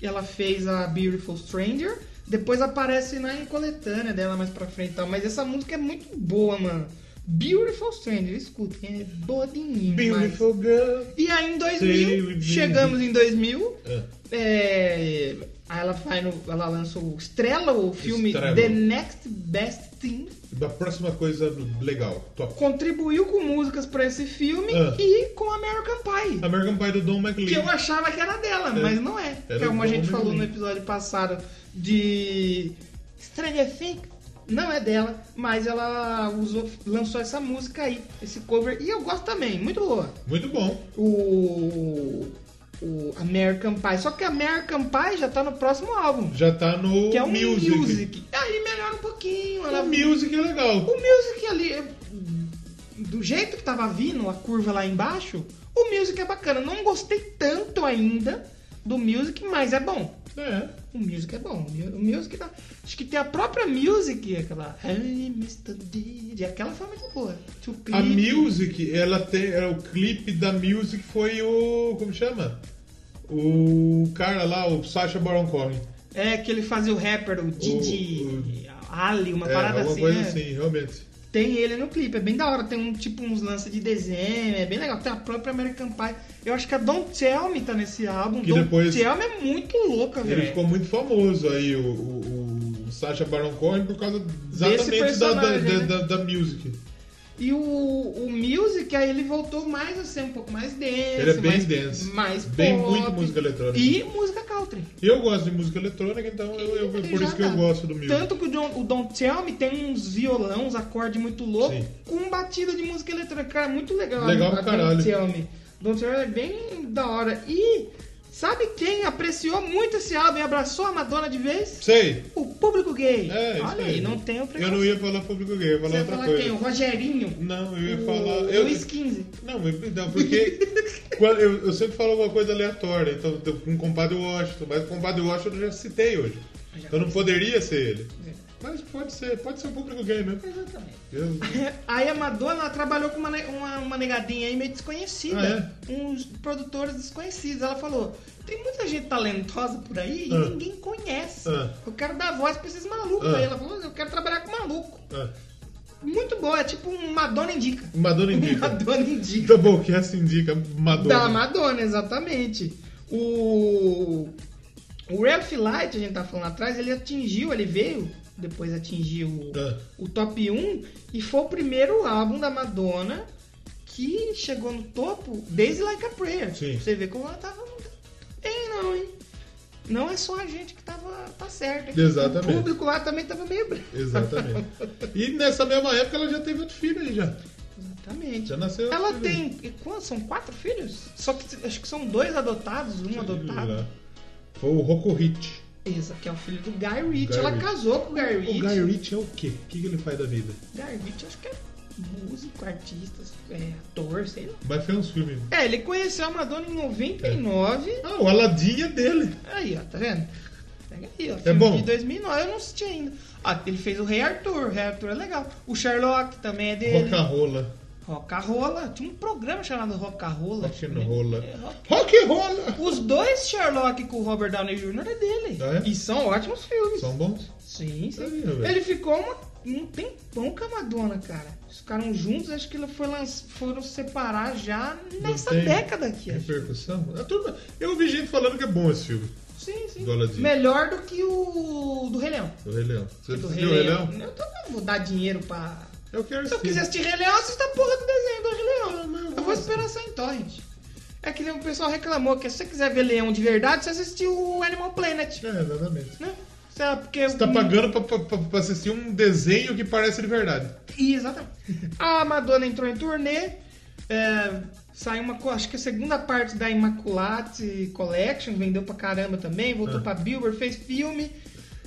A: ela fez a Beautiful Stranger. Depois aparece na coletânea dela mais pra frente e tal. Mas essa música é muito boa, mano. Beautiful Stranger, escutem. É boa de mim,
B: Beautiful Girl.
A: e aí em
B: Sei,
A: 2000,
B: Virgínia.
A: chegamos em é, 2000,
B: Ah.
A: é, aí ela, vai no- ela lançou o Estrela, o filme
B: Estrela.
A: The Next Best Sim.
B: Da próxima coisa legal. Top.
A: Contribuiu com músicas pra esse filme
B: Ah.
A: e com American Pie.
B: American Pie do Don McLean.
A: Que é eu achava que era dela,
B: É.
A: mas não é.
B: Era
A: que é como a
B: do
A: gente
B: Homem
A: falou no
B: Ruim.
A: episódio passado de Stranger Things. Não é dela, mas ela usou, lançou essa música aí, esse cover. E eu gosto também, muito boa.
B: Muito bom.
A: O, o American Pie. Só que American Pie já tá no próximo álbum.
B: Já tá no
A: Que é um
B: Music.
A: music. Aí melhora um pouquinho. Ela
B: O Music é legal.
A: o music ali, é- do jeito que tava vindo a curva lá embaixo, o music é bacana. Não gostei tanto ainda do music, mas é bom.
B: É.
A: O music é bom. O music tá. Acho que tem a própria music, aquela. Hey, Mr. Didi, aquela foi muito boa. Tinha o
B: A
A: clipe.
B: Music, ela tem. é, O clipe da Music foi o. Como chama? O cara lá, o Sacha Baron Cohen.
A: É que ele fazia o rapper, o Didi. Ali, uma
B: É,
A: parada
B: alguma
A: assim,
B: coisa
A: né?
B: assim, realmente.
A: Tem ele no clipe, é bem da hora. Tem um tipo uns lances de desenho, é bem legal. Tem a própria American Pie. Eu acho que a Don't Tell Me tá nesse álbum.
B: Que
A: Don't
B: depois-
A: Tell Me é muito louca,
B: Ele
A: velho.
B: ficou muito famoso aí, o, o, o Sacha Baron Cohen, por causa exatamente da, da,
A: personagem, né?
B: da, da- da Music.
A: E o, o Music, aí ele voltou mais a ser um pouco mais denso.
B: Ele é bem
A: mais,
B: denso.
A: Mais
B: Bem
A: pop.
B: muito música eletrônica.
A: E música country.
B: Eu gosto de música eletrônica, então eu, eu-
A: Ele
B: por
A: já
B: isso que eu
A: dá.
B: gosto do Music.
A: Tanto que o, John, o Don't Tell Me tem uns violão, uns acordes muito loucos,
B: Sim.
A: com batida de música eletrônica. Cara, muito legal.
B: Legal
A: a,
B: pra
A: a
B: caralho.
A: Don't Tell Me. Don't Tell Me é bem da hora. E sabe quem apreciou muito esse álbum e abraçou a Madonna de vez?
B: Sei,
A: O público gay.
B: É, isso
A: Olha
B: aí.
A: aí, não tem o
B: eu não ia falar público gay, eu ia falar
A: Você ia
B: outra
A: falar
B: coisa.
A: quem? O Rogerinho?
B: Não, eu ia
A: o
B: falar.
A: o
B: Eu,
A: Luiz XV.
B: Não, mas não, porque quando- eu, eu sempre falo alguma coisa aleatória, então eu- com o compadre Washington, mas o compadre Washington eu já citei hoje.
A: Já
B: Então não poderia ser ele. Mas pode ser, pode ser o público gay mesmo.
A: Exatamente.
B: Eu-
A: Aí a Madonna ela trabalhou com uma, ne- uma, uma negadinha aí meio desconhecida.
B: Ah, é?
A: Uns produtores desconhecidos. Ela falou: tem muita gente talentosa por aí e
B: Ah.
A: ninguém conhece.
B: Ah.
A: Eu quero dar voz pra esses malucos
B: Ah.
A: aí. Ela falou: eu quero trabalhar com maluco.
B: ah,
A: Muito bom, é tipo um Madonna indica.
B: Madonna indica.
A: Madonna indica.
B: Doublecast indica Madonna.
A: Da Madonna, exatamente. O. O Ralph Light, a gente tá falando atrás, ele atingiu, ele veio, depois atingiu
B: Ah.
A: o top 1 e foi o primeiro álbum da Madonna que chegou no topo desde Like a Prayer.
B: Sim.
A: Você vê como ela tava bem, não, hein? Não é só a gente que tava tá certo. aqui.
B: Exatamente.
A: O público lá também tava meio branco.
B: É, Exatamente. E nessa mesma época ela já teve outro filho aí já.
A: Exatamente.
B: Já nasceu.
A: Ela
B: outro filho.
A: tem. e quantos? São quatro filhos? Só que acho que são dois adotados, um adotado.
B: Foi o Rocco Hit.
A: Esse aqui é o filho do Guy Ritchie.
B: Guy
A: ela
B: Ritchie.
A: casou com o Guy
B: O
A: Ritchie.
B: Guy Ritchie é o quê? O que que ele faz da vida?
A: Guy Ritchie acho que é músico, artista, é, ator, sei lá.
B: Vai fazer uns filmes.
A: É, ele conheceu a Madonna em 99.
B: Ah, o Aladdin é dele.
A: Aí, ó, tá vendo? Pega aí, ó. filme
B: É bom?
A: De 2009, eu não assisti ainda. Ó, ele fez o Rei Arthur, o Rei Arthur é legal. O Sherlock também é dele.
B: Rocarola.
A: Rocarola. Tinha um programa chamado Rocarola.
B: Rock'n'Rolla.
A: É, rock-
B: Rock'n'Rolla!
A: Os dois Sherlock com o Robert Downey Jr. é dele.
B: Ah, é?
A: E são ótimos filmes.
B: São bons?
A: Sim, sim.
B: Sabia, velho.
A: é ele ficou uma, um tempão com a Madonna, cara. Eles ficaram juntos, acho que ele foi lan- foram separar já nessa
B: tem
A: década aqui. acho.
B: Repercussão? A turma- Eu ouvi gente falando que é bom esse filme,
A: Sim, sim.
B: Do Aladdin.
A: Melhor do que o do Rei Leão.
B: do Rei Leão. Você
A: É do
B: assistiu o Rei Leão? É
A: Eu também não vou dar dinheiro pra.
B: Eu quero
A: Se eu
B: assistir.
A: quiser assistir Rei Leão, assista a porra do desenho do Rei
B: mas eu
A: Leão. Eu vou
B: gosto.
A: esperar sair em torrent. É que nem o pessoal reclamou que se você quiser ver Leão de verdade, você assistiu o Animal Planet.
B: É, exatamente.
A: Né? Sabe, porque
B: Você tá pagando pra, pra- pra- pra assistir um desenho que parece de verdade.
A: E, Exatamente. A Madonna entrou em turnê. é, saiu uma, co- acho que a segunda parte da Immaculate Collection, vendeu pra caramba também, voltou
B: Ah.
A: pra Billboard, fez filme.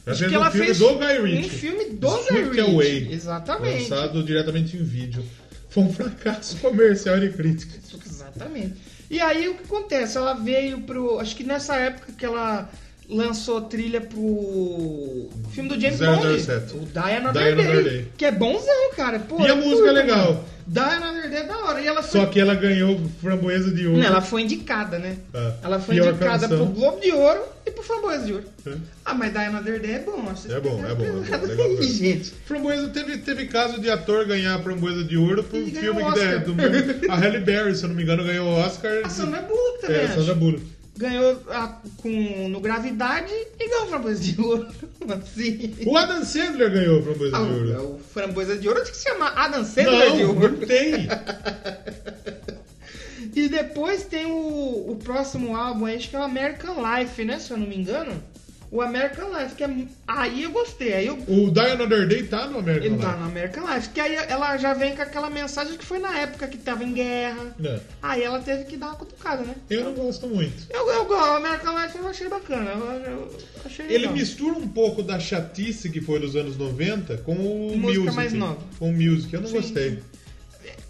B: Ela
A: Acho
B: fez
A: que
B: um
A: ela
B: filme
A: fez
B: do Guy
A: Um
B: Ritchie. é
A: filme do Guy
B: Sweet
A: Ritchie.
B: Away.
A: Exatamente.
B: Lançado diretamente em vídeo. Foi um fracasso comercial e crítica.
A: Exatamente. E aí o que acontece? Ela veio pro. Acho que nessa época que ela lançou trilha pro filme do James Bond,
B: 007.
A: o Die
B: Die
A: Another
B: Another
A: Day,
B: Day.
A: que é bonzão, cara. Pô,
B: E a
A: eu
B: música
A: curto,
B: é legal.
A: mano. Die Another Day é da hora. E ela foi
B: Só que ela ganhou framboesa de ouro.
A: Não, ela foi indicada, né?
B: É.
A: Ela foi
B: Pior
A: indicada
B: canção.
A: pro Globo de Ouro e pro Framboesa de Ouro.
B: É.
A: Ah, mas Diana Day é bom. acho que
B: É bom, é bom, é bom,
A: pesado.
B: legal mesmo.
A: gente.
B: Framboesa teve, teve caso de ator ganhar a framboesa de ouro por um
A: E ganhou
B: filme
A: o
B: que der,
A: Oscar. Ah,
B: do mesmo. A Halle Berry, se eu não me engano, ganhou o Oscar.
A: A
B: de-
A: Sandra Bullock também,
B: é,
A: acho.
B: Sandra Bullock.
A: ganhou a- com, no Gravidade e ganhou Framboesa de Ouro. Como assim?
B: O Adam Sandler ganhou a Framboesa
A: Ah,
B: de Ouro.
A: o Framboesa de Ouro tinha que se chamar Adam Sandler de
B: Não,
A: Ouro.
B: não tem.
A: E depois tem o, o próximo álbum aí, acho que é o American Life, né? Se eu não me engano. O American Life, que é. mu- Aí eu gostei. Aí eu.
B: O Die Another Day tá no American
A: Ele tá
B: Life.
A: no American Life, que aí ela já vem com aquela mensagem que foi na época que tava em guerra.
B: Não,
A: Aí ela teve que dar uma cutucada, né?
B: eu não gosto muito.
A: Eu, eu, o American Life eu achei bacana. Eu, eu achei
B: Ele
A: legal.
B: mistura um pouco da chatice que foi dos anos 90 com o
A: Música
B: music. assim,
A: mais nova.
B: Com o music, eu não
A: Sim,
B: gostei.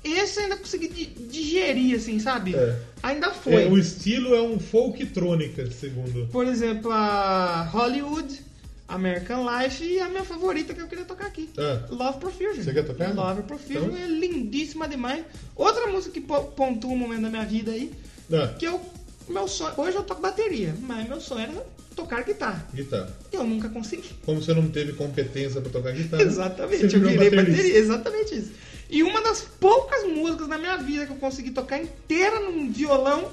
A: Esse eu ainda consegui di- digerir, assim, sabe?
B: É.
A: Ainda foi.
B: É, o estilo é um folktrônica, segundo.
A: Por exemplo, a Hollywood, American Life e a minha favorita que eu queria tocar aqui.
B: Ah.
A: Love Profusion.
B: Você quer tocar?
A: Love Profusion
B: Então.
A: é lindíssima demais. Outra música que po- pontua um momento da minha vida aí,
B: Ah,
A: que eu. Meu sonho. Hoje eu toco bateria, mas meu sonho era tocar guitarra.
B: guitarra.
A: E eu nunca consegui.
B: Como você não teve competência pra tocar guitarra.
A: Exatamente,
B: você
A: eu
B: virou
A: virei
B: baterista.
A: bateria, exatamente isso. E uma das poucas músicas da minha vida que eu consegui tocar inteira num violão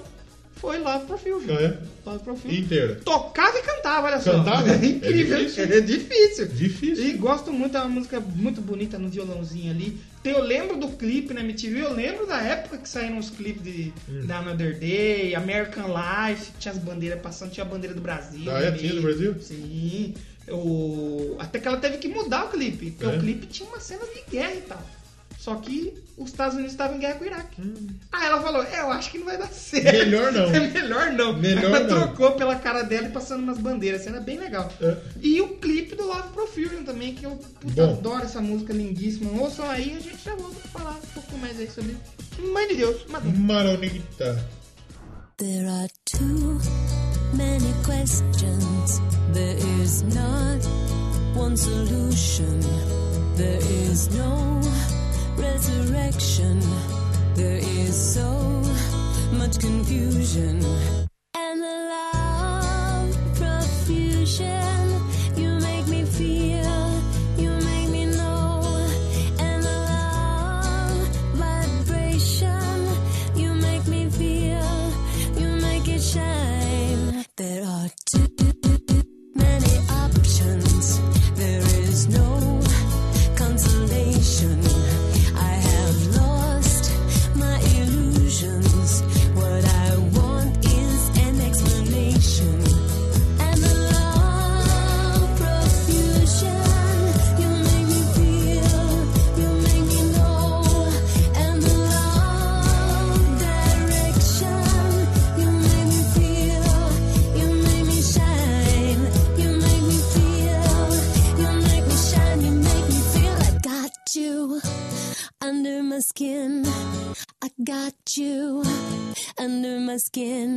A: foi Love Profusion.
B: Ah,
A: Love Profusion.
B: é? Inteira.
A: Tocava e cantava, olha só.
B: Cantava?
A: É incrível.
B: É difícil.
A: É difícil.
B: Difícil.
A: E gosto muito, é uma música muito bonita no violãozinho ali. Tem- Eu lembro do clipe na MTV, eu lembro da época que saíram os clipes de
B: Hum.
A: da Another Day, American Life, tinha as bandeiras passando, tinha a bandeira do Brasil.
B: Ah, é?
A: também.
B: Tinha do Brasil?
A: Sim. Eu... Até que ela teve que mudar o clipe, porque
B: É?
A: o clipe tinha uma cena de guerra e tal. Só que os Estados Unidos estavam em guerra com o Iraque. Aí ela falou, "É, eu acho que não vai dar certo.
B: Hum. Melhor não.
A: É melhor não.
B: Melhor
A: ela
B: não.
A: trocou pela cara dela e passando umas bandeiras. Cena bem legal.
B: É.
A: E o clipe do Love Profusion também, que eu puta,
B: Bom.
A: adoro essa música lindíssima. Ouçam aí, a gente já volta pra falar um pouco mais aí sobre Mãe de Deus, Madonna.
B: Maronita.
C: There are too many questions. There is not one solution. There is no resurrection. There is so much confusion. And the love profusion. You make me feel, you make me know. And the love vibration. You make me feel, you make it shine. There are too many options. There is no consolation. I have lost my illusions. What I want is an explanation. And the love profusion. You make me feel, you make me know. And the love direction. You make me feel, you make me shine. You make me feel, you make me shine. You make me feel I got you under my skin. I got you under my skin.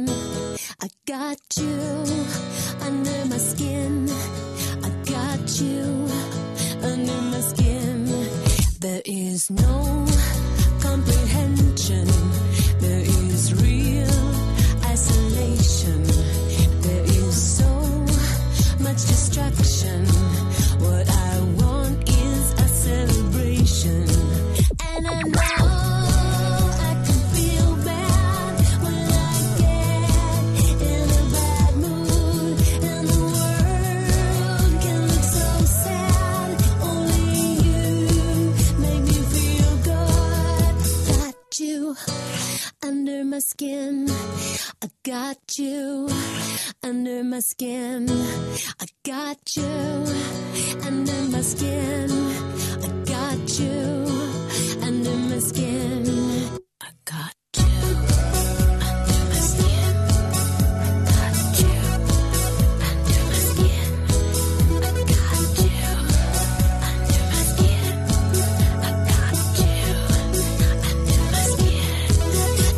C: I got you under my skin. I got you under my skin. There is no comprehension. There is real isolation. There is so much distraction. What I want is a celebration. And I know I can feel bad when I get in a bad mood. And the world can look so sad. Only you make me feel good. Got you under my skin. I got you under my skin. I got you under my skin. I got you under my skin. I got you under my skin. I got you under my skin. I got you under my skin. I got you under my skin.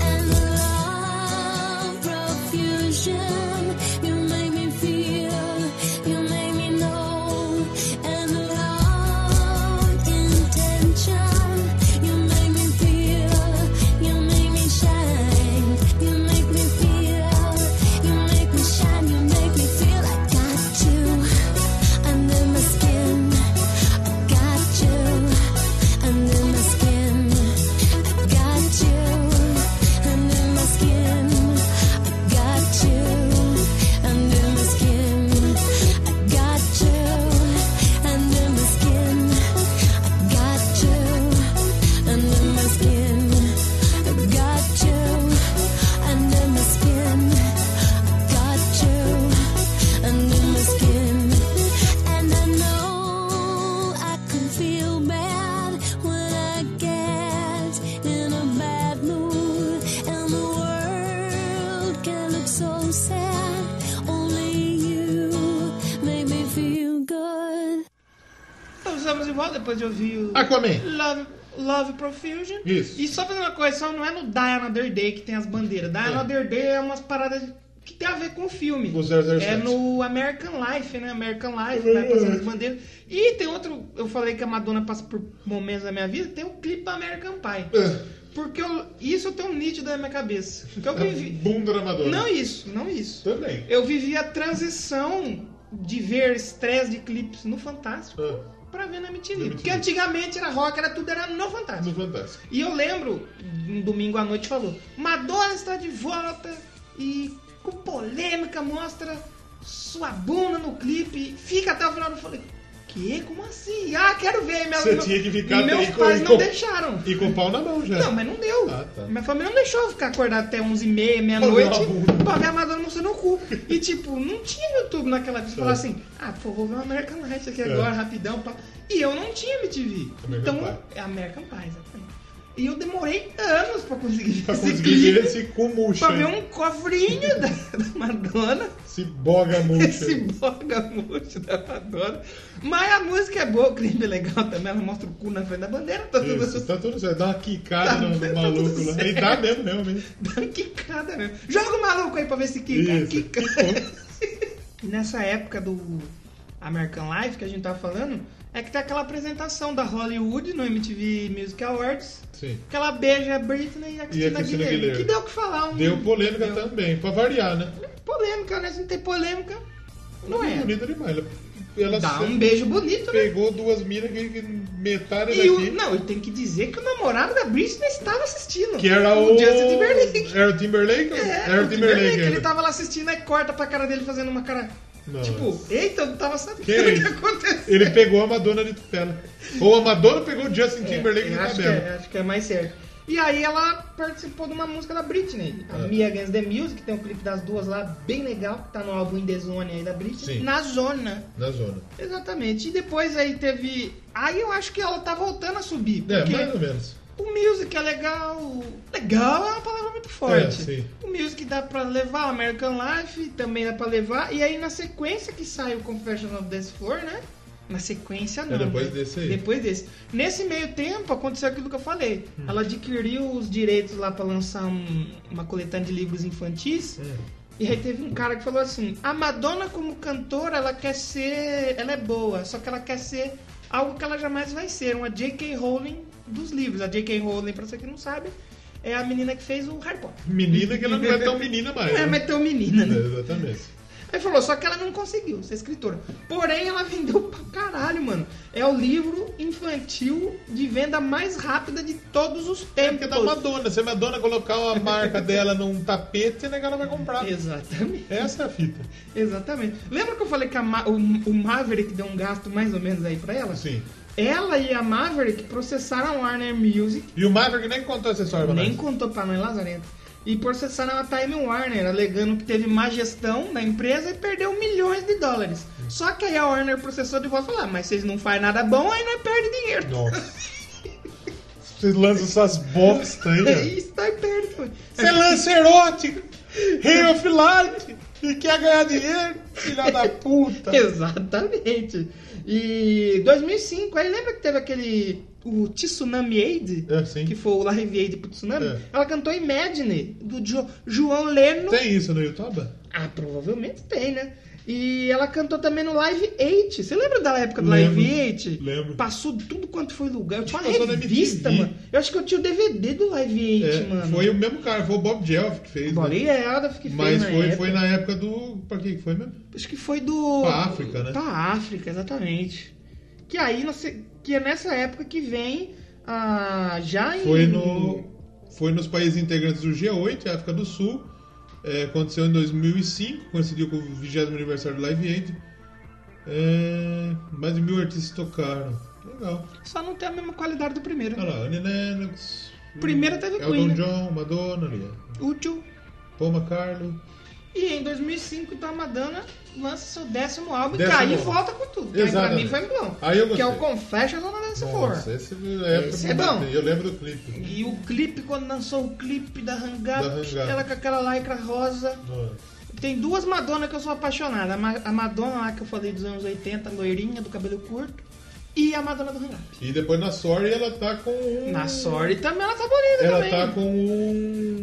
C: And the love profusion, you make me feel, you make me know. And the love intention, you make me feel,
A: volta depois então, de ouvir o
B: Aquaman.
A: Love, Love Profusion.
B: Ah. Isso.
A: E só fazendo uma correção, não é no Die Another Day que tem as bandeiras. Die Another Day é umas paradas que tem a ver com o filme.
B: O 007.
A: É no American Life, né? American Life, vai passando as bandeiras. E tem outro, eu falei que a Madonna passa por momentos da minha vida, tem o clipe da American
B: É.
A: Pie.
B: Ah,
A: Porque eu- isso eu tenho um nítido na minha cabeça. Porque eu vivi...
B: Bunda da Madonna.
A: Não isso, não isso.
B: Também.
A: Eu vivi a transição de ver estresse de clipes no Fantástico
B: Ah,
A: pra ver na
B: Na
A: MTV.
B: MTV.
A: Porque antigamente era rock, era tudo, era no Fantástico.
B: no Fantástico.
A: E eu lembro, um domingo à noite falou, Madonna está de volta e com polêmica mostra sua bunda no clipe, fica até o final. Eu falei, que? Como assim? Ah, quero ver. Meus,
B: Você tinha que ficar até
A: meus
B: aí com-
A: pais
B: e
A: não
B: com-
A: deixaram.
B: E com o pau na mão já.
A: Não, mas não deu.
B: Ah, tá.
A: Minha família não deixou eu ficar acordado até 11h30,
B: Pra
A: meia-noite,
B: ver uma bunda.
A: pra ver a Madonna mostrando o cu. E tipo, não tinha YouTube naquela época. Você falava assim, ah, pô, vou ver uma American Life aqui
B: É.
A: agora, rapidão. Pá. E eu não tinha MTV.
B: American
A: então,
B: Pie.
A: é American Pie, exatamente. E eu demorei anos pra conseguir ver
B: Pra
A: esse
B: conseguir ver
A: clipe,
B: esse cu murcho
A: pra ver
B: aí.
A: um cofrinho da, da Madonna.
B: Esse boga murcho
A: Esse
B: aí.
A: boga murcho da Madonna. Mas a música é boa, o clipe é legal também. Ela mostra o cu na frente da bandeira, tá tudo
B: Isso, tá tudo certo. Dá uma quicada
A: Tá
B: no, no
A: tudo
B: maluco lá.
A: certo.
B: E dá mesmo, realmente.
A: Dá uma quicada mesmo. né? Joga o maluco aí pra ver se quica.
B: Isso.
A: Quica. E Nessa época do American Life que a gente tava falando, é que tem aquela apresentação da Hollywood no MTV Music Awards.
B: Sim.
A: Que ela beija a Britney e a Christina
B: Christina
A: Aguilera.
B: Aguilera.
A: Que deu o que falar. Um...
B: Deu polêmica tá?
A: deu.
B: também, pra variar, né?
A: Polêmica, né? Se não tem polêmica, não é.
B: Bonita demais. Ela, ela
A: Dá
B: se-
A: um beijo bonito, né?
B: pegou duas minas que, que metade
A: E
B: daqui.
A: o, não, e tem que dizer que o namorado da Britney estava assistindo.
B: Que era o.
A: Justin Timberlake.
B: Era o Timberlake?
A: É,
B: era o Timberlake.
A: Ele
B: era.
A: tava lá assistindo e corta pra cara dele fazendo uma cara.
B: Nossa.
A: Tipo, eita, eu não tava sabendo
B: Que
A: o que
B: isso?
A: aconteceu.
B: Ele pegou a Madonna de tutela. Ou a Madonna pegou o Justin Timberlake
A: É,
B: tá
A: eu
B: de
A: acho, que
B: tabela.
A: é, acho que é mais certo. E aí ela participou de uma música da Britney, a
B: É.
A: Mia Against the Music, tem um clipe das duas lá bem legal, que tá no álbum In The Zone aí da Britney,
B: Sim.
A: na zona.
B: Na zona.
A: Exatamente. E depois aí teve. Aí eu acho que ela tá voltando a subir.
B: É,
A: Porque
B: mais ou menos.
A: o music é legal. Legal é uma palavra muito forte.
B: É, sim.
A: O music dá pra levar, American Life também dá pra levar. E aí na sequência que sai o Confession of Dance Floor, né? Na sequência não.
B: É depois
A: né?
B: desse aí.
A: Depois desse. Nesse meio tempo aconteceu aquilo que eu falei.
B: Hum.
A: Ela adquiriu os direitos lá pra lançar um- uma coletânea de livros infantis.
B: É.
A: E aí teve um cara que falou assim: a Madonna como cantora, ela quer ser, ela é boa, só que ela quer ser algo que ela jamais vai ser, uma J.K. Rowling dos livros. A J.K. Rowling, pra você que não sabe, é a menina que fez o Harry Potter.
B: Menina que ela não é tão menina mais.
A: É,
B: né?
A: mas tem uma menina, né?
B: É, Exatamente.
A: Aí falou, só que ela não conseguiu ser escritora. Porém, ela vendeu pra caralho, mano. É o livro infantil de venda mais rápida de todos os
B: É Porque
A: tempos.
B: da Madonna. Se a Madonna colocar uma marca dela num tapete, né, que ela vai comprar.
A: Exatamente.
B: Essa é a fita.
A: Exatamente. Lembra que eu falei que a Ma- o, o Maverick deu um gasto mais ou menos aí pra ela?
B: Sim.
A: Ela e a Maverick processaram a Warner Music,
B: E o Maverick nem contou essa história pra
A: nem
B: nós.
A: contou pra nós, Lazarento, e processaram a Time Warner, alegando que teve má gestão da empresa e perdeu milhões de dólares. Só que aí a Warner processou de volta e falou, "Ah, mas vocês não fazem nada bom, aí nós perde dinheiro.
B: Nossa. Vocês lançam essas bosta aí, ó.
A: Isso aí perde. pô.
B: Você lança erótico, Rei of Light, e quer ganhar dinheiro, filha da puta.
A: Exatamente. E 2005, aí lembra que teve aquele... O Tsunami Aid?
B: É, sim.
A: que foi o Live Aid pro Tsunami,
B: É.
A: ela cantou Imagine, do Jo- João Leno.
B: Tem isso no YouTube?
A: Ah, provavelmente tem, né? E ela cantou também no Live 8. Você lembra da época do
B: Lembro,
A: Live 8?
B: lembro.
A: Passou tudo quanto foi lugar. Eu tinha uma
B: Passou na
A: revista,
B: MTV.
A: mano. Eu acho que eu tinha o DVD do Live 8,
B: É,
A: mano.
B: foi o mesmo cara, foi o Bob Gelf que fez. né?
A: Bolinha é ela que fez
B: Mas
A: na
B: foi,
A: época.
B: foi na época do. Pra que foi mesmo?
A: Acho que foi do.
B: Pra África, né?
A: Pra África, exatamente. Que aí, não sei- que é nessa época que vem. Ah, já em.
B: Foi no. Foi nos países integrantes do G8, África do Sul. É, aconteceu em 2005, coincidiu com o 20 aniversário do Live Aid. É, mais de mil artistas tocaram. Legal.
A: Só não tem a mesma qualidade do primeiro.
B: Olha lá, Annie Lennox.
A: Primeiro teve
B: Elton
A: Queen, né?
B: John, Madonna, ali, ó.
A: Útil.
B: Paul McCartney.
A: E em 2005, então, a Madonna lança seu décimo álbum
B: Décimo
A: e aí
B: álbum.
A: volta com tudo. que aí pra
B: Exatamente.
A: mim foi bom.
B: Aí eu
A: que é o
B: gostei.
A: Confessions on a Dance Floor.
B: Nossa, esse é,
A: Esse é bom.
B: Eu lembro do clipe.
A: E o clipe, quando lançou o clipe da Hang Up,
B: Da Hang Up.
A: ela com aquela lycra rosa.
B: Nossa.
A: Tem duas Madonna que eu sou apaixonada. A Ma- a Madonna lá que eu falei dos anos 80, loirinha, do cabelo curto. e a Madonna do Rap.
B: E depois na Sorry ela tá com um.
A: Na Sorry também ela tá bonita
B: Ela
A: também.
B: tá com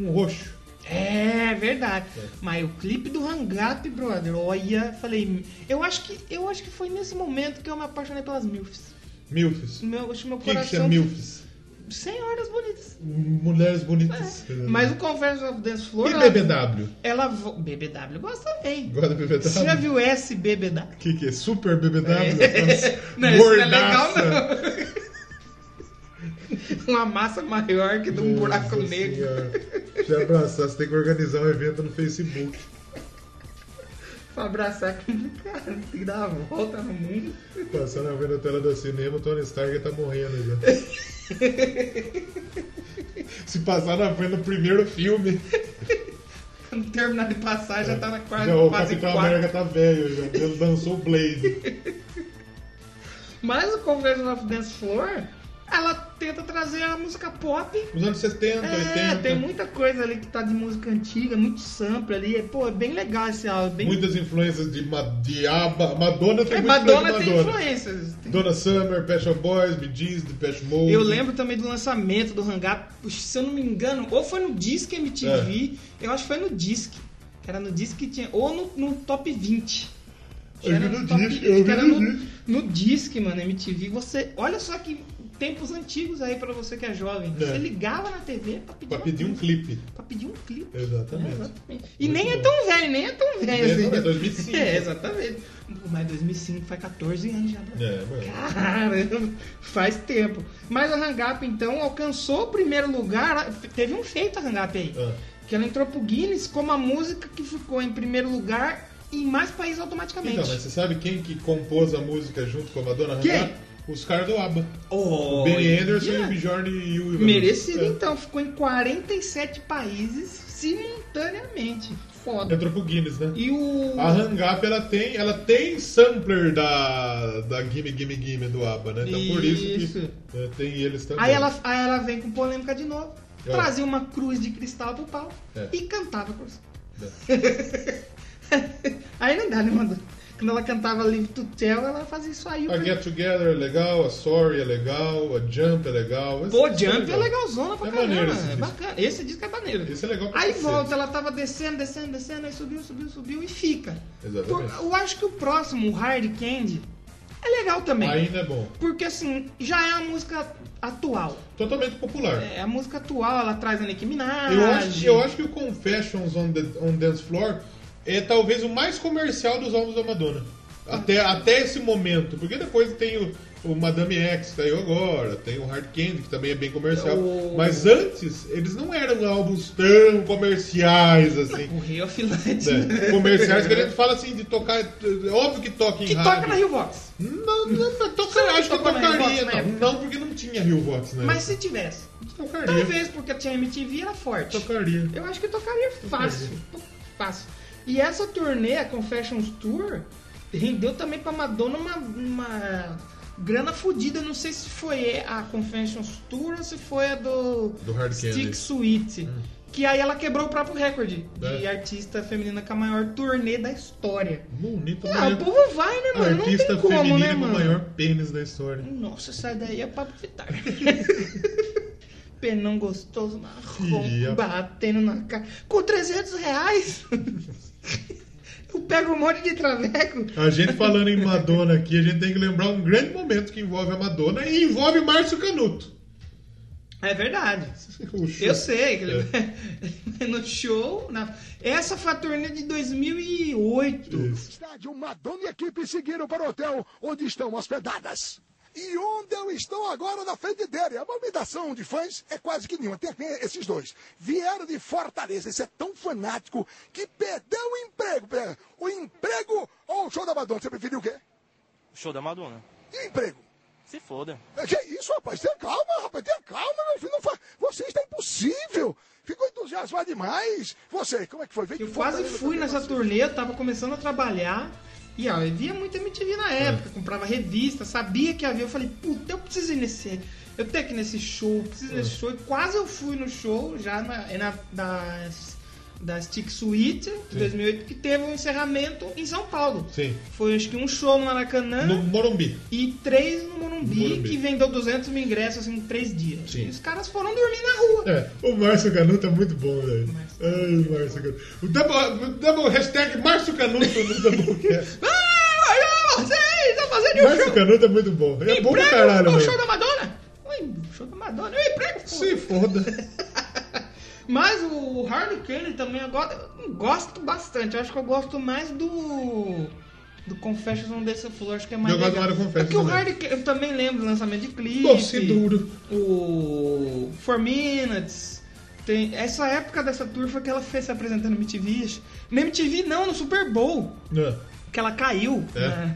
B: um roxo.
A: É verdade. Mas o clipe do Hangap, brother, olha, falei, eu acho que eu acho que foi nesse momento que eu me apaixonei pelas milfs.
B: Milfs.
A: Meu, acho que meu
B: O que, que
A: coração
B: é milfs?
A: senhoras bonitas.
B: Mulheres bonitas.
A: É. Mas o Converse of Dance Floor
B: E
A: ela,
B: BBW?
A: ela vo- BBW gosta bem.
B: Gosta de BBW?
A: Você já viu SBBW?
B: O que, que é? Super BBW?
A: Não, isso não é legal não. Uma massa maior que de um buraco negro.
B: Se abraçar, você tem que organizar um evento no Facebook.
A: Pra abraçar é complicado. Tem que dar uma volta no mundo.
B: Passando a ver na tela do cinema, o Tony Stark tá morrendo já. Se passar na frente do primeiro filme,
A: Quando terminar de passar, já tá na quarta
B: É. já, o
A: fase
B: Capitão
A: 4.
B: América tá velho já. Ele lançou o Blade.
A: Mas o Conversion of Dance Floor, ela tenta trazer a música pop.
B: Nos anos 70,
A: É,
B: 80.
A: tem muita coisa ali que tá de música antiga, muito sample ali. É, Pô, é bem legal esse álbum. é Bem...
B: Muitas influências de Ma- de Abba. Madonna tem
A: É,
B: muita
A: Madonna
B: influência de
A: tem influências. Tem-
B: Donna Summer, Pet Shop Boys, Bee Gees, Depeche Mode.
A: Eu lembro também do lançamento do Hangar, se eu não me engano, ou foi no Disque MTV,
B: É.
A: eu acho que foi no Disque. Era no Disque que tinha, ou no, no Top 20. Que
B: Eu
A: era
B: vi no
A: top
B: Disque, eu vi
A: que era
B: no
A: no,
B: Disque.
A: no Disque, mano, MTV. Você, olha só que tempos antigos aí pra você que é jovem.
B: É.
A: Você ligava na TV pra pedir,
B: Pra
A: uma
B: pedir um
A: música,
B: clipe.
A: pra pedir um clipe. É,
B: Exatamente.
A: exatamente. E nem é tão velho, nem é tão velho
B: É,
A: assim.
B: não, é 2005.
A: É, exatamente. Mas 2005 faz 14 anos já. né?
B: É, mano.
A: Caramba, faz tempo. Mas a Hangap, então, alcançou o primeiro lugar. Teve um feito a Hangap aí.
B: Ah.
A: Que ela entrou pro Guinness como a música que ficou em primeiro lugar em mais países automaticamente.
B: Então, mas você sabe quem que compôs a música junto com a Madonna?
A: Quem?
B: Hannah? Os caras do ABBA.
A: Oh,
B: Benny Anderson e o Bjorn e o Ivan.
A: Merecido,
B: É.
A: então. Ficou em 47 países simultaneamente. Foda.
B: Entrou pro Guinness, né?
A: E o...
B: A Hangap, ela tem, ela tem sampler da, da Gimme Gimme Gimme do ABBA, né? Então por isso
A: Isso.
B: que né, tem eles também.
A: Aí ela, aí ela vem com polêmica de novo.
B: É.
A: Trazia uma cruz de cristal pro pau
B: É.
A: e cantava a cruz.
B: É.
A: aí não dá, né, mano? Quando ela cantava Live to Tell, ela fazia isso aí.
B: A Get Together é legal, a Sorry é legal, a Jump é legal. Esse
A: Pô,
B: disco
A: Jump é legalzona pra
B: É
A: caramba.
B: maneiro esse
A: é
B: disco.
A: bacana. Esse disco é maneiro.
B: Esse é legal pra
A: Aí
B: cacete.
A: volta, ela tava descendo, descendo, descendo, aí subiu, subiu, subiu e fica.
B: Exatamente.
A: Por- eu acho que o próximo, o Hard Candy, é legal também.
B: Ainda é bom.
A: Porque assim, já é a música atual.
B: Totalmente popular.
A: É a música atual, ela traz a Nicki Minaj.
B: Eu acho, eu acho que o Confessions on, the, on Dance Floor é talvez o mais comercial dos álbuns da Madonna. Até, até esse momento. Porque depois tem o, o Madame X, que saiu agora, tem o Hard Candy, que também é bem comercial.
A: O-
B: Mas antes, eles não eram álbuns tão comerciais assim.
A: O Rio of Light.
B: né? Comerciais que a gente fala assim de tocar. Óbvio que toca em
A: Que
B: rádio.
A: toca na Rio Box.
B: Não, não, não toca,
A: Será que
B: acho que
A: tocou na
B: tocaria.
A: Hillbox na
B: Não,
A: época?
B: não, porque não tinha Hillbox, né?
A: Mas se tivesse.
B: tocaria.
A: Talvez porque tinha MTV era forte.
B: Tocaria.
A: Eu acho que tocaria fácil. Fácil. E essa turnê, a Confessions Tour, rendeu também pra Madonna uma, uma grana fodida. Não sei se foi a Confessions Tour ou se foi a do,
B: Do Hard
A: Stick
B: Candy.
A: Suite. Que aí ela quebrou o próprio recorde de
B: Hum. É.
A: artista feminina com a maior turnê da história.
B: Bonito,
A: Ah, o
B: bonito.
A: povo vai, né, mano?
B: É. artista
A: Não tem como,
B: feminina
A: né,
B: com o
A: mano?
B: maior pênis da história.
A: Nossa, essa daí é papo de tarde. Penão gostoso, marrom,
B: Ia.
A: batendo na cara. Com 300 reais? Eu pego um monte de traveco.
B: A gente falando em Madonna aqui, a gente tem que lembrar um grande momento que envolve a Madonna e envolve o Márcio Canuto.
A: É verdade.
B: O show.
A: Eu sei. que ele- no show. na- Essa foi a turnê de 2008.
B: Isso.
D: Estádio Madonna e equipe seguiram para o hotel onde estão hospedadas. E onde eu estou agora na frente dele. A movimentação de fãs é quase que nenhuma. Tem esses dois. Vieram de Fortaleza. Esse é tão fanático que perdeu o emprego. Pera, O emprego ou o show da Madonna? Você preferiu o quê?
E: Show da Madonna.
D: E o emprego?
E: Se foda.
D: É Que isso, rapaz? Tenha calma, rapaz. Tenha calma, meu filho. Não fa... Você está impossível. Ficou entusiasmado demais. Você, como é que foi? Veio de
A: Eu quase
D: Fortaleza
A: fui
D: também,
A: nessa
D: você.
A: turnê, eu tava começando a trabalhar. E ó, eu via muito MTV na
B: É.
A: época, comprava revista, sabia que havia. Eu falei, puta, eu preciso ir nesse. Eu tenho
B: É.
A: é que ir nesse show, eu preciso ir nesse show. E quase eu fui no show, já na, na- na da Stick Suite de 2008, que teve um encerramento em São Paulo.
B: Sim.
A: Foi acho que um show no Maracanã
B: No Morumbi.
A: e três no Morumbi,
B: Morumbi.
A: que vendeu 200 mil ingressos em três dias.
B: Sim.
A: E os caras foram dormir na rua.
B: É, o Márcio Canuto é muito bom, velho.
A: Márcio
B: Ai, o Márcio Canuto. O double, o double hashtag Márcio Canuto no Doublecast.
A: Ah, eu, vocês estão fazendo um
B: Márcio
A: show.
B: Canuto é muito bom. Ele é bom pra caralho,
A: o show
B: velho.
A: da Madonna. Ui, o show da Madonna. Eu emprego, pô.
B: Se foda.
A: Mas o Harley Kane também agora eu gosto bastante. Eu acho que eu gosto mais do do Confessions on Dance Floor, acho que é mais
B: Eu gosto
A: legal.
B: mais do
A: É
B: Confessions
A: que o
B: também.
A: Harley Kane, eu também lembro do lançamento de clipe.
B: Doce duro.
A: O Four Minutes. Tem, essa época dessa tour foi que ela fez se apresentando no MTV. acho. No MTV não, no Super Bowl.
B: É.
A: Que ela caiu.
B: É.
A: né?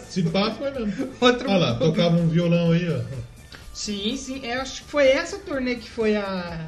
B: Se pá, foi mesmo.
A: Outro
B: Olha lá, tocava um violão aí, ó.
A: Sim, sim. Eu acho que foi essa turnê que foi a,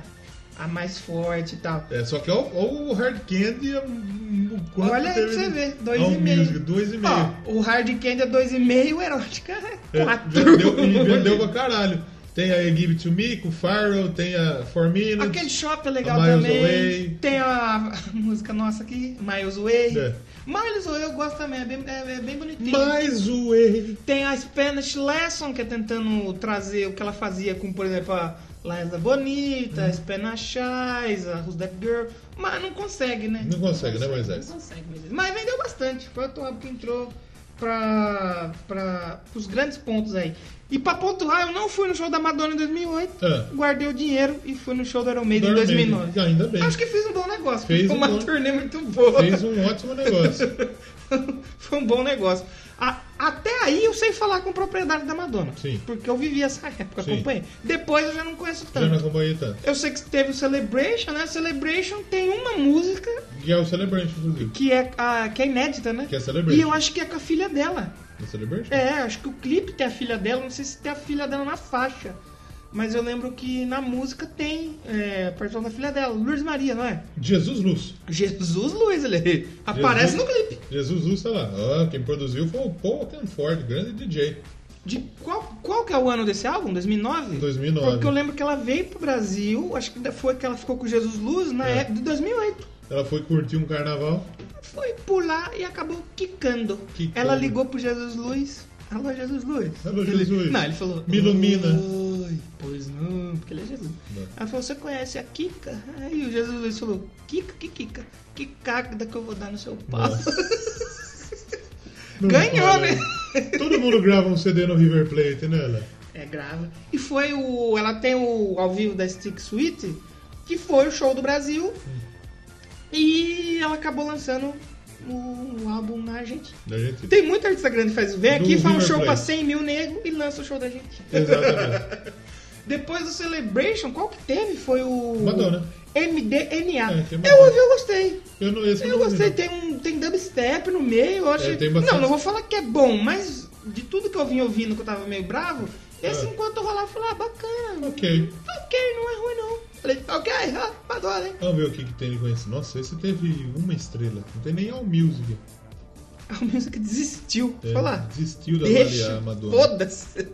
A: a mais forte e tal.
B: É, só que olha o Hard Candy, é um- o quanto
A: Olha aí pra
B: teve-
A: você ver, dois
B: All
A: e meio.
B: Music, dois e meio.
A: Ó, o Hard Candy é 2,5, erótica é
B: É,
A: 4.
B: vendeu, e vendeu pra caralho. Tem a Give It To Me com o Farrell, tem a Four Minutes.
A: Aquele shop é legal
B: A Miles
A: também.
B: Away.
A: Tem a música nossa aqui, Miles Way.
B: É.
A: Miles Way eu gosto também, é bem, é- é bem bonitinho.
B: Mais o Way.
A: Tem a Spanish Lesson, que é tentando trazer o que ela fazia com, por exemplo, a Liza Bonita, a Spanish Eyes, a Who's That Girl. Mas não consegue, né?
B: Não consegue, né, Moisés?
A: Não consegue, Moisés. Mas vendeu bastante. Foi o Toabo que entrou para pra, os grandes pontos aí. E pra pontuar, eu não fui no show da Madonna em 2008.
B: Ah.
A: Guardei o dinheiro e fui no show do Iron Maiden É, em
B: Iron
A: 2009.
B: Maiden, Ah, ainda bem.
A: Acho que fiz um bom negócio.
B: Fez
A: foi
B: um
A: uma
B: bom-
A: turnê muito boa.
B: Fez um ótimo negócio.
A: foi um bom negócio. A- até aí eu sei falar com propriedade da Madonna.
B: Sim.
A: Porque eu vivi essa época,
B: Sim.
A: acompanhei. Depois eu já não conheço
B: Já não
A: tanto.
B: acompanhei tanto.
A: Eu sei que teve o Celebration, né? Celebration tem uma música
B: Que é o Celebration, inclusive.
A: que é, a, que é inédita, né?
B: Que é Celebration.
A: E eu acho que é com a filha dela.
B: O Celebration?
A: É, acho que o clipe tem a filha dela, não sei se tem a filha dela na faixa. Mas eu lembro que na música tem é, a participação da filha dela, Lourdes Maria, não é?
B: Jesus Luz.
A: Jesus Luiz, ele aparece no clipe.
B: Jesus Luz, sei lá. Ah, quem produziu foi o Paul Canford, grande DJ.
A: De qual, qual que é o ano desse álbum? 2009?
B: 2009.
A: É Porque eu lembro que ela veio pro Brasil, acho que foi que ela ficou com Jesus Luz na
B: É.
A: época de 2008.
B: Ela foi curtir um carnaval.
A: Foi pular e acabou quicando.
B: Quicando.
A: Ela ligou pro Jesus Luiz. Alô, Jesus Luiz.
B: Alô,
A: Ele-
B: Jesus.
A: Não, ele falou.
B: Me ilumina.
A: "Oi, pois não, porque ele é Jesus.
B: Não.
A: Ela falou, você conhece a Kika? Aí o Jesus Luiz falou, Kika, que Kika? Que cagada que eu vou dar no seu pau.
B: Não
A: Ganhou,
B: fala.
A: né?
B: Todo mundo grava um CD no River Plate, né, Ela?
A: É grave. E foi o. Ela tem o ao vivo da Stick Suite, que foi o show do Brasil. E ela acabou lançando o, o álbum na Argentina.
B: Da gente.
A: Tem muita artista grande que faz. Vem
B: Do
A: aqui, faz um
B: River
A: show pra
B: Plate. É.
A: 100 mil negros e lança o show da gente.
B: Exatamente.
A: Depois do Celebration, qual que teve? Foi o.
B: Madonna.
A: MDNA.
B: É, tem
A: eu
B: Madonna.
A: ouvi, eu gostei.
B: Eu não esse
A: Eu
B: não
A: gostei,
B: vi,
A: tem, um, tem dubstep no meio, eu acho.
B: É, tem bastante.
A: não, não vou falar que é bom, mas de tudo que eu vim ouvindo que eu tava meio bravo, esse
B: É.
A: enquanto eu rolava, eu falei, ah, bacana.
B: não. Ok.
A: Ok, não é ruim não. Falei, ok, ah, Madonna, hein?
B: Vamos ver o que, que tem de conhecido. Nossa, esse teve uma estrela. Não tem nem All Music.
A: A música desistiu.
B: É,
A: Foi lá.
B: Desistiu de
A: Deixa,
B: avaliar a Madonna.
A: foda-se.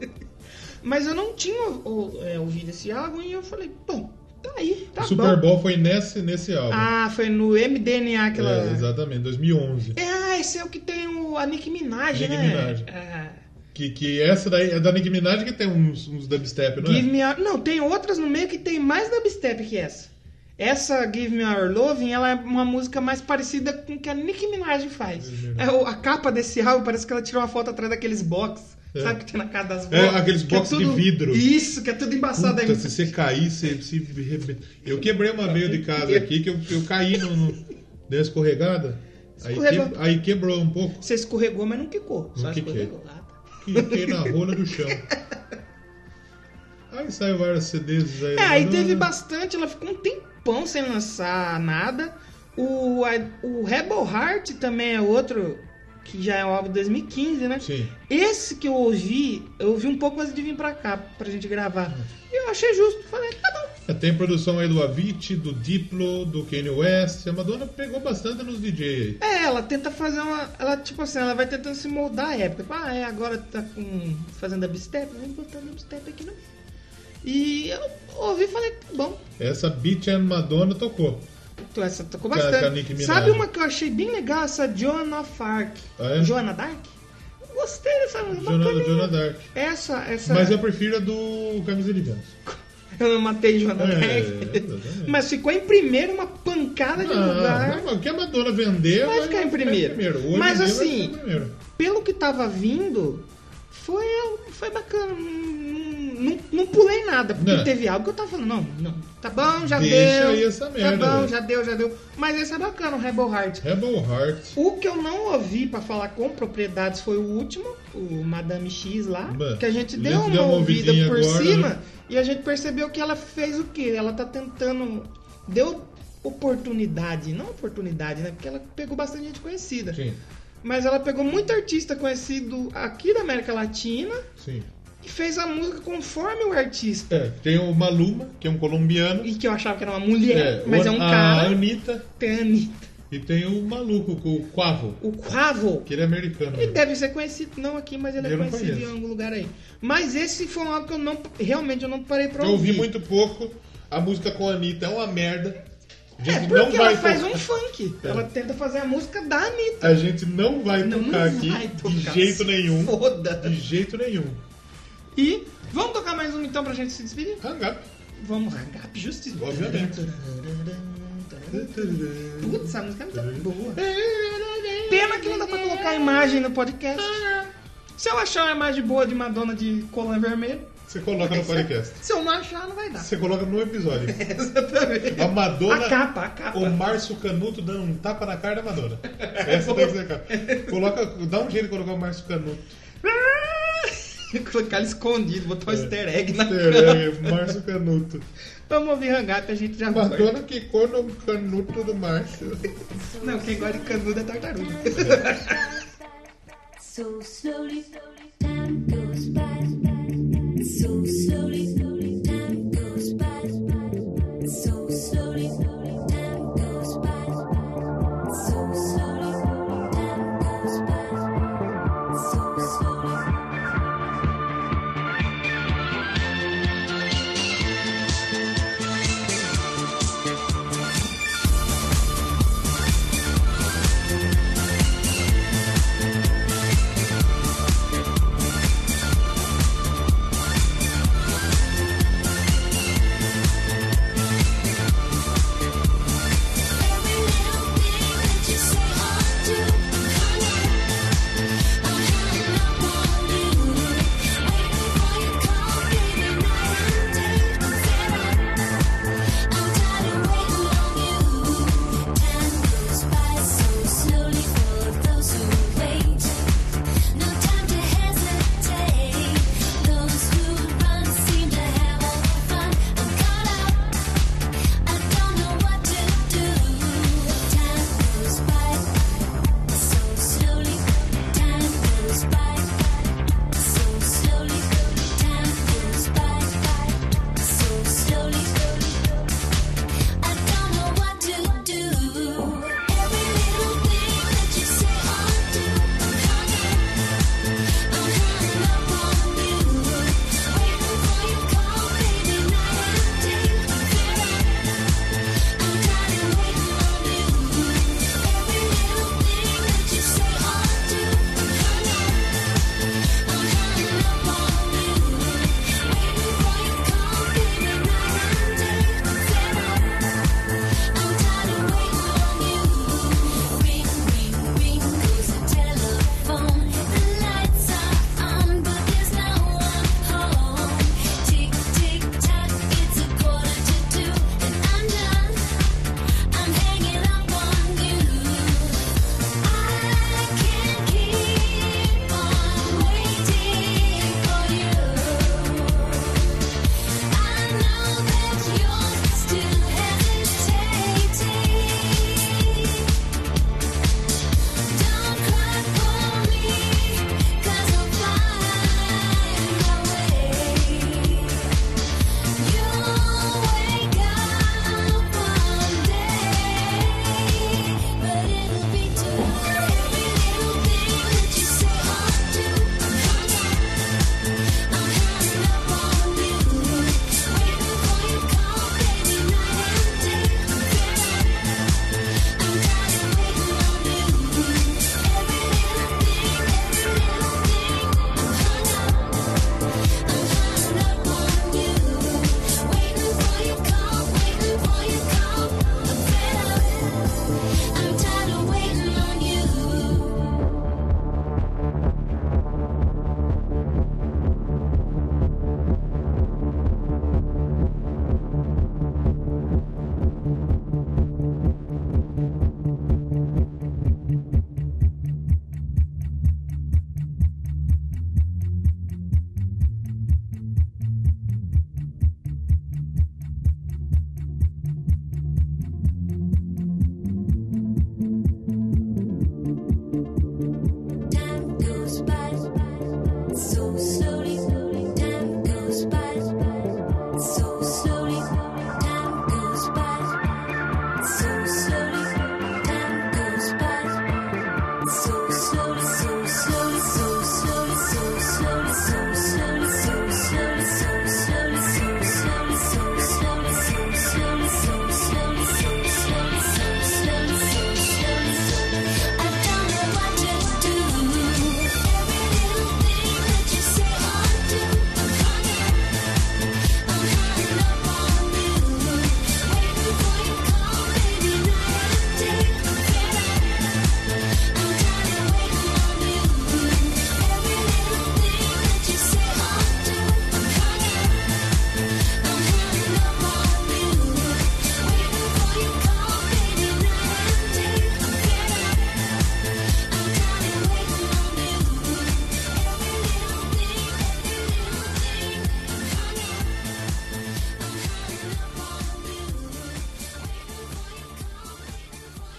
A: Mas eu não tinha ou- é, ouvido esse álbum e eu falei, bom, tá aí, tá
B: o Super né?
A: bom.
B: Bowl foi nesse, nesse álbum.
A: Ah, foi no MDNA que ela...
B: É, exatamente, 2011.
A: É, ah, esse é o que tem o, a Nicki Minaj,
B: Nicki
A: né?
B: Minaj.
A: Ah.
B: Que, que essa daí é da Nicki Minaj que tem uns, uns dubstep, não é?
A: Give Me Our... Não, tem outras no meio que tem mais dubstep que essa. Essa Give Me Our Loving, ela é uma música mais parecida com o que a Nicki Minaj faz. É, o- a capa desse álbum parece que ela tirou uma foto atrás daqueles box.
B: É.
A: Sabe que tem na casa das box?
B: É, aqueles
A: Que
B: box de
A: tudo-
B: vidro.
A: Isso, que é tudo embaçado
B: Puta,
A: aí.
B: se você cair, você se rebe- Eu quebrei uma meia de casa aqui que eu, eu caí no, no... Deu uma escorregada. Aí,
A: Escorregou.
B: que- aí quebrou um pouco.
A: Você escorregou, mas não quicou. Só
B: Não quiquei.
A: escorregou. Ah, tá.
B: Fiquei na rola do chão. Aí saiu vários CDs aí.
A: É, aí teve bastante, ela ficou um tempão sem lançar nada. O, a- o Rebel Heart também é outro, que já é um álbum de 2015, né?
B: Sim.
A: Esse que eu ouvi, eu ouvi um pouco antes de vir pra cá, pra gente gravar. E eu achei justo. Falei, tá bom.
B: É, Tem produção aí do Avicii, do Diplo, do Kanye West. A Madonna pegou bastante nos DJ aí.
A: É, ela tenta fazer uma. Ela, tipo assim, ela vai tentando se moldar à época. Tipo, Ah, é, agora tá com. fazendo dubstep, vamos botar um dubstep aqui no meio. E eu ouvi e falei, tá bom.
B: Essa Beach and Madonna tocou.
A: Então, Essa tocou
B: Com a- com a
A: bastante.
B: Nicki Minaj.
A: Sabe uma que eu achei bem legal? Essa Joan of Arc.
B: Ah, é?
A: Joana Dark? Gostei dessa música. É
B: Jonah,
A: bacaninha.
B: Jonah Dark.
A: Essa, essa.
B: Mas eu prefiro a do Camisa de Vênus.
A: Eu não matei Joana
B: É,
A: Dark.
B: exatamente.
A: Mas ficou em primeiro, uma pancada de lugar.
B: Ah, não, o que a Madonna vender
A: Vai ficar em primeiro.
B: Hoje
A: Mas
B: em dia vai
A: assim,
B: ficar em primeiro.
A: Pelo que tava vindo, foi, foi bacana. Não, não, não pulei nada, porque
B: Não.
A: teve algo que eu tava falando, não, não. Tá bom, já
B: Deixa
A: deu.
B: aí essa merda,
A: Tá bom,
B: velho.
A: já deu, já deu. Mas esse é bacana, o Rebel Heart.
B: Rebel Heart.
A: O que eu não ouvi pra falar com propriedades foi o último, o Madame X lá,
B: Bah,
A: que a gente
B: a
A: deu
B: gente
A: uma,
B: deu uma
A: ouvida
B: ouvidinha
A: por
B: agora,
A: cima
B: né?
A: e a gente percebeu que ela fez o quê? Ela tá tentando deu oportunidade, não oportunidade, né? Porque ela pegou bastante gente conhecida.
B: Sim,
A: Mas ela pegou muito artista conhecido aqui da América Latina
B: sim.
A: e fez a música conforme o artista.
B: É, tem o Maluma, que é um colombiano.
A: E que eu achava que era uma mulher,
B: É,
A: mas
B: o-
A: é um
B: A
A: cara.
B: Anitta.
A: Tem a Anitta.
B: E tem o maluco, o Quavo,
A: O Quavo.
B: que ele é americano.
A: Ele deve ser conhecido, não aqui, mas ele é
B: Eu não
A: conhecido em
B: conheço.
A: algum lugar aí. Mas esse foi um álbum que eu não. Realmente eu não parei pra
B: Eu
A: ouvir.
B: ouvi muito pouco. A música com a Anitta é uma merda. A
A: É,
B: gente
A: porque
B: não vai
A: ela faz
B: tocar-
A: um funk.
B: É.
A: Ela tenta fazer a música da Anitta.
B: A gente não vai
A: Não
B: tocar
A: vai
B: aqui
A: tocar.
B: de jeito nenhum.
A: Foda.
B: De jeito nenhum.
A: E vamos tocar mais uma então pra gente se despedir?
B: Hang up.
A: Vamos, Ragap Justice.
B: Obviamente.
A: Putz, essa música é
B: Uhum.
A: muito boa. Pena que não dá pra colocar a imagem no podcast. Se eu achar uma imagem boa de Madonna de colã vermelha,
B: Você coloca no podcast.
A: se eu não achar, não vai dar.
B: Você coloca no episódio.
A: Exatamente.
B: A Madonna.
A: A capa, a capa.
B: O Márcio Canuto dando um tapa na cara da Madonna. Essa tem que ser a capa. Coloca, dá um jeito de colocar o Márcio Canuto.
A: Ah! Colocar ele escondido, botar um easter egg na cama.
B: É, é, Márcio Canuto.
A: Vamos ouvir Hangap, a gente já volta.
B: Madonna quicou no canuto do Márcio.
A: Não, quem gosta de canudo é tartaruga.
C: So slowly, time goes by. So slowly, time goes by. So slowly, time goes by. So slowly, time goes by. So slowly.
B: Madonna,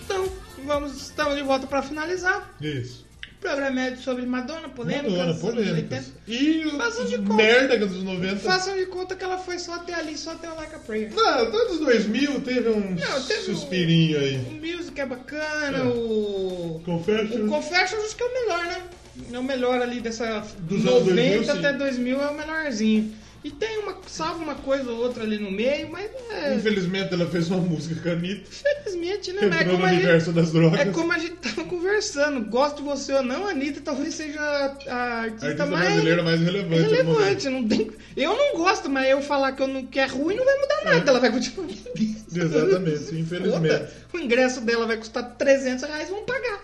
A: Então, vamos, estamos de volta para finalizar.
B: Isso.
A: O programa é sobre Madonna, polêmicas.
B: Madonna,
A: anos
B: polêmica.
A: 80.
B: E
A: Façam de
B: o
A: conta.
B: merda que é dos 90.
A: Façam de conta que ela foi só até ali, só até o Like a Prayer.
B: Não, até os 2000 teve um
A: Não, teve um-
B: suspirinho
A: O
B: aí.
A: Music é bacana,
B: É.
A: o...
B: Confesso.
A: O Confessions acho que é o melhor, né? É o melhor ali dessa
B: Dos anos
A: 90
B: 2000, sim.
A: até 2000 é o melhorzinho. E tem uma, salvo uma coisa ou outra ali no meio, mas é,
B: Infelizmente ela fez uma música canita.
A: infelizmente, né? Mas é
B: Entrou no
A: como, a gente,
B: universo das drogas.
A: é como a gente tava conversando. Gosto de você ou não, a Anitta talvez seja a, a
B: A
A: artista,
B: artista
A: mais
B: brasileira mais relevante. no momento.
A: relevante. Não tem, eu não gosto, mas eu falar que, eu não, que é ruim não vai mudar nada. Ela vai continuar vendendo.
B: Exatamente, infelizmente.
A: Foda. O ingresso dela vai custar 300 reais, vão pagar.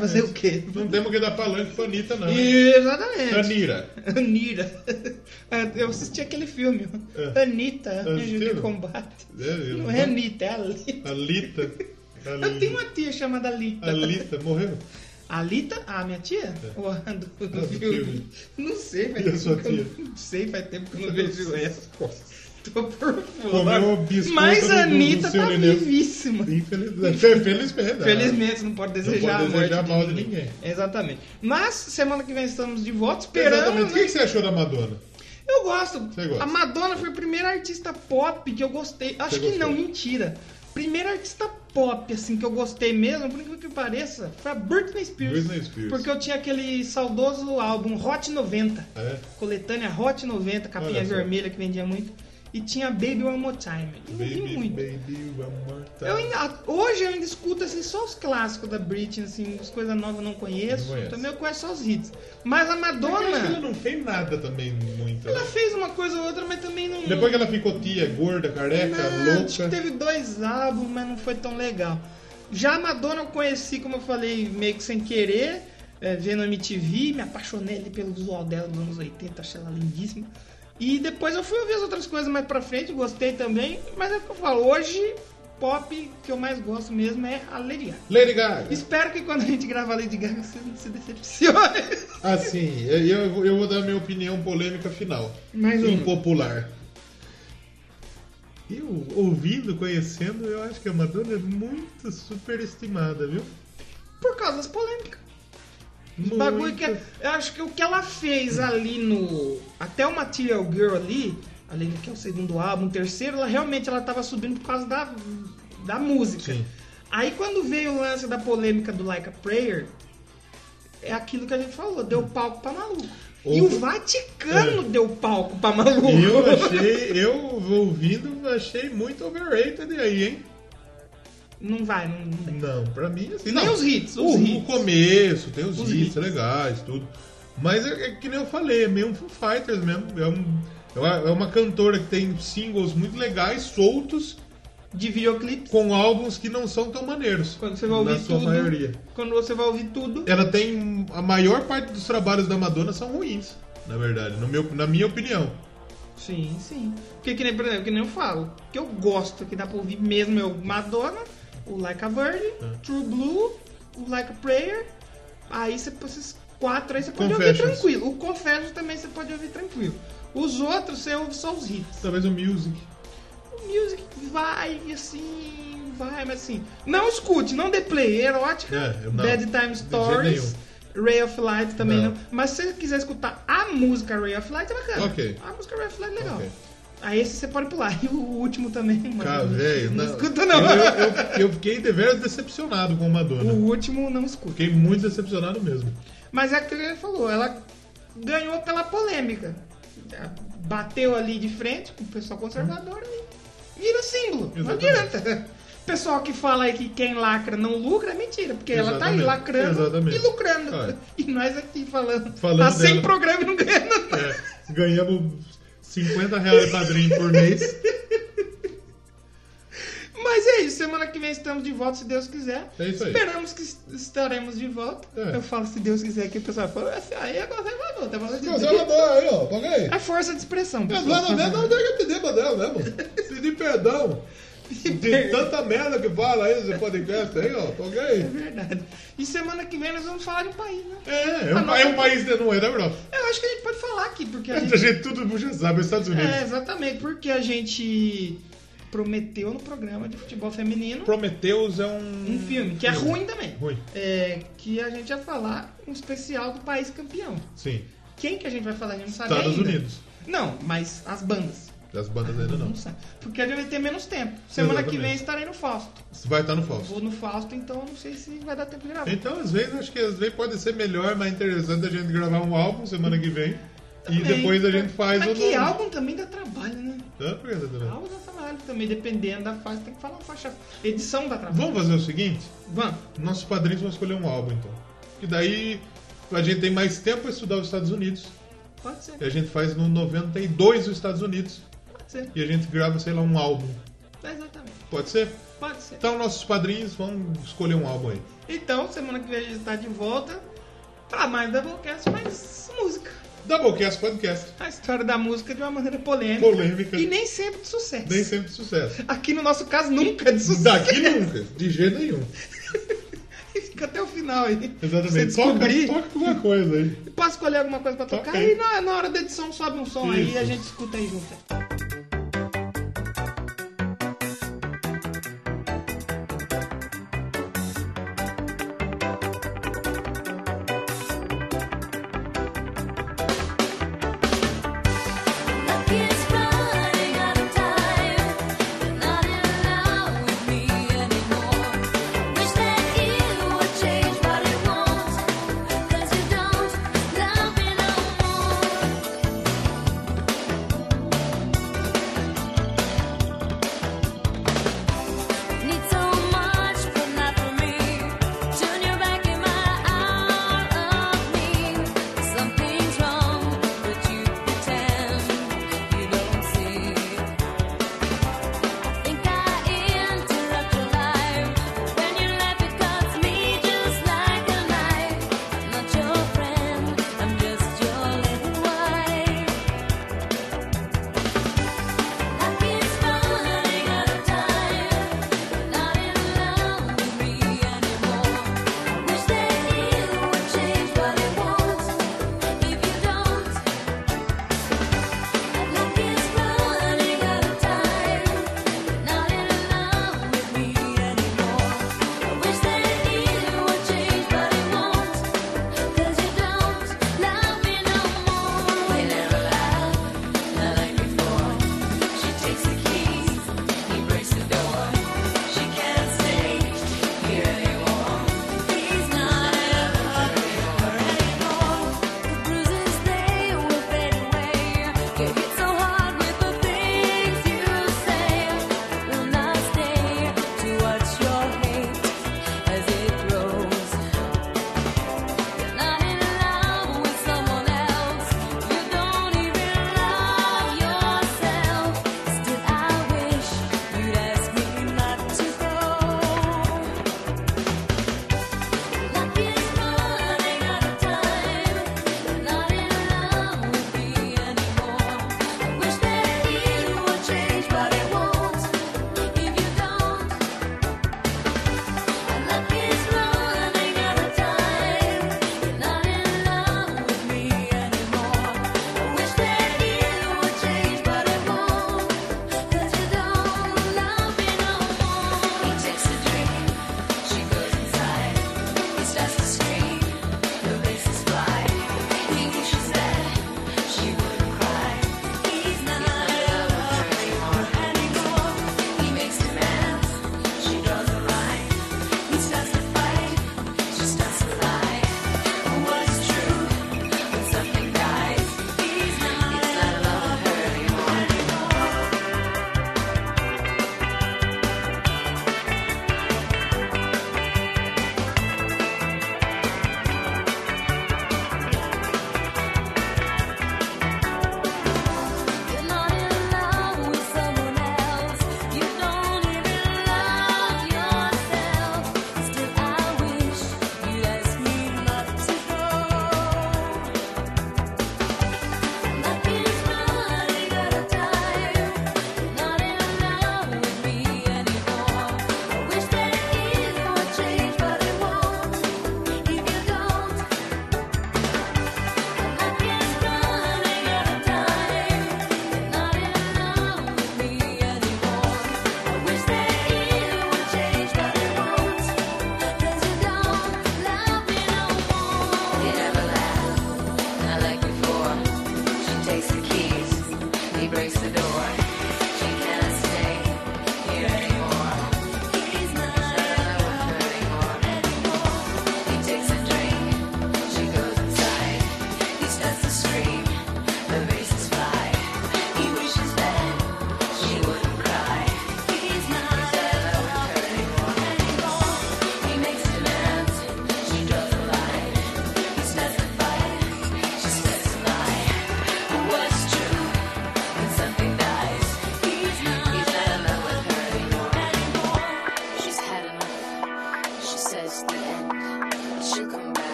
A: Vai fazer é o quê?
B: Não temos que dar palanque pra Anitta, não. hein?
A: Exatamente.
B: Anira.
A: Anira. Eu assisti aquele filme.
B: É.
A: Anitta, Anjo de
B: Assistiu?
A: Combate.
B: É, eu-
A: Não é Anitta, é Alita.
B: Alita.
A: Eu tenho uma tia chamada Alita.
B: Alita morreu.
A: Alita? Ah, minha tia? Ou a do, do
B: É. Ah, do
A: filme?
B: filme.
A: Não sei, faz
B: E a
A: tempo
B: sua
A: que eu
B: tia?
A: Não sei, faz tempo que eu não vejo essa. Tô por
B: Comeu
A: fora.
B: um biscoito
A: Mas
B: do- do-
A: a
B: do
A: Anitta
B: seu
A: tá
B: neném.
A: vivíssima.
B: Infelizmente. Felizmente.
A: Felizmente, você não pode desejar
B: né? pode
A: a morte
B: desejar
A: de,
B: mal de
A: ninguém.
B: ninguém.
A: Exatamente. Mas, semana que vem estamos de volta,
B: Exatamente.
A: esperando.
B: O
A: né?
B: que que você achou da Madonna?
A: Eu gosto.
B: Você gosta?
A: A Madonna foi a primeira artista pop que eu gostei. Acho
B: Você
A: que não,
B: gostou?
A: mentira. Primeira artista pop, assim, que eu gostei mesmo, por incrível que pareça, foi a Britney Spears.
B: Britney Spears.
A: Porque eu tinha aquele saudoso álbum Hot 90.
B: É?
A: Coletânea Hot 90, capinha
B: Olha só.
A: vermelha que vendia muito. E tinha Baby One More Time. E não vi
B: Baby,
A: muito.
B: baby, one more time.
A: Eu ainda- hoje eu ainda escuto assim, só os clássicos da Britney, assim, as coisas novas eu não conheço.
B: Não conheço.
A: Também eu conheço só os hits. Mas a
B: Eu acho que
A: Madonna,
B: ela não fez nada também muito.
A: né?
B: né?
A: ela fez uma coisa ou outra, mas também não.
B: Depois que ela ficou tia, gorda, careca,
A: Não, acho que
B: louca.
A: teve dois álbuns, mas não foi tão legal. Já a Madonna eu conheci, como eu falei, meio que sem querer, é, vendo a MTV, me apaixonei ali pelo visual dela nos anos 80, achei ela lindíssima. E depois eu fui ouvir as outras coisas mais pra frente, gostei também, mas é o que eu falo, hoje pop que eu mais gosto mesmo é a Lady Gaga.
B: Lady Gaga.
A: Espero que quando a gente grava a Lady Gaga você não se decepcione.
B: Assim, eu, eu vou dar minha opinião polêmica final.
A: Mais uma.
B: Impopular. Eu, ouvindo, conhecendo, eu acho que a Madonna é muito superestimada, viu?
A: Por causa das polêmicas.
B: Muito.
A: O bagulho que é- eu acho que o que ela fez ali no até o Material Girl ali, ali no que é o segundo álbum, o terceiro, ela realmente ela tava subindo por causa da da música.
B: Sim.
A: Aí quando veio o lance da polêmica do Like a Prayer, é aquilo que a gente falou, deu palco pra maluco. E o
B: Outro-
A: Vaticano
B: É.
A: deu palco pra maluco.
B: Eu achei, eu ouvindo, achei muito overrated aí, hein?
A: Não vai, não, não tem.
B: Não, pra mim assim.
A: Tem
B: não.
A: os hits, os
B: o,
A: hits.
B: o começo, tem os,
A: Os
B: hits,
A: hits.
B: legais, tudo. Mas é, é que nem eu falei, é meio um Foo Fighters mesmo. É, um- é uma, é uma cantora que tem singles muito legais, soltos,
A: De videoclipes,
B: com álbuns que não são tão maneiros.
A: quando você vai ouvir
B: na sua
A: tudo.
B: maioria.
A: Quando você vai ouvir tudo.
B: Ela tem. A maior parte dos trabalhos da Madonna são ruins, na verdade, no meu, na minha opinião.
A: Sim, sim. Porque que nem, por exemplo, que nem eu falo, que eu gosto, que dá pra ouvir mesmo é o Madonna, o Like a Virgin, True Blue, o Like a Prayer. Aí você esses quatro aí você pode ouvir
B: Confessions.
A: tranquilo. O Confessions também você pode ouvir tranquilo. Os outros você ouve só os hits.
B: Talvez o Music.
A: O music vai assim, vai, mas assim. Não escute, não dê play. Erótica,
B: É, eu não.
A: Bad Time
B: De jeito
A: Stories. Ray of Light também não.
B: Não.
A: Mas se você quiser escutar a música Ray of Light, é bacana.
B: Ok.
A: A música Ray of Light é legal.
B: Ok.
A: Aí esse você pode pular. E o último também, mano.
B: Cara, velho.
A: Não escuta, não.
B: Eu, eu- eu fiquei de veras decepcionado com a Madonna.
A: O último não escuta.
B: Fiquei muito decepcionado mesmo.
A: Mas é aquilo que ele falou, ela ganhou pela polêmica. Bateu ali de frente com o pessoal conservador e vira símbolo.
B: Exatamente.
A: Não adianta. O pessoal que fala aí que quem lacra não lucra é mentira, porque ela tá aí
B: Exatamente.
A: lacrando
B: Exatamente.
A: e lucrando.
B: É.
A: E nós aqui falando,
B: Falando
A: tá sem
B: dela.
A: programa e não ganhando nada.
B: É, ganhamos 50 reais padrinho por mês.
A: Mas é isso, semana que vem estamos de volta, se Deus quiser.
B: É isso aí.
A: Esperamos que est- estaremos de volta.
B: É.
A: Eu falo se Deus quiser que o pessoal fala, "Esse aí é conservador, tá falando de Deus."
B: Conservador é aí, ó, paguei.
A: É força de expressão.
B: Mas
A: pessoal.
B: lá na merda não tem que pedir padrão mesmo. Pedir perdão. De tanta merda que fala aí nesse podcast aí, ó,
A: É
B: paguei.
A: verdade. E semana que vem nós vamos falar de país, né?
B: É, é
A: A
B: um,
A: nossa- É.
B: é um país de não é da Europa.
A: Eu acho que a gente pode falar aqui, porque a
B: A
A: gente.
B: gente, todo mundo já sabe, é Estados Unidos.
A: É, exatamente, porque a gente prometeu no programa de futebol feminino
B: Prometheus é um.
A: um filme, que é ruim também.
B: Ruim.
A: É, que a gente ia falar um especial do país campeão.
B: Sim.
A: Quem que a gente vai falar? A gente não sabe
B: Estados
A: ainda.
B: Unidos.
A: Não, mas as bandas.
B: Das bandas ainda não.
A: Não sabe. Porque a gente vai ter menos tempo. Semana que vem
B: Exatamente.
A: estarei no Fausto.
B: Vai estar no Fausto.
A: Vou no Fausto, então eu não sei se vai dar tempo de gravar.
B: Então, às vezes, acho que às vezes pode ser melhor, mais interessante a gente gravar um álbum semana que vem. E
A: Também.
B: depois a gente faz
A: Tá Mas
B: o
A: que
B: novo.
A: álbum também dá trabalho, né?
B: Hã? Por que você tá vendo?
A: Álbum dá trabalho também, dependendo da fase, tem que falar uma faixa. Edição dá trabalho.
B: Vamos fazer o seguinte?
A: Vamos.
B: Nossos padrinhos vão escolher um álbum, então. Que daí a gente tem mais tempo para estudar os Estados Unidos.
A: Pode ser,
B: E a gente faz no 92 os Estados Unidos.
A: pode ser. É,
B: E a gente grava, sei lá, um álbum.
A: Exatamente,
B: Pode ser?
A: pode ser.
B: Então, nossos padrinhos vão escolher um álbum aí.
A: Então, semana que vem a gente está de volta para mais Doublecast, mais música.
B: Doublecast Podcast.
A: A história da música de uma maneira polêmica.
B: Polêmica.
A: E nem sempre de sucesso.
B: Nem sempre de sucesso.
A: Aqui no nosso caso, nunca é de sucesso.
B: Daqui nunca, de jeito nenhum.
A: Fica até o final aí. Você
B: Exatamente. Toca,
A: descobrir.
B: toca alguma coisa aí.
A: Posso escolher alguma coisa pra tocar
B: Toca aí.
A: e na, na hora da edição sobe um som aí
B: Isso.
A: e a gente escuta aí junto.
C: Luck is running out of time. You're not in love with me anymore. Wish that you would change what it wants, 'cause you don't love me no more.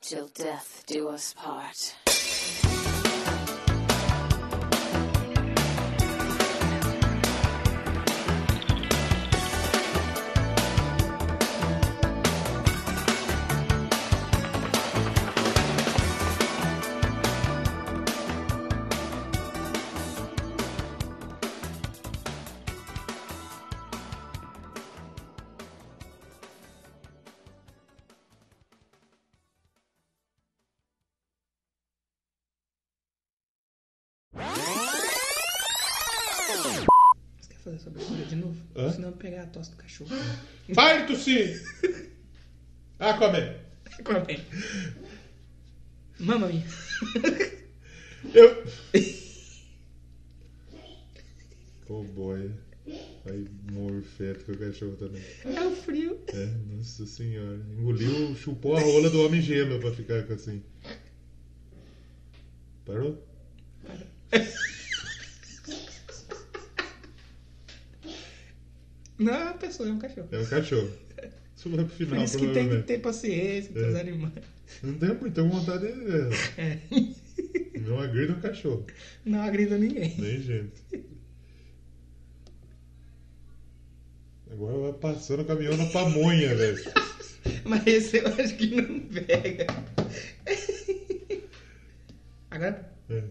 F: till death do us part.
A: Você quer fazer essa abertura de novo?
B: Hã?
A: Senão eu vou pegar a tosse do cachorro.
B: Parto-se! Aquaman.
A: Agora
B: é?
A: bem. Mamma mia.
B: Eu. Oh boy. Vai morfeto com o cachorro também.
A: É o frio.
B: É, nossa senhora. Engoliu, chupou a rola do homem gelo pra ficar com assim. Parou?
A: Não é uma pessoa, é um cachorro.
B: É um cachorro. Isso vai pro final,
A: Por isso que tem que
B: provavelmente.
A: ter paciência com os
B: É.
A: animais.
B: Não tem muito, tenho vontade de.
A: É.
B: Não agrida um cachorro.
A: Não agrida ninguém.
B: Nem gente. Agora vai passando o caminhão na pamonha, velho.
A: Mas esse eu acho que não pega. Agora?
B: É.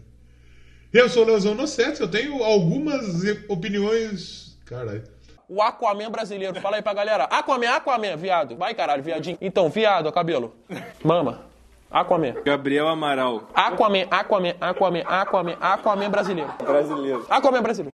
B: Eu sou o Leozão Nocete, eu tenho algumas e- opiniões. Caralho.
G: O Aquaman brasileiro. Fala aí pra galera. Aquaman, Aquaman, viado. Vai, caralho, viadinho. Então, viado, ó, cabelo. Mama. Aquaman.
E: Gabriel Amaral.
G: Aquaman, Aquaman, Aquaman, Aquaman, Aquaman brasileiro.
E: Brasileiro.
G: Aquaman brasileiro.